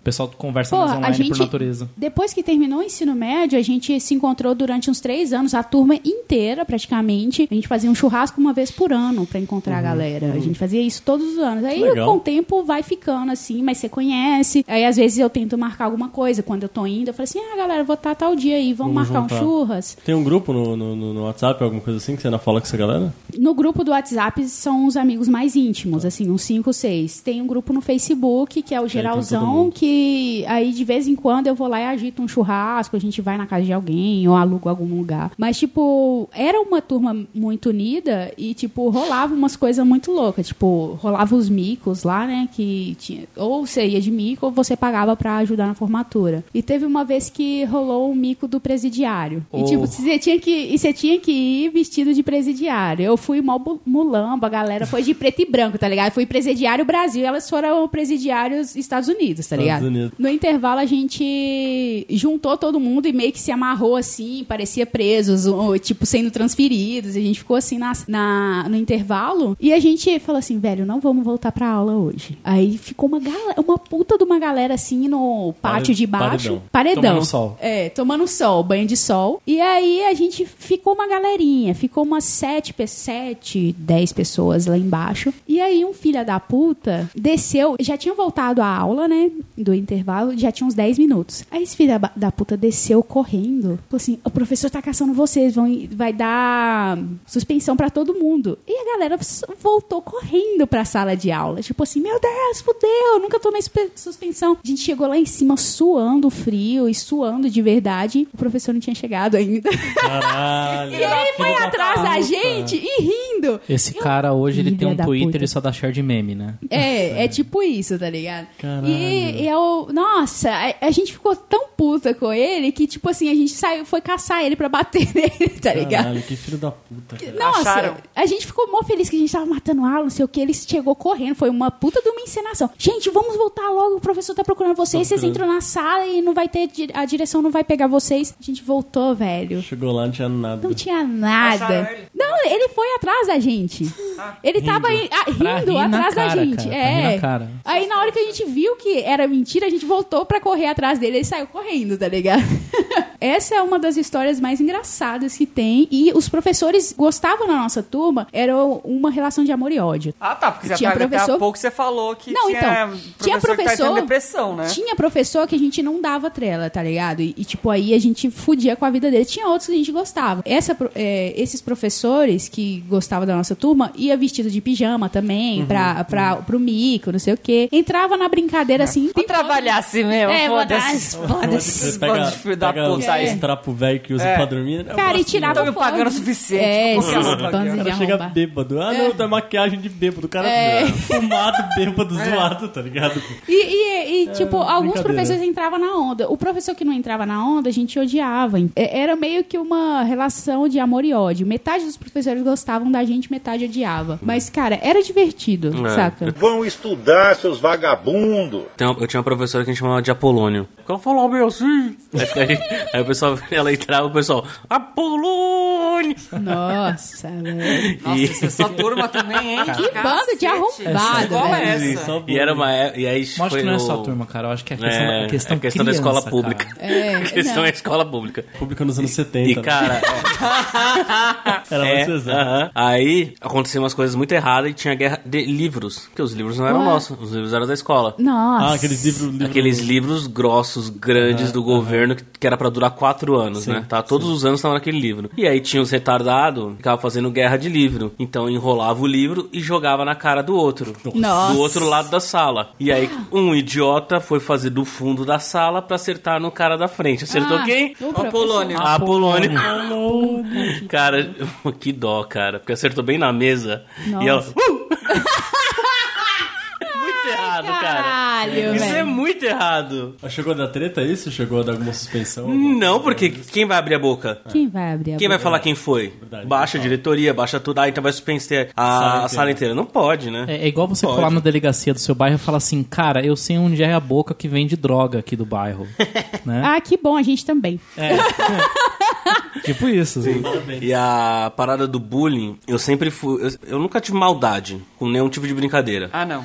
Speaker 5: o pessoal conversa mais
Speaker 1: Porra,
Speaker 5: online
Speaker 1: a gente,
Speaker 5: por natureza.
Speaker 1: depois que terminou o ensino médio, a gente se encontrou durante uns três anos, a turma inteira, praticamente. A gente fazia um churrasco uma vez por ano pra encontrar a galera. A gente fazia isso todos os anos. Aí,
Speaker 2: Legal.
Speaker 1: com o tempo, vai ficando assim, mas você conhece. Aí, às vezes, eu tento marcar alguma coisa. Quando eu tô indo, eu falo assim, ah, galera, vou estar tal dia aí, vamos,
Speaker 2: Vamos
Speaker 1: marcar um
Speaker 2: juntar."
Speaker 1: churras.
Speaker 2: Tem um grupo no, no, no- no WhatsApp, alguma coisa assim, que você ainda fala com essa galera?
Speaker 1: No grupo do WhatsApp são os amigos mais íntimos, assim, uns 5, 6. Tem um grupo no Facebook, que é o
Speaker 2: todo
Speaker 1: Geralzão,
Speaker 2: mundo.
Speaker 1: que aí de vez em quando eu vou lá e agito um churrasco, a gente vai na casa de alguém ou alugo algum lugar. Mas, tipo, era uma turma muito unida e, tipo, rolava umas coisas muito loucas. Tipo, rolava os micos lá, né? Que tinha. Ou você ia de mico ou você pagava pra ajudar na formatura. E teve uma vez que rolou o mico do presidiário.
Speaker 5: Oh.
Speaker 1: E, tipo, você tinha que, e você tinha que ir vestido de presidiário. Eu fui mó bu- mulamba, a galera foi de preto e branco, tá ligado? Eu fui presidiário Brasil, elas foram presidiários Estados Unidos, tá
Speaker 2: Estados
Speaker 1: ligado?
Speaker 2: Unidos.
Speaker 1: No intervalo a gente juntou todo mundo e meio que se amarrou assim, parecia presos, ou, tipo, sendo transferidos. A gente ficou assim na, na- no intervalo e a gente falou assim, velho, não vamos voltar pra aula hoje. Aí ficou uma galera, uma puta de uma galera assim no pátio
Speaker 2: Pare-
Speaker 1: de baixo.
Speaker 2: paredão.
Speaker 1: Paredão.
Speaker 5: Tomando sol.
Speaker 1: É, tomando sol, banho de sol. E aí a gente ficou uma galerinha, ficou umas sete, pe- sete, dez pessoas lá embaixo. E aí um filho da puta desceu, já tinha voltado à aula, né, do intervalo, já tinha uns 10 minutos. Aí esse filho da, ba- da puta desceu correndo, falou assim, o professor tá caçando vocês, vão, vai dar suspensão pra todo mundo. E a galera s- voltou correndo pra sala de aula, tipo assim, meu Deus, fudeu, nunca tomei suspe- suspensão. A gente chegou lá em cima suando frio e suando de verdade, o professor não tinha chegado ainda.
Speaker 2: Caralho.
Speaker 1: [LAUGHS] E ele foi atrás da gente e rindo.
Speaker 5: Esse cara hoje, ele
Speaker 1: Filha
Speaker 5: tem um
Speaker 1: da
Speaker 5: Twitter,
Speaker 1: puta.
Speaker 5: ele só dá share de meme, né?
Speaker 1: É, é tipo isso, tá ligado?
Speaker 2: Caralho.
Speaker 1: E eu, nossa, a, a gente ficou tão puta com ele que, tipo assim, a gente saiu, foi caçar ele pra bater [LAUGHS] nele, tá ligado?
Speaker 2: Caralho, que filho da puta. cara.
Speaker 1: Nossa,
Speaker 4: Acharam?
Speaker 1: a gente ficou mó feliz que a gente tava matando aula, não sei o que. Ele chegou correndo, foi uma puta de uma encenação. Gente, vamos voltar logo, o professor tá procurando vocês,
Speaker 2: Tá
Speaker 1: vocês entram na sala e não vai ter, di- a direção não vai pegar vocês. A gente voltou, velho.
Speaker 2: Chegou lá, não tinha nada.
Speaker 1: Não tinha nada.
Speaker 4: Acharam ele?
Speaker 1: Não, ele foi atrás da gente. Ele tava aí, ah,
Speaker 5: Pra
Speaker 1: rindo
Speaker 5: rir na
Speaker 1: atrás da
Speaker 5: cara,
Speaker 1: gente.
Speaker 5: cara, pra rir
Speaker 1: é.
Speaker 5: na cara.
Speaker 1: Aí na hora que a gente viu que era mentira, a gente voltou pra correr atrás dele. Ele saiu correndo, tá ligado? [LAUGHS] Essa é uma das histórias mais engraçadas que tem. E os professores gostavam na nossa turma. Era uma relação de amor e ódio.
Speaker 4: Ah, tá, porque
Speaker 1: Tinha
Speaker 4: até, até há
Speaker 1: professor-
Speaker 4: pouco você falou que
Speaker 1: Não,
Speaker 4: tinha,
Speaker 1: então. tinha
Speaker 4: que tá entrando
Speaker 1: professor. tipo
Speaker 4: em depressão, né?
Speaker 1: Tinha professor que a gente não dava trela, tá ligado? E, e, tipo, aí a gente fudia com a vida dele. Tinha outros que a gente gostava. Essa, pro- é, esses professores que gostavam da nossa turma ia vestido de pijama também,
Speaker 4: Uhum.
Speaker 1: pra, pra, pro mico, não sei o quê. Entrava na
Speaker 4: É.
Speaker 1: brincadeira assim.
Speaker 4: Vou trabalhar assim mesmo,
Speaker 1: É, vou dar
Speaker 4: foda-se.
Speaker 1: as-
Speaker 4: Foda-se, bando de filho da puta
Speaker 1: É.
Speaker 4: aí.
Speaker 2: esse trapo velho que usa
Speaker 7: É.
Speaker 2: pra dormir. né?
Speaker 1: Cara, e
Speaker 4: Tão
Speaker 1: tirava
Speaker 4: me
Speaker 1: foto.
Speaker 4: pagando então, o suficiente,
Speaker 1: É,
Speaker 4: vou colocar
Speaker 1: esses
Speaker 4: ela pra
Speaker 1: bandos
Speaker 2: O
Speaker 1: de
Speaker 2: cara chega
Speaker 1: arromba.
Speaker 2: bêbado.
Speaker 6: É.
Speaker 2: Ah, não, tá maquiagem de bêbado. O cara
Speaker 1: É.
Speaker 2: é fumado,
Speaker 7: É.
Speaker 2: bêbado, zoado, tá ligado?
Speaker 1: E, e- e, tipo, alguns
Speaker 2: É, brincadeira.
Speaker 1: professores entravam na onda. O professor que não entrava na onda, a gente odiava. É- Era meio que uma relação de amor e ódio. Metade dos professores gostavam da gente, metade odiava. Mas, cara, era divertido,
Speaker 6: É.
Speaker 1: saca?
Speaker 3: Vão estudar, seus vagabundos.
Speaker 6: Tem uma- eu tinha uma professora que a gente chamava de Apolônio. Ela falava meio assim. Aí, fica- aí o pessoal, [LAUGHS] ela entrava, o pessoal, Apolônio!
Speaker 1: Nossa, velho.
Speaker 4: Nossa, isso é só turma também, hein?
Speaker 1: Que banda de arrombado,
Speaker 4: Qual é
Speaker 1: velho.
Speaker 4: essa?
Speaker 2: Só
Speaker 6: E era uma. é- E aí
Speaker 5: Eu acho
Speaker 6: foi
Speaker 5: que não é
Speaker 6: o-
Speaker 5: só a turma, cara. Eu acho que é a questão,
Speaker 6: É,
Speaker 5: a questão,
Speaker 6: a questão da
Speaker 5: criança,
Speaker 6: escola
Speaker 5: cara.
Speaker 6: pública. [LAUGHS]
Speaker 1: É,
Speaker 6: a questão
Speaker 1: não.
Speaker 6: é a escola pública.
Speaker 2: Pública nos anos 70.
Speaker 6: E,
Speaker 2: né?
Speaker 5: [LAUGHS]
Speaker 6: cara,
Speaker 2: era
Speaker 6: é,
Speaker 2: muito exato.
Speaker 6: aham. aí aconteciam umas coisas muito erradas e tinha guerra de livros. Porque os livros não eram
Speaker 1: Ué.
Speaker 6: nossos, os livros eram da escola.
Speaker 1: Nossa.
Speaker 2: Ah, aqueles livros. livros-
Speaker 6: Aqueles livros grossos, grandes do governo, que, que era pra durar quatro anos, né? Tá, todos os anos tava naquele livro. E aí tinha os retardados, ficava fazendo guerra de livro. Então enrolava o livro e jogava na cara do outro.
Speaker 1: Nossa.
Speaker 6: Do outro lado da sala.
Speaker 1: [GASPS]
Speaker 6: E aí um idiota foi fazer do fundo da sala pra acertar no cara da frente. Acertou
Speaker 1: Ah,
Speaker 6: quem?
Speaker 1: o professor.
Speaker 4: Apolônio.
Speaker 6: A Polônia. [LAUGHS] cara, [LAUGHS] que dó, cara. Porque acertou bem na mesa. E ela.
Speaker 1: Nossa.
Speaker 6: "Uh!" [LAUGHS] Muito errado, cara.
Speaker 1: Caralho,
Speaker 6: Isso é
Speaker 1: velho.
Speaker 6: muito errado.
Speaker 2: Ah, Chegou a dar treta isso? Chegou a dar alguma suspensão?
Speaker 7: Hum,
Speaker 6: Não, porque quem vai abrir a boca?
Speaker 1: Quem vai abrir a
Speaker 6: Quem vai
Speaker 1: boca?
Speaker 6: falar quem foi? Baixa a diretoria, baixa tudo. Ah, então vai suspender a, a sala inteira. Não pode, né?
Speaker 5: É, é igual você
Speaker 6: Pode.
Speaker 5: colar na delegacia do seu bairro e falar assim, cara, eu sei onde é a boca que vende droga aqui do bairro. né?
Speaker 1: Ah, que bom, a gente também.
Speaker 5: [LAUGHS]
Speaker 2: É.
Speaker 5: Tipo isso.
Speaker 6: E a parada do bullying, eu sempre fui. Eu, eu nunca tive maldade com nenhum tipo de brincadeira.
Speaker 4: Ah, não.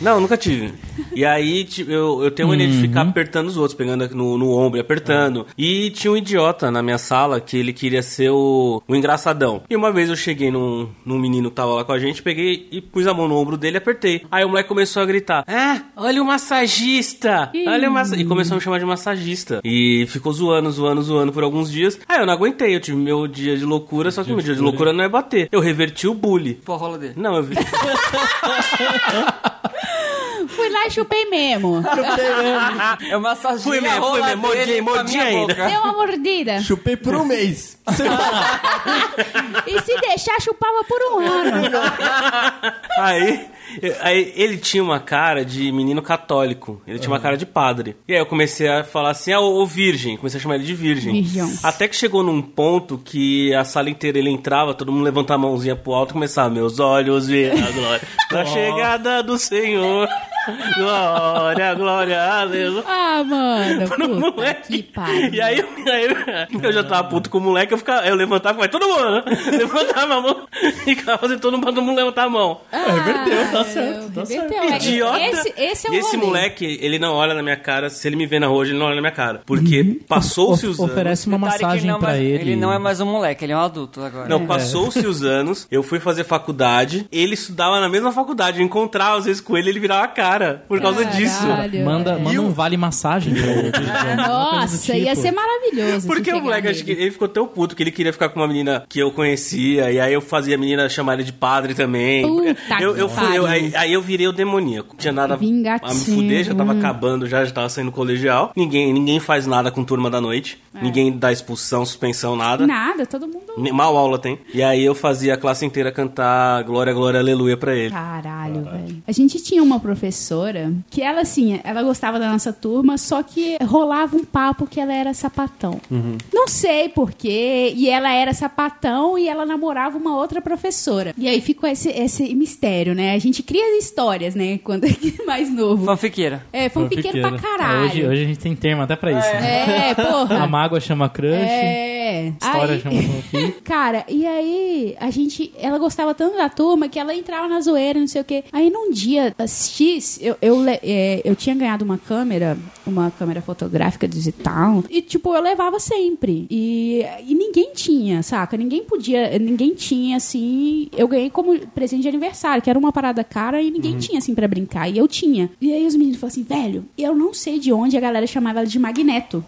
Speaker 6: Não, nunca tive. E aí ti- eu, eu tenho mania de ficar apertando os outros, pegando aqui no, no ombro e apertando. E tinha um idiota na minha sala que ele queria ser o, o engraçadão. E uma vez eu cheguei num, num menino que tava lá com a gente, peguei e pus a mão no ombro dele e apertei. Aí o moleque começou a gritar: Ah, olha o massagista! Olha o massa... E começou a me chamar de massagista. E ficou zoando, zoando, zoando por alguns dias. Aí eu não aguentei, eu tive meu dia de loucura, só que meu dia de loucura não é bater. Eu reverti o bullying.
Speaker 4: Pô, a rola dele.
Speaker 6: Não, eu vi.
Speaker 1: Fui lá e chupei mesmo.
Speaker 4: Eu massagei
Speaker 6: Fui mesmo,
Speaker 4: a É rola
Speaker 6: fui mesmo,
Speaker 4: dele
Speaker 6: mordi,
Speaker 4: com a
Speaker 6: mordi
Speaker 4: minha
Speaker 6: ainda.
Speaker 4: boca.
Speaker 1: Deu uma mordida.
Speaker 7: Chupei por um
Speaker 2: [LAUGHS]
Speaker 7: mês.
Speaker 1: E se deixar, chupava por um ano.
Speaker 6: Aí, aí ele tinha uma cara de menino católico. Ele tinha uma cara de padre. E aí eu comecei a falar assim, ah, ô, ô, virgem. Comecei a chamar ele de virgem.
Speaker 1: Virgão.
Speaker 6: Até que chegou num ponto que a sala inteira ele entrava, todo mundo levantava a mãozinha pro alto e começava, meus olhos verem
Speaker 1: [LAUGHS]
Speaker 6: a glória da chegada do Senhor. Glória, glória, a Deus.
Speaker 1: Ah, mano.
Speaker 6: No
Speaker 1: puta que
Speaker 6: moleque.
Speaker 1: pariu.
Speaker 6: E aí, aí eu já tava puto com o moleque, eu, ficava, eu levantava, vai todo mundo, né? levantava a mão [LAUGHS] e ficava fazendo todo mundo, todo mundo levantar a mão.
Speaker 2: Reverteu, tá
Speaker 1: Ah,
Speaker 2: certo, tá certo.
Speaker 1: reverteu. É,
Speaker 6: [LAUGHS] Idiota.
Speaker 1: Esse, esse é o
Speaker 6: E esse
Speaker 1: rolê.
Speaker 6: moleque, ele não olha na minha cara. Se ele me vê na rua, hoje, ele não olha na minha cara. Porque passou-se os
Speaker 5: O- Oferece uma
Speaker 4: Detalhe que
Speaker 5: massagem
Speaker 4: não é
Speaker 5: pra
Speaker 4: mais-
Speaker 5: ele.
Speaker 4: não é mais um moleque, ele é um adulto agora.
Speaker 6: anos. Não, passou-se os anos, eu fui fazer faculdade, ele estudava na mesma faculdade, eu encontrava às vezes com ele, ele virava a cara por causa
Speaker 1: Caralho,
Speaker 6: disso.
Speaker 5: Manda,
Speaker 1: velho.
Speaker 5: manda um vale massagem pra
Speaker 6: [LAUGHS]
Speaker 5: ele.
Speaker 6: tá
Speaker 1: Nossa, ia ser maravilhoso.
Speaker 6: Porque
Speaker 1: se
Speaker 6: o
Speaker 1: pegar
Speaker 6: moleque,
Speaker 1: ele.
Speaker 6: acho tipo- que ele ficou tão puto que ele queria ficar com uma menina que eu conhecia, e aí eu fazia a menina chamar ele de padre também.
Speaker 1: Puta
Speaker 6: eu,
Speaker 1: que
Speaker 6: eu fui- eu-
Speaker 1: pariu.
Speaker 6: aí, aí eu virei o demoníaco. Não tinha nada a me
Speaker 1: Vingativo.
Speaker 6: fuder, já tava acabando, já, já tava saindo do colegial. Ninguém, ninguém faz nada com turma da noite. Ninguém dá expulsão, suspensão, nada.
Speaker 1: É. Nada, todo mundo...
Speaker 6: Nem- Mal aula tem. E aí eu fazia a classe inteira cantar Glória, Glória, Aleluia pra ele.
Speaker 1: Caralho, velho. A gente tinha uma professora que ela, assim, ela gostava da nossa turma, só que rolava um papo que ela era sapatão.
Speaker 6: Uhum.
Speaker 1: Não sei porquê, e ela era sapatão e ela namorava uma outra professora. E aí ficou esse, esse mistério, né? A gente cria histórias, né? Quando é mais novo.
Speaker 4: Fanfiqueira.
Speaker 1: É, foi um pequeno pra
Speaker 2: Fanfiqueira.
Speaker 1: caralho.
Speaker 5: Hoje, hoje a gente tem termo até pra isso. né?
Speaker 1: É, porra.
Speaker 5: A mágoa chama crush.
Speaker 1: É, É.
Speaker 5: História
Speaker 1: Aí-
Speaker 5: chamou aqui.
Speaker 1: [LAUGHS] Cara, e aí a gente. Ela gostava tanto da turma que ela entrava na zoeira, não sei o quê. Aí num dia às X, eu, eu, le- é, eu tinha ganhado uma câmera, uma câmera fotográfica digital. E, tipo, eu levava sempre. E, e ninguém tinha, saca? Ninguém podia. Ninguém tinha, assim. Eu ganhei como presente de aniversário, que era uma parada cara e
Speaker 5: Uhum.
Speaker 1: ninguém tinha, assim, pra brincar. E eu tinha. E aí os meninos falaram assim, velho, eu não sei de onde a galera chamava ela de Magneto.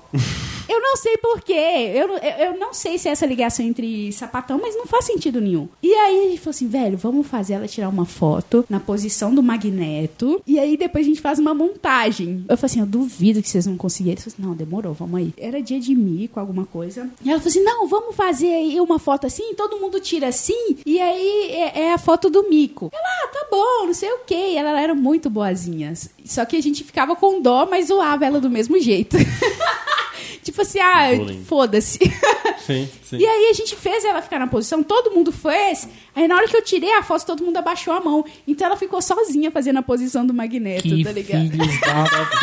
Speaker 1: Eu não sei porquê. Eu, eu, eu não sei se é essa ligação entre sapatão, mas não faz sentido nenhum. E aí a gente falou assim, velho, vamos fazer ela tirar uma foto na posição do magneto. E aí depois a gente faz uma montagem. Eu falei assim, eu duvido que vocês vão conseguir. Eles falaram assim, não, demorou, vamos aí. Era dia de mico, alguma coisa. E ela falou assim, não, vamos fazer aí uma foto assim, todo mundo tira assim. E aí é, é a foto do mico. Ela, ah, tá bom, não sei o quê. E ela era muito boazinha. Só que a gente ficava com dó, mas zoava ela do mesmo jeito. [LAUGHS] Tipo assim, ah,
Speaker 2: Um Bullying.
Speaker 1: foda-se.
Speaker 2: [LAUGHS] Sim, sim.
Speaker 1: E aí a gente fez ela ficar na posição, todo mundo fez. Aí na hora que eu tirei a foto, todo mundo abaixou a mão. Então ela ficou sozinha fazendo a posição do magneto,
Speaker 5: Que
Speaker 1: tá ligado?
Speaker 5: filhos da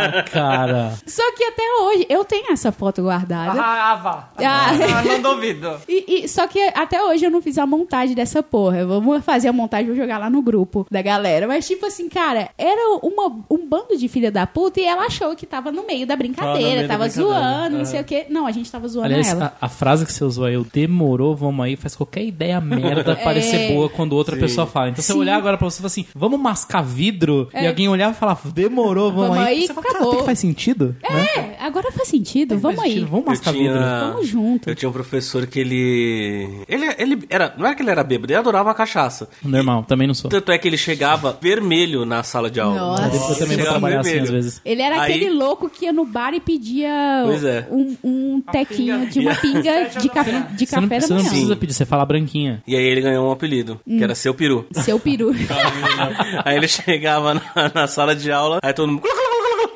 Speaker 5: puta, cara.
Speaker 1: Só que até hoje, eu tenho essa foto guardada.
Speaker 4: Ah, vá.
Speaker 1: Ah.
Speaker 4: Ah, não duvido.
Speaker 1: [LAUGHS] E, e- só que até hoje eu não fiz a montagem dessa porra. Vamos fazer a montagem, vou jogar lá no grupo da galera. Mas, tipo assim, cara, era uma- um bando de filha da puta e ela achou que tava no meio da
Speaker 2: Tava no
Speaker 1: brincadeira,
Speaker 2: meio da
Speaker 1: tava
Speaker 2: brincadeira.
Speaker 1: zoando, não
Speaker 2: Aham.
Speaker 1: sei o quê. Não, a gente tava zoando
Speaker 5: Aliás,
Speaker 1: ela.
Speaker 5: a, a frase que você usou aí, o demorou, vamos aí, faz qualquer
Speaker 1: [LAUGHS]
Speaker 5: ideia merda parecer boa quando outra pessoa fala. Então, se eu
Speaker 1: É. Sim. É.
Speaker 5: olhar agora pra você e falar assim, vamos mascar vidro, e alguém olhar e falar, demorou, vamos,
Speaker 1: Vamos
Speaker 5: aí,
Speaker 1: aí,
Speaker 5: você fala, cara,
Speaker 1: acabou.
Speaker 5: até que faz sentido. né?
Speaker 1: É, agora faz sentido.
Speaker 5: Faz
Speaker 1: Vamos aí.
Speaker 5: sentido, Vamos
Speaker 6: Eu
Speaker 5: mascar vidro.
Speaker 1: Tamo junto.
Speaker 6: Eu tinha um professor que ele. Ele, ele era, não era que ele era bêbado, ele adorava a cachaça.
Speaker 5: Normal, também não sou.
Speaker 6: Tanto é que ele chegava vermelho na sala de aula.
Speaker 1: Nossa.
Speaker 5: Eu também vou
Speaker 6: Chegava
Speaker 5: trabalhar assim
Speaker 6: vermelho.
Speaker 5: às vezes.
Speaker 1: Ele era
Speaker 6: Aí-
Speaker 1: aquele louco que ia no bar e pedia
Speaker 6: Pois é.
Speaker 1: um, um tequinho de
Speaker 5: [LAUGHS]
Speaker 1: uma pinga de café, de
Speaker 5: Você não,
Speaker 1: café
Speaker 5: você
Speaker 1: da
Speaker 5: não
Speaker 1: manhã.
Speaker 5: precisa pedir, você fala branquinha.
Speaker 6: E aí ele ganhou um apelido, que era
Speaker 5: [LAUGHS]
Speaker 6: seu peru.
Speaker 1: Seu peru.
Speaker 6: aí ele chegava na, na sala de aula, aí todo mundo.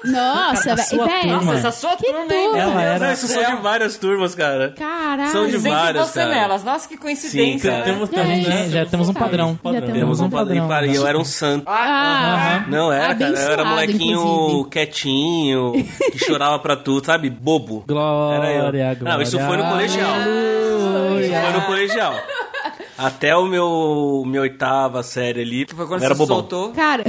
Speaker 1: Nossa,
Speaker 5: Cara,
Speaker 1: velho. é
Speaker 5: sua
Speaker 1: velho,
Speaker 5: turma.
Speaker 4: Nossa, essa sua
Speaker 1: Que
Speaker 4: turma, hein?
Speaker 1: tudo.
Speaker 5: Ela
Speaker 6: Não,
Speaker 5: era-
Speaker 6: isso né? são de várias turmas, cara.
Speaker 1: Caralho.
Speaker 6: São de
Speaker 4: Sempre
Speaker 6: várias,
Speaker 4: você é
Speaker 6: cara.
Speaker 4: nelas. Nossa, que coincidência.
Speaker 6: cara.
Speaker 4: né?
Speaker 1: É,
Speaker 2: Temos também,
Speaker 1: já-
Speaker 2: né?
Speaker 5: já temos um padrão.
Speaker 1: Já temos
Speaker 6: Temos
Speaker 1: um
Speaker 6: um padrão.
Speaker 5: padrão. né?"
Speaker 6: E eu era um santo.
Speaker 1: Ah,
Speaker 6: Não
Speaker 5: é,
Speaker 6: era, cara. Eu era
Speaker 1: abençoado,
Speaker 6: um molequinho
Speaker 1: inclusive.
Speaker 6: quietinho, que chorava pra tudo, sabe? Bobo. Era eu.
Speaker 5: Glória, glória.
Speaker 6: Não, isso foi no colegial. Isso foi no colegial. Até o meu, meu oitava série ali.
Speaker 4: Foi quando
Speaker 6: eu era
Speaker 4: você
Speaker 6: bobão.
Speaker 4: soltou.
Speaker 1: Cara,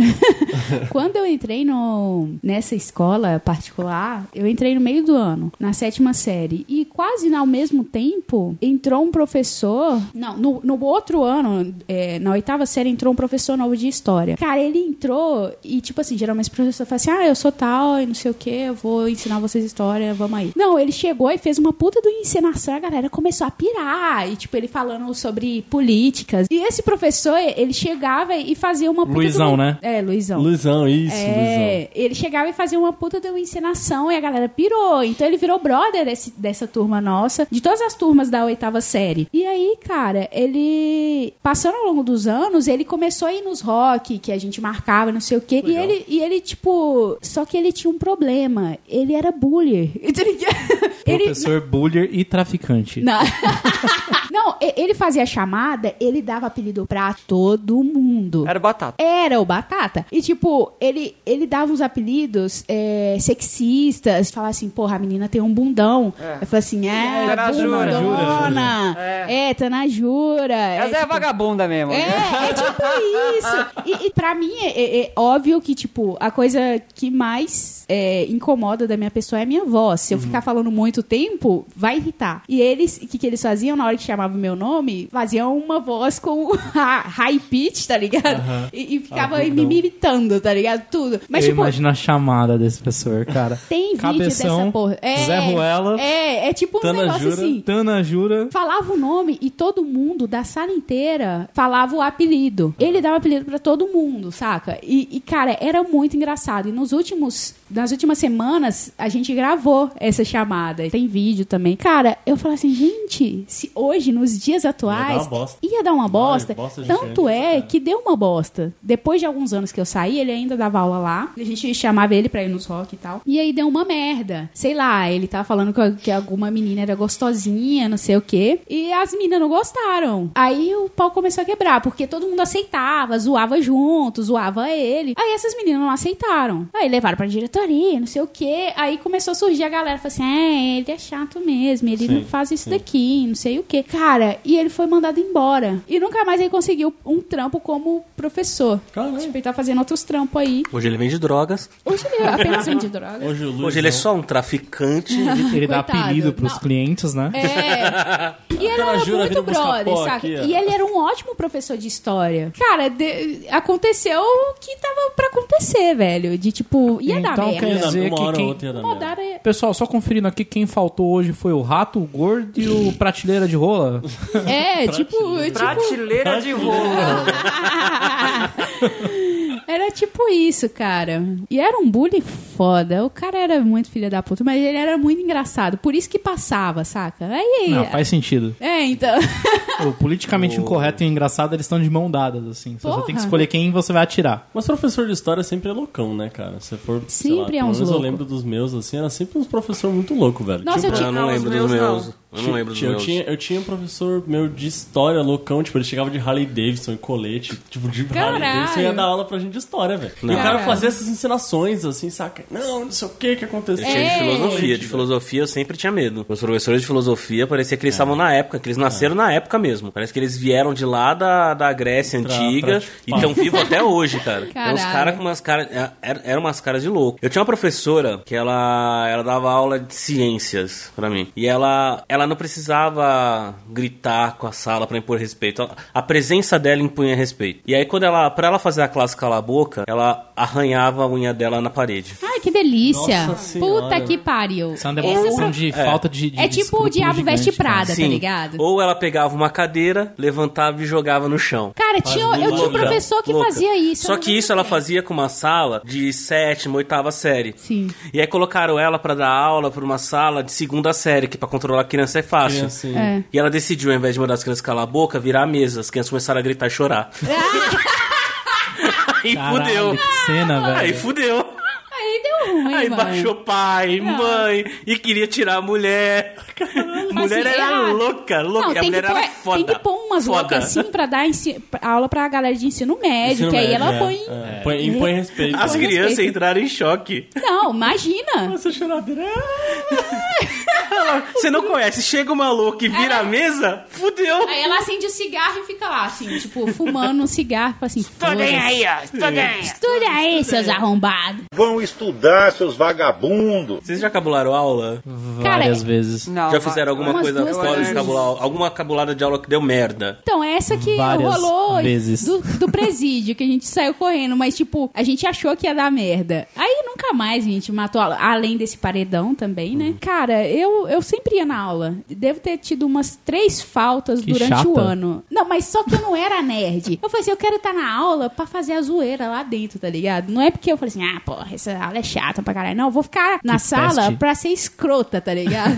Speaker 1: quando eu entrei no, nessa escola particular, eu entrei no meio do ano, na sétima série. E quase ao mesmo tempo, entrou um professor. Não, no, no outro ano, é, na oitava série, entrou um professor novo de história. Cara, ele entrou e, tipo assim, geralmente o professor fala assim: ah, eu sou tal e não sei o que, eu vou ensinar vocês história, vamos aí. Não, ele chegou e fez uma puta do encenação, a galera começou a pirar. E, tipo, ele falando sobre políticas. E esse professor, ele chegava e fazia uma puta
Speaker 5: Luizão,
Speaker 1: do-
Speaker 5: né?
Speaker 1: é, Luizão.
Speaker 2: Luizão, isso, Luizão.
Speaker 1: É, ele chegava e fazia uma puta de uma encenação e a galera pirou. Então ele virou brother desse- dessa turma nossa, de todas as turmas da oitava série. E aí, cara, ele. Passando ao longo dos anos, ele começou a ir nos rock, que a gente marcava, não sei o quê. E ele, e ele, tipo. Só que ele tinha um problema. Ele era [LAUGHS] bully. Ele,
Speaker 5: Professor, bullier e
Speaker 1: [LAUGHS]
Speaker 5: traficante.
Speaker 1: não. [LAUGHS] Não, e- ele fazia a chamada, ele dava apelido pra todo mundo.
Speaker 4: Era batata.
Speaker 1: Era o Batata. E, tipo, ele, ele dava uns apelidos é, sexistas. Falava assim, porra, a menina tem um bundão. Eu falava assim, é,
Speaker 4: Tá na jura.
Speaker 1: bundona. É, tá na jura.
Speaker 4: Mas é,
Speaker 1: tipo,
Speaker 4: vagabunda mesmo. né?
Speaker 1: é, é
Speaker 5: [LAUGHS]
Speaker 1: tipo isso. E, e pra mim, é, é- é óbvio que, tipo, a coisa que mais é, incomoda da minha pessoa é a minha voz. Se eu
Speaker 5: Uhum.
Speaker 1: ficar falando muito tempo, vai irritar. E eles, o que, que eles faziam na hora que chamavam meu nome? Faziam uma voz com [LAUGHS] ra- high pitch, tá ligado? E, e ficava me imitando, tá ligado? Tudo. Mas,
Speaker 5: Ah, eu
Speaker 1: tipo,
Speaker 5: imagino a chamada desse professor,
Speaker 1: [LAUGHS]
Speaker 5: cara.
Speaker 1: tem vídeo
Speaker 5: Cabeção,
Speaker 1: dessa porra. É,
Speaker 5: Zé Ruela,
Speaker 1: É, é tipo um
Speaker 5: Tana
Speaker 1: negócio
Speaker 5: Jura,
Speaker 1: assim.
Speaker 5: Tana Jura.
Speaker 1: Falava o nome e todo mundo da sala inteira falava o apelido. Ele dava apelido pra todo mundo, saca? E, e, cara, era muito engraçado. E nos últimos, nas últimas semanas, a gente gravou essa chamada. Tem vídeo também. Cara, eu falei assim, gente, se hoje nos dias atuais
Speaker 2: uma bosta.
Speaker 1: ia dar uma bosta.
Speaker 2: bosta de
Speaker 1: Tanto
Speaker 2: gente,
Speaker 1: é
Speaker 2: cara.
Speaker 1: que deu uma bosta. Depois de alguns anos que eu saí, ele ainda dava aula lá. A gente chamava ele pra ir nos rock e tal. E aí deu uma merda. Sei lá, ele tava falando que, que alguma menina era gostosinha, não sei o quê. E as meninas não gostaram. Aí o pau começou a quebrar, porque todo mundo aceitava, zoava junto, zoava ele. Aí essas meninas não aceitaram. Aí levaram pra diretoria, não sei o quê. Aí começou a surgir a galera, falou assim, é, ele é chato mesmo, ele não faz isso daqui, não sei o quê. Cara, e ele foi mandado embora. E nunca mais ele conseguiu um trampo como professor.
Speaker 2: Caralho.
Speaker 1: Tipo, ele tá fazendo outros trampos aí.
Speaker 6: Hoje ele vende drogas.
Speaker 1: Hoje ele é apenas vende drogas.
Speaker 2: Hoje o Luiz
Speaker 6: Hoje ele é
Speaker 2: não.
Speaker 6: só
Speaker 4: [LAUGHS]
Speaker 6: um traficante.
Speaker 5: Ele dá
Speaker 1: Coitado,
Speaker 5: apelido pros
Speaker 1: não.
Speaker 5: clientes, né?
Speaker 1: É. E ele
Speaker 2: cara
Speaker 1: era
Speaker 2: jura
Speaker 1: muito
Speaker 2: vindo buscar
Speaker 1: brother,
Speaker 2: pó
Speaker 1: saca?
Speaker 2: aqui, ó.
Speaker 1: e ele era um ótimo professor de história. Cara, de- aconteceu o que tava pra acontecer, velho. De tipo, ia dar
Speaker 5: Então,
Speaker 2: Ia
Speaker 1: merda.
Speaker 2: dar-
Speaker 5: dizer
Speaker 2: uma
Speaker 5: que
Speaker 2: hora
Speaker 5: quem-
Speaker 2: ou outra ia dar merda.
Speaker 1: Modaram é-
Speaker 5: Pessoal, só conferindo aqui, quem faltou hoje foi o rato, o gordo e o prateleira de rola.
Speaker 1: É, tipo, tipo.
Speaker 4: Prateleira de rolo.
Speaker 1: [LAUGHS] Era tipo isso, cara. E era um bullying foda. O cara era muito filha da puta, mas ele era muito engraçado. Por isso que passava, saca? Aí.
Speaker 5: Não, faz sentido.
Speaker 1: É, então. [LAUGHS]
Speaker 5: O politicamente incorreto e engraçado, eles estão de mão dadas, assim. Você só
Speaker 1: Porra.
Speaker 5: tem que escolher quem você vai atirar.
Speaker 2: Mas professor de história sempre é loucão, né, cara? Se for, sei lá,
Speaker 1: Sempre é
Speaker 2: pelo
Speaker 1: uns
Speaker 2: menos eu
Speaker 1: louco.
Speaker 2: lembro dos meus, assim, era sempre uns professor muito louco, velho.
Speaker 1: Nossa, eu
Speaker 6: Ah,
Speaker 1: tinha.
Speaker 6: eu não
Speaker 4: Não,
Speaker 6: lembro
Speaker 4: os
Speaker 6: dos
Speaker 4: meus
Speaker 6: meus.
Speaker 4: não.
Speaker 6: Eu não lembro dos
Speaker 2: eu
Speaker 6: meus.
Speaker 2: tinha, eu tinha um professor meu de história loucão, tipo, ele chegava de Harley Davidson e colete, tipo, de Harley
Speaker 1: Caralho.
Speaker 2: Davidson e ia dar aula pra gente de história, velho. E o cara
Speaker 1: Caralho.
Speaker 2: fazia essas ensinações, assim, saca? Não, não sei o que que aconteceu.
Speaker 6: Eu tinha de
Speaker 1: É.
Speaker 6: filosofia. De filosofia eu sempre tinha medo. Os professores de filosofia parecia
Speaker 2: É.
Speaker 6: que eles estavam na época, que eles nasceram na época mesmo. Parece que eles vieram de lá da, da Grécia
Speaker 2: Pra- pra-
Speaker 6: antiga e estão vivos até hoje, cara. Então, os
Speaker 1: Caralho.
Speaker 6: caras com umas caras. é, Eram era umas caras de louco. Eu tinha uma professora que ela, ela dava aula de ciências pra mim. E ela, ela não precisava gritar com a sala pra impor respeito. A- A presença dela impunha respeito. E aí, quando ela, pra ela fazer a classe calar a boca, ela arranhava a unha dela na parede.
Speaker 1: Ai, que delícia.
Speaker 2: Nossa senhora.
Speaker 1: Puta que pariu.
Speaker 5: Isso é uma
Speaker 1: Esse
Speaker 5: demonstração de falta de, de
Speaker 1: É tipo o
Speaker 5: escrúpulo
Speaker 1: Diabo Veste
Speaker 5: gigante, cara.
Speaker 1: Prada, tá
Speaker 6: Sim.
Speaker 1: ligado?
Speaker 6: Ou ela pegava uma cadeira, levantava e jogava no chão.
Speaker 1: Cara, tinha, eu tinha um
Speaker 6: Louca,
Speaker 1: professor que
Speaker 6: louca.
Speaker 1: fazia isso. eu
Speaker 6: Só
Speaker 1: não
Speaker 6: que
Speaker 1: lembro
Speaker 6: isso ela
Speaker 1: quem.
Speaker 6: fazia com uma sala de sétima, oitava série.
Speaker 1: Sim.
Speaker 6: E aí colocaram ela pra dar aula pra uma sala de segunda série, que pra controlar criança é fácil.
Speaker 2: Criança, sim. assim.
Speaker 1: É.
Speaker 6: E ela decidiu, ao invés de mandar as crianças calar a boca, virar a mesa. As crianças começaram a gritar
Speaker 1: [LAUGHS]
Speaker 6: e chorar. aí
Speaker 5: Caralho,
Speaker 6: fudeu.
Speaker 5: que cena,
Speaker 6: Aí
Speaker 5: velho.
Speaker 6: fudeu.
Speaker 1: Aí deu ruim,
Speaker 6: Aí
Speaker 1: mano.
Speaker 6: baixou
Speaker 1: É.
Speaker 6: pai, mãe, e queria tirar a mulher. mulher
Speaker 1: Assim,
Speaker 6: era
Speaker 1: errado.
Speaker 6: louca, louca.
Speaker 1: Não,
Speaker 6: e a
Speaker 1: tem
Speaker 6: mulher
Speaker 1: que pôr,
Speaker 6: era foda.
Speaker 1: Tem que pôr umas
Speaker 6: foda.
Speaker 1: loucas assim pra dar ensi- pra- aula pra galera de ensino médio,
Speaker 2: Ensino
Speaker 1: que aí
Speaker 2: médio,
Speaker 1: ela
Speaker 2: é,
Speaker 1: põe...
Speaker 2: é. Põe- Impõe respeito.
Speaker 6: As
Speaker 1: Com
Speaker 6: crianças
Speaker 1: respeito.
Speaker 6: entraram em choque.
Speaker 1: Não, imagina.
Speaker 2: Essa choradeira. é-
Speaker 6: Você não conhece, chega uma louca e
Speaker 1: É.
Speaker 6: vira a mesa, fudeu.
Speaker 1: Aí ela acende o cigarro e fica lá, assim, tipo, fumando um cigarro, fala assim... Estou
Speaker 7: Estudem aí, ó. Estudem.
Speaker 1: Estuda aí, seus arrombados.
Speaker 3: Vão estudar, seus vagabundos.
Speaker 6: Vocês já cabularam aula?
Speaker 5: Várias vezes.
Speaker 4: Não,
Speaker 6: já
Speaker 4: vai-
Speaker 6: fizeram alguma
Speaker 1: umas
Speaker 6: coisa
Speaker 1: duas
Speaker 6: fora de
Speaker 1: vezes.
Speaker 6: cabular? Alguma cabulada de aula que deu merda?
Speaker 1: Então, essa que
Speaker 5: Várias
Speaker 1: rolou
Speaker 5: vezes.
Speaker 1: Do, do presídio, que a gente saiu correndo, mas, tipo, a gente achou que ia dar merda. Aí nunca mais a gente matou aula, além desse paredão também, né?
Speaker 5: Uhum.
Speaker 1: Cara, eu, eu sempre ia na aula. Devo ter tido umas três faltas
Speaker 5: Que
Speaker 1: durante o
Speaker 5: chata.
Speaker 1: ano. Não, mas só que eu não era nerd. Eu falei assim, eu quero estar na aula pra fazer a zoeira lá dentro, tá ligado? Não é porque eu falei assim, ah, porra, essa aula é chata pra caralho. Não, eu vou ficar na sala
Speaker 5: peste.
Speaker 1: pra ser escrota, tá ligado?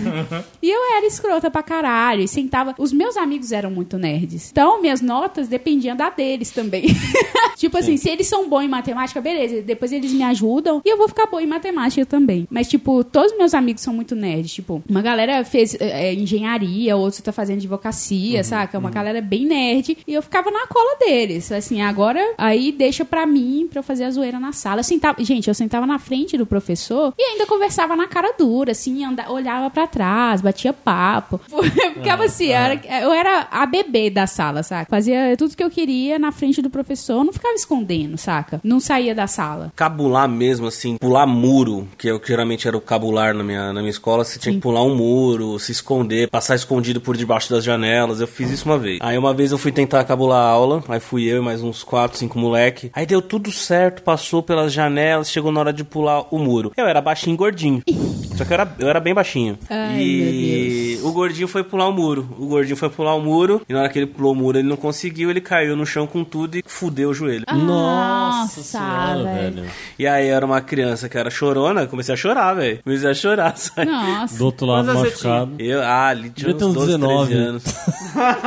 Speaker 1: e eu era escrota pra caralho. E sentava. Os meus amigos eram muito nerds. Então, minhas notas dependiam da deles também. [LAUGHS] tipo assim, se eles são bons em matemática, beleza. Depois eles me ajudam e eu vou ficar boa em matemática também. Mas, tipo, todos os meus amigos são muito nerds. Tipo, uma galera fez eh, eh, engenharia, outro tá fazendo advocacia, saca? Uma galera bem nerd. E eu ficava na cola deles. Assim, agora aí deixa pra mim, pra eu fazer a zoeira na sala. Eu sentava, gente, eu sentava na frente do professor e ainda conversava na cara dura, assim, anda, olhava pra trás, batia papo. [LAUGHS] Eu
Speaker 5: Ah,
Speaker 1: ficava
Speaker 5: tá.
Speaker 1: assim, eu era- eu era a bebê da sala, saca? Fazia tudo que eu queria na frente do professor, eu não ficava escondendo, saca? Não saía da sala.
Speaker 6: Cabular mesmo, assim, pular muro, que é o que geralmente era o cabular na minha, na minha escola, você tinha que pular um muro, se esconder, passar escondido por debaixo das janelas. Eu fiz isso uma vez. Aí uma vez eu fui tentar cabular a aula, aí fui eu e mais uns 4, 5 moleque. Aí deu tudo certo, passou pelas janelas, chegou na hora de pular o muro. Eu era baixinho e gordinho. Só que eu era, eu era bem baixinho.
Speaker 1: Ai,
Speaker 6: e o gordinho foi pular o muro. O gordinho foi pular o muro, e na hora que ele pulou o muro, ele não conseguiu, ele caiu no chão com tudo e fudeu o joelho.
Speaker 2: Nossa
Speaker 1: Nossa,
Speaker 2: senhora,
Speaker 1: velho.
Speaker 2: velho.
Speaker 6: E aí eu era uma criança que era chorona, comecei a chorar, velho. Comecei a chorar, [LAUGHS] sabe?
Speaker 1: Nossa,
Speaker 7: Do outro lado,
Speaker 4: Mas você
Speaker 7: machucado.
Speaker 6: Eu, ah, ali tinha
Speaker 7: Devia
Speaker 6: uns
Speaker 7: ter uns
Speaker 6: 12,
Speaker 7: 19.
Speaker 6: 13 anos.
Speaker 5: Ah,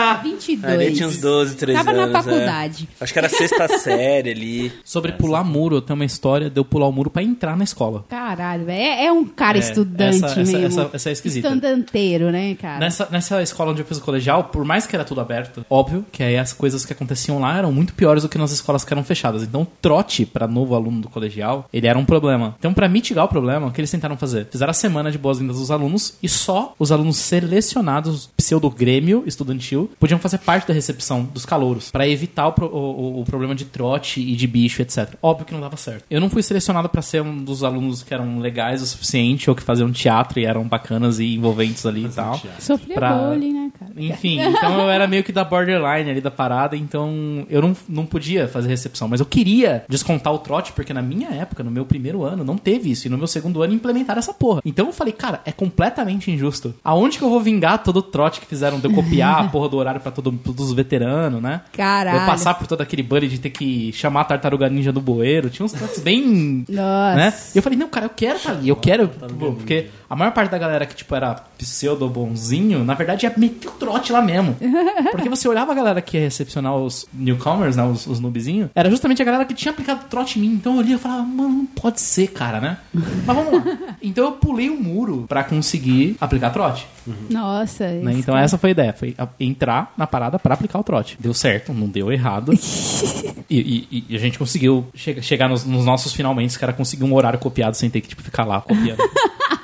Speaker 6: Ali tinha uns
Speaker 1: 22.
Speaker 6: 12, 13
Speaker 1: Tava na
Speaker 6: anos. é.
Speaker 1: faculdade.
Speaker 6: Acho que
Speaker 1: [LAUGHS]
Speaker 6: era sexta série ali.
Speaker 5: Sobre pular muro, eu tenho uma história de eu pular o muro pra entrar na escola.
Speaker 1: Caralho, velho. É, é um cara
Speaker 5: É,
Speaker 1: estudante
Speaker 5: essa- essa-
Speaker 1: mesmo.
Speaker 5: essa- essa é esquisita.
Speaker 1: Estudanteiro, né, cara?
Speaker 5: Nessa, nessa escola onde eu fiz o colegial, por mais que era tudo aberto, óbvio que aí as coisas que aconteciam lá eram muito piores do que nas escolas que eram fechadas. Então, trote pra novo aluno do colegial, ele era um problema. Então, pra mitigar o problema, o que eles tentaram fazer? Fizeram a semana de boas-vindas dos alunos e só os alunos selecionados, pseudo-grêmio estudantil, podiam fazer parte da recepção dos calouros, pra evitar o, pro- o- o- o problema de trote e de bicho, etc. Óbvio que não dava certo. Eu não fui selecionado pra ser um dos alunos que eram legais o suficiente ou que faziam teatro e eram bacanas e envolventes ali e tal.
Speaker 1: Sofria
Speaker 5: Pra-
Speaker 1: bullying, né, cara?
Speaker 5: Enfim, então eu era meio que da borderline ali da parada, então eu não, não podia fazer recepção. Mas eu queria descontar o trote, porque na minha época, no meu primeiro ano, não teve isso. E no meu segundo ano implementaram essa porra. Então eu falei, cara, é completamente injusto. Aonde que eu vou vingar todo o trote que fizeram de eu copiar a porra do horário pra todo, todos os veteranos, né?
Speaker 1: Caralho.
Speaker 5: Eu passar por todo aquele bunny de ter que chamar a tartaruga ninja do bueiro. Tinha uns trotes bem
Speaker 1: Nossa.
Speaker 5: né? E eu falei, não, cara, eu quero tá ali, eu quero. pô, porque a maior parte da galera que, tipo, era pseudo bonzinho, na verdade, ia meter o trote lá mesmo. Porque você olhava a galera que ia recepcionar os newcomers, né? Os, os noobzinhos, era justamente a galera que tinha aplicado trote em mim. Então eu olhava e falava, mano, não pode ser, cara, né? Mas vamos lá. Então eu pulei o muro pra conseguir aplicar trote.
Speaker 1: Nossa.
Speaker 5: né?
Speaker 1: É isso-
Speaker 5: Então essa foi a ideia, foi a- entrar na parada pra aplicar o trote. Deu certo, não deu errado. e, e- e a gente conseguiu che- chegar nos, nos nossos finalmente, que era conseguir um horário copiado sem ter que tipo, ficar lá copiando.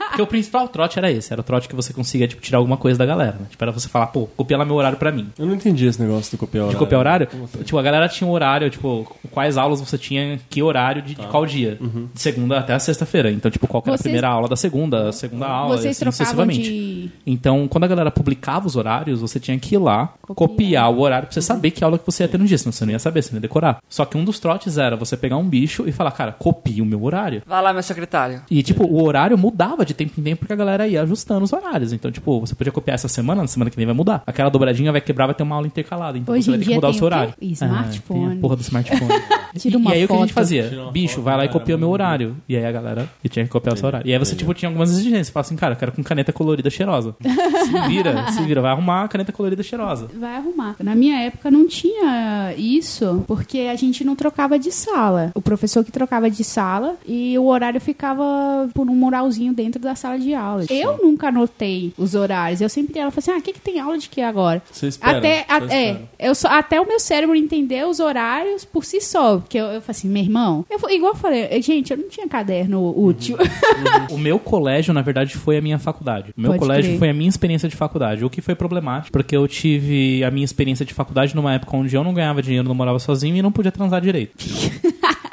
Speaker 5: Porque o principal trote era esse, era o trote que você consiga tipo, tirar alguma coisa da galera. Né? Tipo, era você falar, pô, copia lá meu horário pra mim.
Speaker 2: Eu não entendi esse negócio do copiar
Speaker 5: De
Speaker 2: horário.
Speaker 5: copiar horário?
Speaker 2: Como assim?
Speaker 5: Tipo, a galera tinha um horário, tipo, quais aulas você tinha, que horário,
Speaker 2: Tá.
Speaker 5: de, de qual dia.
Speaker 2: Uhum.
Speaker 5: De segunda até a sexta-feira. Então, tipo, qual que era a
Speaker 1: Vocês-
Speaker 5: primeira aula da segunda, a segunda aula, e
Speaker 1: Vocês
Speaker 5: assim,
Speaker 1: trocavam
Speaker 5: sucessivamente.
Speaker 1: de.
Speaker 5: Então, quando a galera publicava os horários, você tinha que ir lá, copiar, o horário pra
Speaker 1: Uhum.
Speaker 5: você saber que aula que você ia ter no dia, senão você não ia saber, você não ia decorar. Só que um dos trotes era você pegar um bicho e falar, cara, copia o meu horário.
Speaker 4: Vai lá, meu secretário.
Speaker 1: É.
Speaker 5: E, tipo, o horário mudava de tempo em tempo porque a galera ia ajustando os horários. Então, tipo, você podia copiar essa semana, na semana que vem vai mudar. Aquela dobradinha vai quebrar, vai ter uma aula intercalada. Então
Speaker 1: Hoje
Speaker 5: você vai
Speaker 1: em
Speaker 5: ter que
Speaker 1: dia
Speaker 5: mudar o
Speaker 1: tem
Speaker 5: seu
Speaker 1: o quê?
Speaker 5: horário.
Speaker 1: Smartphone.
Speaker 5: Ah, tem a porra do smartphone.
Speaker 1: [LAUGHS] Tira
Speaker 5: E-
Speaker 1: uma
Speaker 5: e aí o que a gente
Speaker 1: foto.
Speaker 2: Tira
Speaker 5: fazia?
Speaker 2: uma
Speaker 5: Bicho,
Speaker 2: foto,
Speaker 5: vai lá e
Speaker 2: cara,
Speaker 5: copia o meu
Speaker 2: mano.
Speaker 5: horário. E aí a galera e tinha que copiar o seu horário. E aí você, tipo, tinha algumas exigências. Você Fala assim, cara, eu quero com caneta colorida
Speaker 1: [LAUGHS]
Speaker 5: cheirosa. se vira, se vira, vai arrumar a caneta colorida cheirosa.
Speaker 2: então-
Speaker 1: Vai arrumar. Na minha época não tinha isso, porque a gente não trocava de sala. O professor que trocava de sala e o horário ficava por um muralzinho dentro da sala de aula. Eu nunca anotei os horários. Eu sempre ela falou assim: "Ah, o que que tem aula de que agora?"
Speaker 2: Você espera,
Speaker 1: até
Speaker 2: só
Speaker 1: a- é,
Speaker 2: espera.
Speaker 1: eu só, até o meu cérebro entender os horários por si só, porque eu, eu falei assim, meu irmão, eu fui- igual eu falei, "Eh, gente, eu não tinha caderno útil.
Speaker 2: Uhum.
Speaker 1: [LAUGHS]
Speaker 5: O meu colégio, na verdade, foi a minha faculdade. O meu
Speaker 1: Pode
Speaker 5: colégio
Speaker 1: crer.
Speaker 5: foi a minha experiência de faculdade, o que foi problemático, porque eu tive a minha experiência de faculdade numa época onde eu não ganhava dinheiro, não morava sozinho e não podia transar direito.
Speaker 1: [LAUGHS]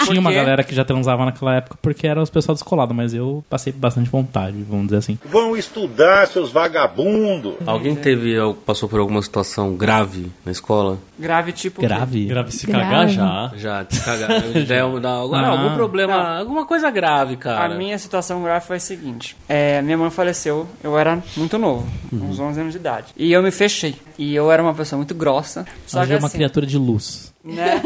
Speaker 5: Tinha uma
Speaker 4: quê?
Speaker 5: galera que já transava naquela época porque era os pessoal descolado, mas eu passei bastante vontade, vamos dizer assim.
Speaker 3: Vão estudar, seus vagabundos.
Speaker 6: Alguém teve, passou por alguma situação grave na escola?
Speaker 4: Grave tipo. o quê?
Speaker 5: Grave.
Speaker 2: Grave se
Speaker 1: Grave.
Speaker 2: cagar já.
Speaker 6: Já, descagaram. [LAUGHS] Deu- dá- agora,
Speaker 5: Ah.
Speaker 6: algum problema,
Speaker 4: Não.
Speaker 6: alguma coisa grave,
Speaker 4: A
Speaker 6: cara.
Speaker 4: minha situação grave foi a seguinte: É, minha mãe faleceu, eu era muito novo,
Speaker 5: Uhum.
Speaker 4: uns 11 anos de idade. E eu me fechei. E eu era uma pessoa muito grossa. Só
Speaker 5: Hoje
Speaker 4: que
Speaker 5: é uma
Speaker 4: assim,
Speaker 5: criatura de luz.
Speaker 1: [LAUGHS]
Speaker 4: né?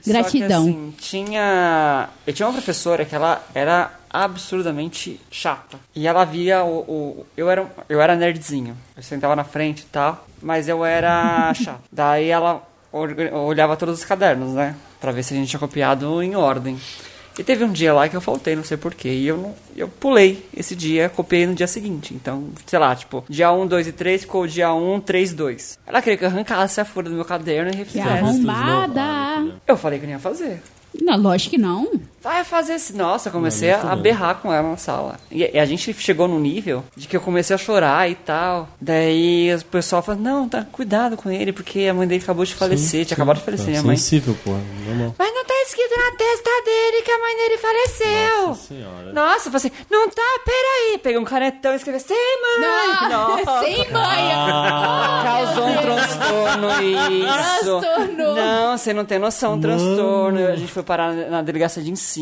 Speaker 4: Só
Speaker 1: Gratidão.
Speaker 4: que, assim, tinha. Eu tinha uma professora que ela era absurdamente chata. E ela via o. o- eu, era, um- eu era nerdzinho. Eu sentava na frente e tal. Mas
Speaker 1: [LAUGHS]
Speaker 4: eu era chato. Daí ela orga- olhava todos os cadernos, né? Pra ver se a gente tinha copiado em ordem. E teve um dia lá que eu faltei, não sei porquê. E eu, não- eu pulei esse dia, copiei no dia seguinte. Então, sei lá, tipo, dia 1, 2 e 3 ficou o dia 1, 3, 2. Ela queria que eu arrancasse a folha do meu caderno e
Speaker 1: que
Speaker 4: refizesse.
Speaker 2: Ah,
Speaker 1: arrombada.
Speaker 4: Eu falei que não ia fazer.
Speaker 1: Não, lógico que não.
Speaker 4: Vai fazer esse. Nossa, eu comecei a- a berrar com ela na sala. E, e a gente chegou num nível de que eu comecei a chorar e tal. Daí o pessoal falou: Não, tá, cuidado com ele, porque a mãe dele acabou de falecer. Tinha acabado de falecer, minha mãe.
Speaker 2: Tá Sensível, porra. Normal.
Speaker 4: Mas não tá escrito na testa dele que a mãe dele faleceu. Nossa
Speaker 2: senhora.
Speaker 4: Nossa, eu falei assim, não tá, peraí. Peguei um canetão e escrevi, sem mãe. Nossa.
Speaker 1: Sem banha.
Speaker 4: Causou um transtorno isso.
Speaker 1: Transtornou.
Speaker 4: Não, você não tem noção, um transtorno. A gente foi parar na delegacia de ensino.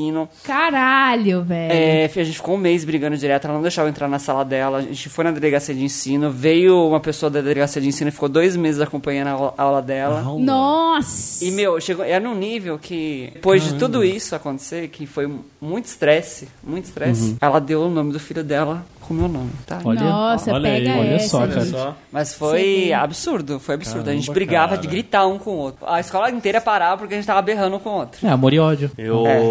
Speaker 1: Caralho, velho.
Speaker 4: É, a gente ficou um mês brigando direto, ela não deixava eu entrar na sala dela. A gente foi na delegacia de ensino, veio uma pessoa da delegacia de ensino e
Speaker 1: um-
Speaker 4: ficou dois meses acompanhando a aula- a aula dela.
Speaker 1: Nossa!
Speaker 4: E, meu, chegou, era num nível que Depois de tudo isso acontecer, que foi muito estresse, muito estresse, ela deu o nome do filho dela com o meu nome, tá?
Speaker 5: Olha,
Speaker 1: Nossa,
Speaker 2: Uhum. olha aí,
Speaker 1: pega é,
Speaker 5: olha
Speaker 1: essa.
Speaker 5: só,
Speaker 1: gente.
Speaker 6: Olha só.
Speaker 4: Mas foi
Speaker 1: Sim.
Speaker 4: absurdo, foi absurdo. a gente
Speaker 2: Caramba,
Speaker 4: brigava
Speaker 2: cara.
Speaker 4: de gritar um com o outro. A escola inteira parava porque a gente tava berrando um com o outro.
Speaker 5: É, amor e ódio.
Speaker 6: Eu.
Speaker 1: É.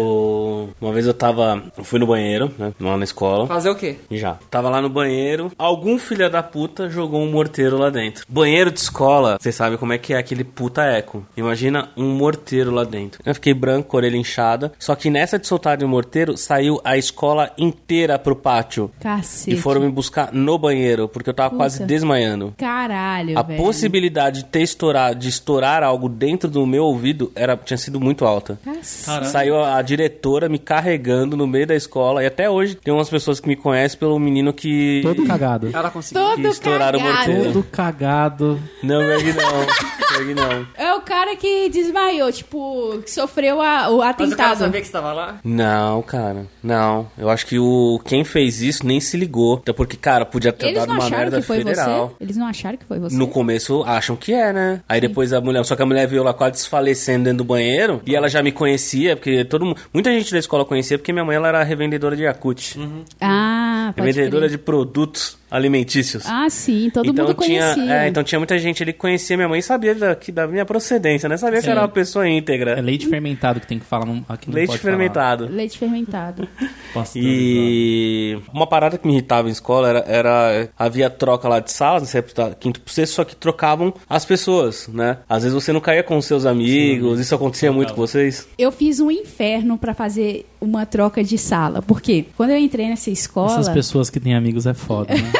Speaker 6: Uma vez eu tava. Eu fui no banheiro, né? Lá na escola.
Speaker 4: Fazer o quê?
Speaker 6: Já. Tava lá no banheiro, algum filho da puta jogou um morteiro lá dentro. Banheiro de escola, vocês sabem como é que é aquele puta eco. Imagina um morteiro lá dentro. Eu fiquei branco, orelha inchada. Só que nessa de soltar de morteiro, saiu a escola inteira pro pátio.
Speaker 1: Cacete.
Speaker 6: E foram me buscar no banheiro, porque eu tava
Speaker 1: Puta.
Speaker 6: quase desmaiando.
Speaker 1: Caralho,
Speaker 6: A
Speaker 1: velho.
Speaker 6: possibilidade de ter estourado, de estourar algo dentro do meu ouvido era, tinha sido muito alta.
Speaker 1: Cacete.
Speaker 6: Saiu a, a diretora me carregando no meio da escola. E até hoje tem umas pessoas que me conhecem pelo menino que.
Speaker 5: Todo cagado.
Speaker 4: Ela conseguiu.
Speaker 1: Todo
Speaker 6: estouraram o
Speaker 1: cagado.
Speaker 6: morteiro.
Speaker 5: Todo cagado.
Speaker 6: Não, Meg não. Meg não.
Speaker 1: É o cara que desmaiou, tipo, que sofreu a- o
Speaker 4: Mas o cara
Speaker 1: atentado.
Speaker 4: sabia que você tava lá?
Speaker 6: Não, cara. Não. Eu acho que o quem fez isso nem se ligou. Até porque, cara, podia ter
Speaker 1: Eles
Speaker 6: dado
Speaker 1: não
Speaker 6: uma
Speaker 1: acharam
Speaker 6: merda
Speaker 1: que foi
Speaker 6: federal.
Speaker 1: você? Eles não acharam que foi você?
Speaker 6: No começo acham que é, né? Aí depois a mulher, só que a mulher veio lá quase desfalecendo dentro do banheiro e ela já me conhecia, porque todo mundo, muita gente da escola conhecia porque minha mãe ela era revendedora de Yakut,
Speaker 1: Ah, pode
Speaker 6: revendedora
Speaker 1: crer.
Speaker 6: de produtos alimentícios.
Speaker 1: Ah, sim, todo
Speaker 6: então
Speaker 1: mundo
Speaker 6: tinha,
Speaker 1: conhecia.
Speaker 6: é, então tinha muita gente ali que conhecia minha mãe e sabia da, que, da minha procedência, né? Sabia que
Speaker 5: Sim.
Speaker 6: eu era uma pessoa íntegra.
Speaker 5: É leite fermentado que tem que falar não- aqui não
Speaker 6: Leite
Speaker 5: pode
Speaker 6: fermentado.
Speaker 1: Leite fermentado.
Speaker 2: Pastor,
Speaker 6: E uma parada que me irritava em escola era, era- havia troca lá de salas, né, sempre da quinto pro sexto, só que trocavam as pessoas, né? Às vezes você não caía com os seus amigos, isso acontecia muito com vocês?
Speaker 1: Eu fiz um inferno pra fazer uma troca de sala. Porque quando eu entrei nessa escola.
Speaker 5: Falar. Essas pessoas que têm amigos é
Speaker 1: [LAUGHS]
Speaker 5: foda, né?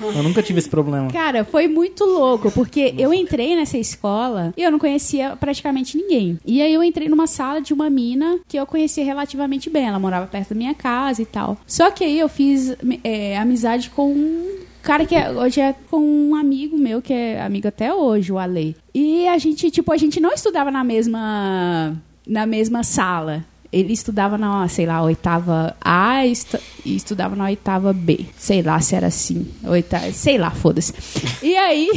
Speaker 5: Eu nunca tive esse problema.
Speaker 1: Cara, foi muito louco, porque eu entrei nessa escola e eu não conhecia praticamente ninguém. E aí eu entrei numa sala de uma mina que eu conhecia relativamente bem. Ela morava perto da minha casa e tal. Só que aí eu fiz é, amizade com um cara que é- hoje é com um amigo meu, que é amigo até hoje, o Ale. E a gente, tipo, a gente não estudava na mesma, na mesma sala. Ele estudava na, sei lá, oitava A e estu- e estudava na oitava B. Sei lá se era assim. Oitava, sei lá, foda-se. E aí.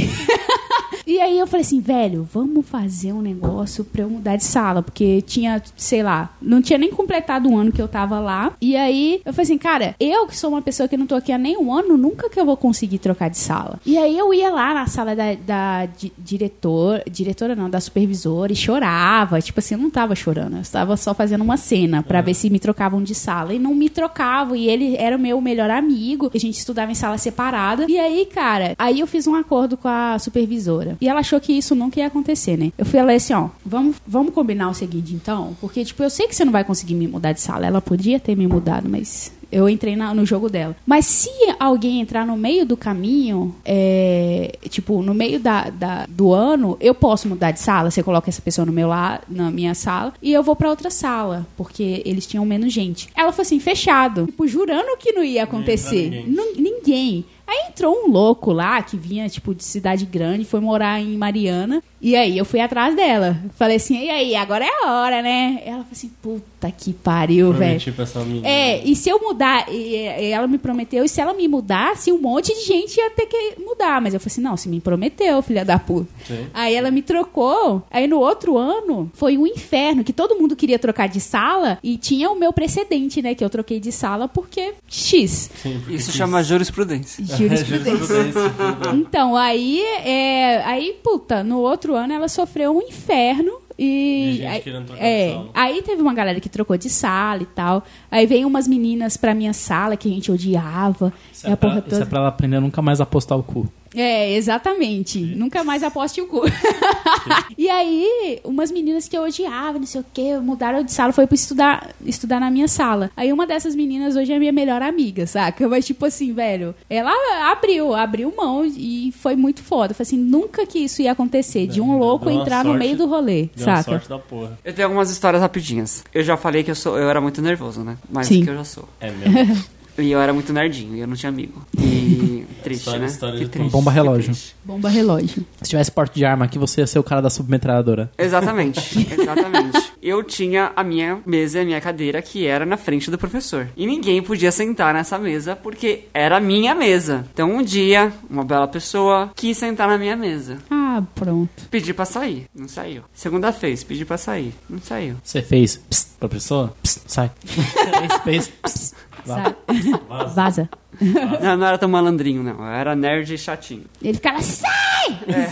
Speaker 1: e aí eu falei assim, velho, vamos fazer um negócio pra eu mudar de sala. Porque tinha, sei lá, não tinha nem completado um ano que eu tava lá. E aí eu falei assim, cara, eu que sou uma pessoa que não tô aqui há nem um ano, nunca que eu vou conseguir trocar de sala. E aí eu ia lá na sala da, da di- diretor, diretora não, da supervisora e chorava. Tipo assim, eu não tava chorando, eu estava só fazendo uma cena pra ver se me trocavam de sala. E não me trocavam, e ele era o meu melhor amigo, e a gente estudava em sala separada. E aí, cara, aí eu fiz um acordo com a supervisora. E ela achou que isso nunca ia acontecer, né? Eu fui ela assim, ó, vamos, vamos combinar o seguinte então, porque tipo, eu sei que você não vai conseguir me mudar de sala. Ela podia ter me mudado, mas eu entrei na- no jogo dela. Mas se alguém entrar no meio do caminho, é, tipo, no meio da, da- do ano, eu posso mudar de sala. Você coloca essa pessoa no meu lá, na minha sala, e eu vou pra outra sala, porque eles tinham menos gente. Ela foi assim, fechado. Tipo, jurando que não ia acontecer.
Speaker 2: ninguém.
Speaker 1: Nun- ninguém. Aí entrou um louco lá que vinha, tipo, de cidade grande, foi morar em Mariana. E aí eu fui atrás dela. Falei assim, e aí, agora é a hora, né? Ela falou assim, puta que pariu, velho.
Speaker 2: prometi pra essa menina.
Speaker 1: É, e se eu mudar, e, e ela me prometeu, e se ela me mudasse, um monte de gente ia ter que mudar. Mas eu falei assim, não, se me prometeu, filha da puta.
Speaker 2: Sim.
Speaker 1: Aí ela me trocou, aí no outro ano foi um inferno, que todo mundo queria trocar de sala, e tinha o meu precedente, né, que eu troquei de sala porque X,
Speaker 2: Sim, porque
Speaker 4: Isso
Speaker 2: quis.
Speaker 4: chama jurisprudência.
Speaker 1: [LAUGHS] jurisprudência. Então, aí, é, aí, puta, no outro ano ela sofreu um inferno e.
Speaker 2: De gente
Speaker 1: aí,
Speaker 2: querendo trocar de
Speaker 1: é,
Speaker 2: sala.
Speaker 1: aí teve uma galera que trocou de sala e tal. Aí veio umas meninas pra minha sala que a gente odiava.
Speaker 5: Isso
Speaker 1: e a
Speaker 5: é, pra,
Speaker 1: porra
Speaker 5: isso é
Speaker 1: toda.
Speaker 5: pra ela aprender a nunca mais apostar o cu.
Speaker 1: É, exatamente. Nunca mais aposte o cu. [LAUGHS] e aí, umas meninas que eu odiava, não sei o quê, mudaram de sala, foi pra estudar, estudar na minha sala. Aí uma dessas meninas hoje é minha melhor amiga, saca? Mas tipo assim, velho, ela abriu, abriu mão e foi muito foda. Foi assim, nunca que isso ia acontecer, de um
Speaker 2: Deu
Speaker 1: louco
Speaker 2: uma
Speaker 1: entrar no
Speaker 2: sorte-
Speaker 1: meio do rolê,
Speaker 2: Deu uma
Speaker 1: saca?
Speaker 2: sorte da porra.
Speaker 4: Eu tenho algumas histórias rapidinhas. Eu já falei que eu sou, eu era muito nervoso, né? Mais
Speaker 1: Sim.
Speaker 4: do que eu já sou.
Speaker 2: É mesmo.
Speaker 4: E eu era muito nerdinho, e eu não tinha amigo.
Speaker 2: [LAUGHS]
Speaker 4: E triste,
Speaker 2: História-
Speaker 4: né?
Speaker 2: história
Speaker 4: que
Speaker 2: de
Speaker 4: triste.
Speaker 5: Bomba
Speaker 4: que
Speaker 5: relógio.
Speaker 4: triste.
Speaker 1: Bomba relógio.
Speaker 5: Se tivesse porte de arma aqui, você ia ser o cara da submetralhadora.
Speaker 4: Exatamente, exatamente. Eu tinha a minha mesa e a minha cadeira que era na frente do professor. E ninguém podia sentar nessa mesa porque era a minha mesa. Então um dia, uma bela pessoa quis sentar na minha mesa.
Speaker 1: Ah, Ah, pronto.
Speaker 4: Pedi pra sair, não saiu. Segunda fez, pedi pra sair, não saiu.
Speaker 5: Você fez psst pra pessoa? Psst, sai. fez, fez, psst. Vai.
Speaker 1: Sai. Vaza.
Speaker 2: Ah.
Speaker 4: Não, não era tão malandrinho, não. Eu era nerd e chatinho.
Speaker 1: Ele ficava, sai!
Speaker 2: [LAUGHS]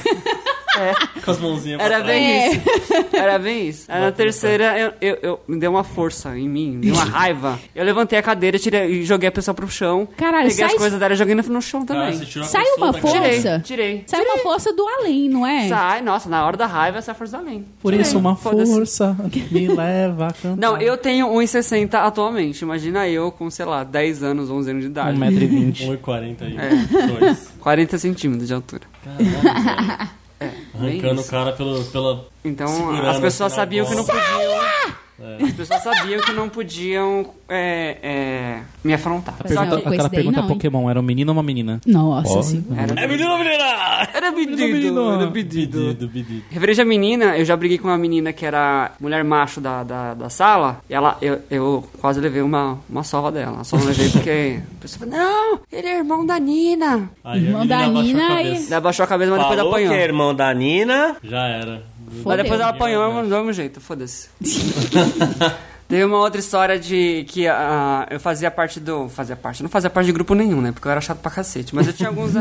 Speaker 2: Com as mãozinhas pra
Speaker 4: Era
Speaker 2: trás.
Speaker 1: É.
Speaker 4: bem isso. Era bem isso. Aí na terceira, eu, eu, eu- me deu uma força em mim, me deu uma raiva. Eu levantei a cadeira tirei, e joguei a pessoa pro chão.
Speaker 1: Caralho,
Speaker 4: peguei as
Speaker 1: sai-
Speaker 4: coisas dela e joguei no, no chão também.
Speaker 2: Ah, você tirou a
Speaker 1: Sai
Speaker 2: pessoa
Speaker 1: uma
Speaker 2: da
Speaker 1: força.
Speaker 2: cadeira.
Speaker 4: tirei, tirei.
Speaker 1: Sai uma força do além, não é?
Speaker 4: Sai, nossa, na hora da raiva, essa é a força da lei.
Speaker 5: Por
Speaker 4: Tirei.
Speaker 5: isso, uma
Speaker 4: Foda-se.
Speaker 5: força me leva a cantar.
Speaker 4: Não, eu tenho 1,60 atualmente. Imagina eu com, sei lá, 10 anos, 11 anos de idade.
Speaker 5: 1,20m.
Speaker 2: 1,40 aí.
Speaker 4: É.
Speaker 2: Dois.
Speaker 4: 40 centímetros de altura. É,
Speaker 2: Caralho,
Speaker 4: Bem
Speaker 2: Arrancando o
Speaker 4: isso.
Speaker 2: cara pelo, pela.
Speaker 4: Então,
Speaker 2: segurando
Speaker 4: as pessoas
Speaker 2: assim na
Speaker 4: sabiam que não
Speaker 2: bola.
Speaker 4: podiam... As pessoas sabiam que não podiam é, é, me afrontar. Só
Speaker 1: Não, com
Speaker 5: Pergunta,
Speaker 4: que
Speaker 1: esse
Speaker 5: aquela
Speaker 1: daí
Speaker 5: pergunta
Speaker 1: não, hein?
Speaker 5: Pokémon, era um menino ou uma menina?
Speaker 1: Nossa
Speaker 5: Ó,
Speaker 1: senhora.
Speaker 4: era,
Speaker 6: É menino ou menina?
Speaker 4: era
Speaker 5: menino.
Speaker 4: pedido, era pedido.
Speaker 2: Pedido, pedido.
Speaker 4: Referente à menina, eu já briguei com uma menina que era mulher macho da, da, da sala. E ela, eu, eu quase levei uma, uma sova dela. Só não levei porque a pessoa falou: Não, ele é irmão da Nina.
Speaker 2: Aí a
Speaker 1: Irmão da
Speaker 2: menina abaixou a
Speaker 1: Nina e-
Speaker 2: cabeça.
Speaker 4: Ela abaixou a cabeça, mas depois
Speaker 6: Falou que
Speaker 4: apanhou.
Speaker 6: é irmão da Nina.
Speaker 2: Já era.
Speaker 4: Mas
Speaker 1: Fodeu.
Speaker 4: depois ela apanhou mas do mesmo jeito, foda-se. Teve uma outra história de que ah, eu fazia parte do. Fazia parte. Não fazia parte de grupo nenhum, né? Porque eu era chato pra cacete. Mas eu tinha alguns.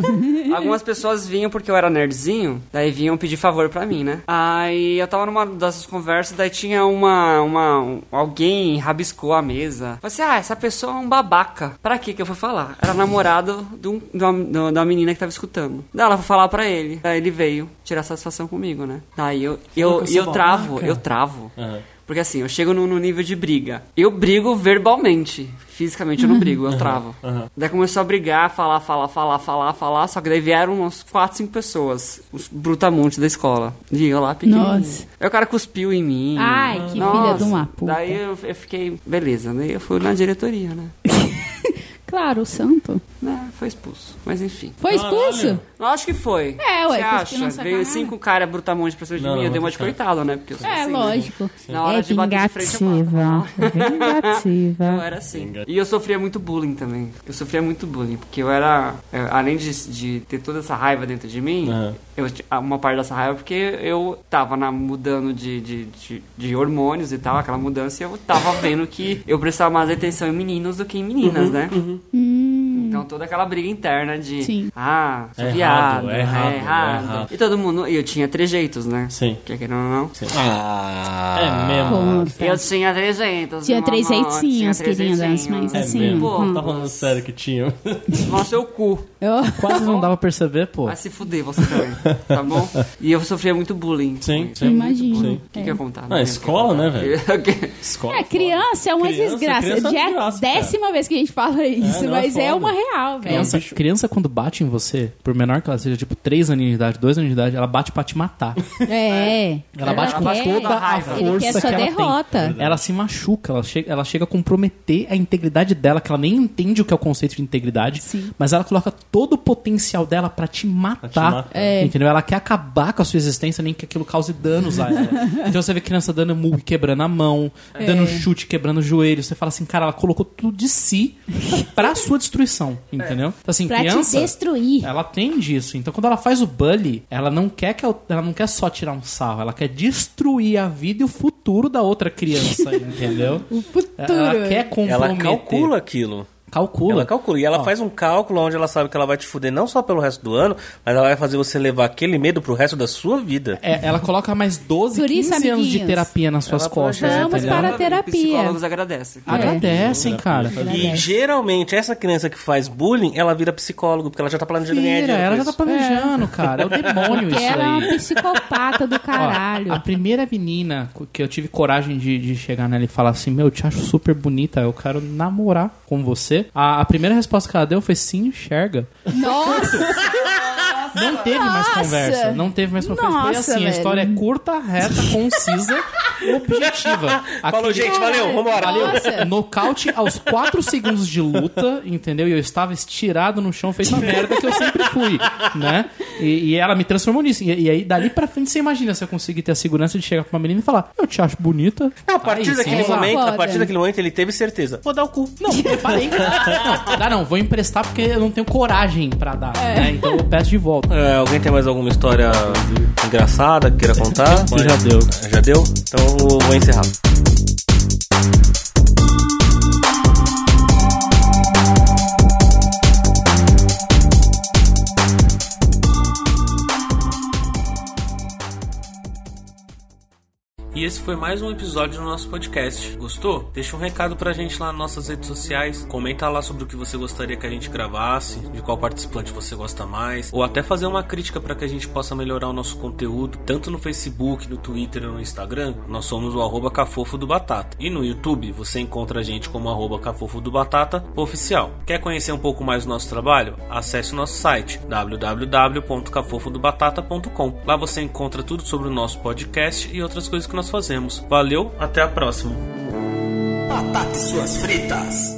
Speaker 4: algumas pessoas vinham porque eu era nerdzinho. Daí vinham pedir favor pra mim, né? Aí eu tava numa dessas conversas. Daí tinha uma. uma um- alguém rabiscou a mesa. Falei assim: ah, essa pessoa é um babaca. Pra que que eu fui falar? Era namorado de, um, de, uma, de uma menina que tava escutando. Daí ela foi falar pra ele. Daí ele veio tirar satisfação comigo, né? Daí eu. Eu,
Speaker 2: Falou que eu
Speaker 4: eu,
Speaker 2: sou
Speaker 4: travo,
Speaker 2: babaca.
Speaker 4: eu travo.
Speaker 2: Aham.
Speaker 4: Porque assim, eu chego no, no nível de briga. Eu brigo verbalmente. Fisicamente eu não brigo, eu travo. Daí começou a brigar, falar, falar, falar, falar, falar. Só que daí vieram uns 4, 5 pessoas. Os brutamontes da escola. E eu lá pequenininho.
Speaker 1: Nossa.
Speaker 4: Aí o cara cuspiu em mim.
Speaker 1: Ai, que
Speaker 4: Nossa.
Speaker 1: filha de uma puta.
Speaker 4: Daí eu, eu fiquei... Beleza, daí eu fui na diretoria, né?
Speaker 1: Claro, o santo.
Speaker 4: Né, foi expulso. Mas enfim.
Speaker 1: Foi expulso?
Speaker 4: Eu acho que foi.
Speaker 1: É, ué,
Speaker 4: Você
Speaker 1: cuspiu na
Speaker 4: acha?
Speaker 1: sacanagem.
Speaker 4: Veio cinco caras brutamontes pra cima de
Speaker 2: Não,
Speaker 4: mim. Eu
Speaker 2: não,
Speaker 4: dei uma
Speaker 2: mas
Speaker 4: de
Speaker 2: tá.
Speaker 4: coitado, né? Porque eu sou
Speaker 1: É,
Speaker 4: assim, né?
Speaker 1: lógico.
Speaker 4: Na hora
Speaker 1: é
Speaker 4: de bater de frente, eu mato.
Speaker 1: vingativa.
Speaker 4: Eu
Speaker 1: Vingativa.
Speaker 4: era assim.
Speaker 2: Enga-
Speaker 4: E eu sofria muito bullying também. Eu sofria muito bullying, porque eu era. é, Além de, de ter toda essa raiva dentro de mim,
Speaker 2: Aham.
Speaker 4: eu ti- uma parte dessa raiva porque eu tava na, mudando de, de, de, de hormônios e tal, aquela mudança, e eu tava vendo que eu prestava mais atenção em meninos do que em meninas,
Speaker 2: Uhum,
Speaker 4: né?
Speaker 1: Hum.
Speaker 4: Então toda aquela briga interna de
Speaker 1: Sim.
Speaker 4: ah, sou
Speaker 2: É errado,
Speaker 4: viado,
Speaker 2: é errado, é
Speaker 4: errado.
Speaker 2: errado.
Speaker 4: E todo mundo. E eu tinha trejeitos, né?
Speaker 2: Sim.
Speaker 4: Quer que não, não.
Speaker 2: É mesmo.
Speaker 1: Conta.
Speaker 4: Eu tinha 300.
Speaker 1: Tinha
Speaker 4: meu amor,
Speaker 1: 300,
Speaker 4: tinha
Speaker 1: queridas,
Speaker 4: 300.
Speaker 1: mas
Speaker 2: É
Speaker 1: Assim,
Speaker 2: mesmo.
Speaker 4: Pô,
Speaker 2: Tá falando sério que tinha.
Speaker 4: Tomar seu cu.
Speaker 1: Eu-
Speaker 5: Quase não dava pra perceber, pô.
Speaker 4: Vai
Speaker 1: Assim,
Speaker 4: se fuder você também, tá bom? E eu sofria muito bullying.
Speaker 2: Sim,
Speaker 4: O
Speaker 2: sim.
Speaker 1: Imagino.
Speaker 2: Sim.
Speaker 4: que, que eu ia contar? Não
Speaker 2: Ah,
Speaker 4: lembro
Speaker 2: escola, né,
Speaker 4: [LAUGHS] o que eu
Speaker 2: velho?
Speaker 4: ia contar.
Speaker 2: Escola.
Speaker 1: É, criança é uma
Speaker 2: Criança-
Speaker 1: desgraça.
Speaker 2: criança é
Speaker 1: Já é a
Speaker 2: desgraça, cara.
Speaker 1: décima vez que a gente fala isso,
Speaker 2: É, não, é
Speaker 1: mas é,
Speaker 2: foda.
Speaker 1: uma real, velho.
Speaker 5: Criança, criança, quando bate em você, por menor que ela seja, tipo 3 anos de idade, 2 anos de idade, ela bate pra te matar.
Speaker 1: É.
Speaker 5: Ela bate com
Speaker 1: quer-
Speaker 5: toda a
Speaker 4: raiva.
Speaker 5: força
Speaker 1: Ele quer
Speaker 5: que
Speaker 1: sua
Speaker 5: ela
Speaker 1: derrota.
Speaker 5: tem. Ela se machuca, ela chega, ela chega a comprometer a integridade dela, que ela nem entende o que é o conceito de integridade,
Speaker 1: Sim.
Speaker 5: mas ela coloca todo o potencial dela pra te matar.
Speaker 2: matar.
Speaker 1: É.
Speaker 5: Entendeu? Ela quer acabar com a sua existência, nem que aquilo cause danos
Speaker 1: [LAUGHS]
Speaker 5: a ela. então você vê criança dando murro, e quebrando a mão,
Speaker 1: É.
Speaker 5: dando chute, quebrando o joelho. Você fala assim, cara, ela colocou tudo de si pra sua destruição, entendeu? Então assim,
Speaker 1: É. Pra
Speaker 5: criança...
Speaker 1: te destruir.
Speaker 5: Ela tem disso. Então, quando ela faz o bully, ela não quer que eu- ela não quer só tirar um sarro, ela quer destruir a vida e o futuro da
Speaker 1: [LAUGHS]
Speaker 5: outra criança, entendeu?
Speaker 1: O futuro.
Speaker 5: Ela quer comprometer.
Speaker 6: Ela calcula aquilo.
Speaker 5: Calcula.
Speaker 6: Ela calcula. E ela
Speaker 5: Ó.
Speaker 6: faz um cálculo onde ela sabe que ela vai te fuder não só pelo resto do ano, mas ela vai fazer você levar aquele medo pro resto da sua vida.
Speaker 5: É, ela coloca mais 12,
Speaker 1: Por isso,
Speaker 5: 15 anos de
Speaker 1: amiguinhos,
Speaker 5: terapia nas suas
Speaker 6: ela É.
Speaker 5: costas.
Speaker 6: projeta,
Speaker 1: Vamos
Speaker 5: entendeu?
Speaker 1: para a terapia.
Speaker 4: Psicólogos agradecem.
Speaker 2: Ah,
Speaker 5: Agradecem, cara.
Speaker 6: E geralmente essa criança que faz bullying, ela vira psicólogo, porque ela já tá planejando ganhar
Speaker 5: Vira,
Speaker 6: dinheiro.
Speaker 5: ela já
Speaker 6: com
Speaker 5: tá
Speaker 6: isso.
Speaker 5: planejando, cara.
Speaker 1: [LAUGHS]
Speaker 5: É o demônio isso
Speaker 1: Porque ela é uma
Speaker 5: aí.
Speaker 1: psicopata do
Speaker 5: Ó,
Speaker 1: caralho.
Speaker 5: a primeira menina que eu tive coragem de, de chegar nela e falar assim: Meu, eu te acho super bonita, eu quero namorar com você. A, a primeira resposta que ela deu foi: Sim, enxerga.
Speaker 1: Nossa,
Speaker 5: Não teve mais
Speaker 1: Nossa!
Speaker 5: conversa. Não teve mais conversa. Foi
Speaker 1: Nossa,
Speaker 5: assim:
Speaker 1: velho.
Speaker 5: a história é curta, reta,
Speaker 1: [LAUGHS]
Speaker 5: concisa, objetiva.
Speaker 6: Falou,
Speaker 5: Aquele-
Speaker 6: gente,
Speaker 5: é,
Speaker 6: valeu, vambora.
Speaker 1: Nossa.
Speaker 5: Nocaute aos 4 segundos de luta, entendeu? E eu estava estirado no chão, feito a merda que eu sempre fui, né? E, e ela me transformou nisso. E, e aí, dali pra frente, você imagina se eu conseguir ter a segurança de chegar pra uma menina e falar: Eu te acho bonita.
Speaker 6: A partir
Speaker 5: Aí,
Speaker 6: daquele
Speaker 5: sim.
Speaker 6: momento,
Speaker 1: Foda.
Speaker 6: a partir daquele momento ele teve certeza. Vou dar o cu.
Speaker 5: Não, É. eu parei. Não, dá não, vou emprestar porque eu não tenho coragem pra dar, né? Então eu peço de volta.
Speaker 6: [LAUGHS] É, alguém tem mais alguma história engraçada que
Speaker 5: [LAUGHS]
Speaker 6: queira contar?
Speaker 2: que já deu.
Speaker 6: Já deu? Então eu vou vou encerrar. E esse foi mais um episódio do nosso podcast. Gostou? Deixa um recado pra gente lá nas nossas redes sociais. Comenta lá sobre o que você gostaria que a gente gravasse, de qual participante você gosta mais, ou até fazer uma crítica para que a gente possa melhorar o nosso conteúdo, tanto no Facebook, no Twitter ou no Instagram. Nós somos o arroba Cafofo do Batata. E no YouTube você encontra a gente como arroba Cafofo do Batata oficial. Quer conhecer um pouco mais do nosso trabalho? Acesse o nosso site www.cafofodobatata.com. Lá você encontra tudo sobre o nosso podcast e outras coisas que nós fazemos. Valeu, até a próxima!
Speaker 7: Batata e suas fritas.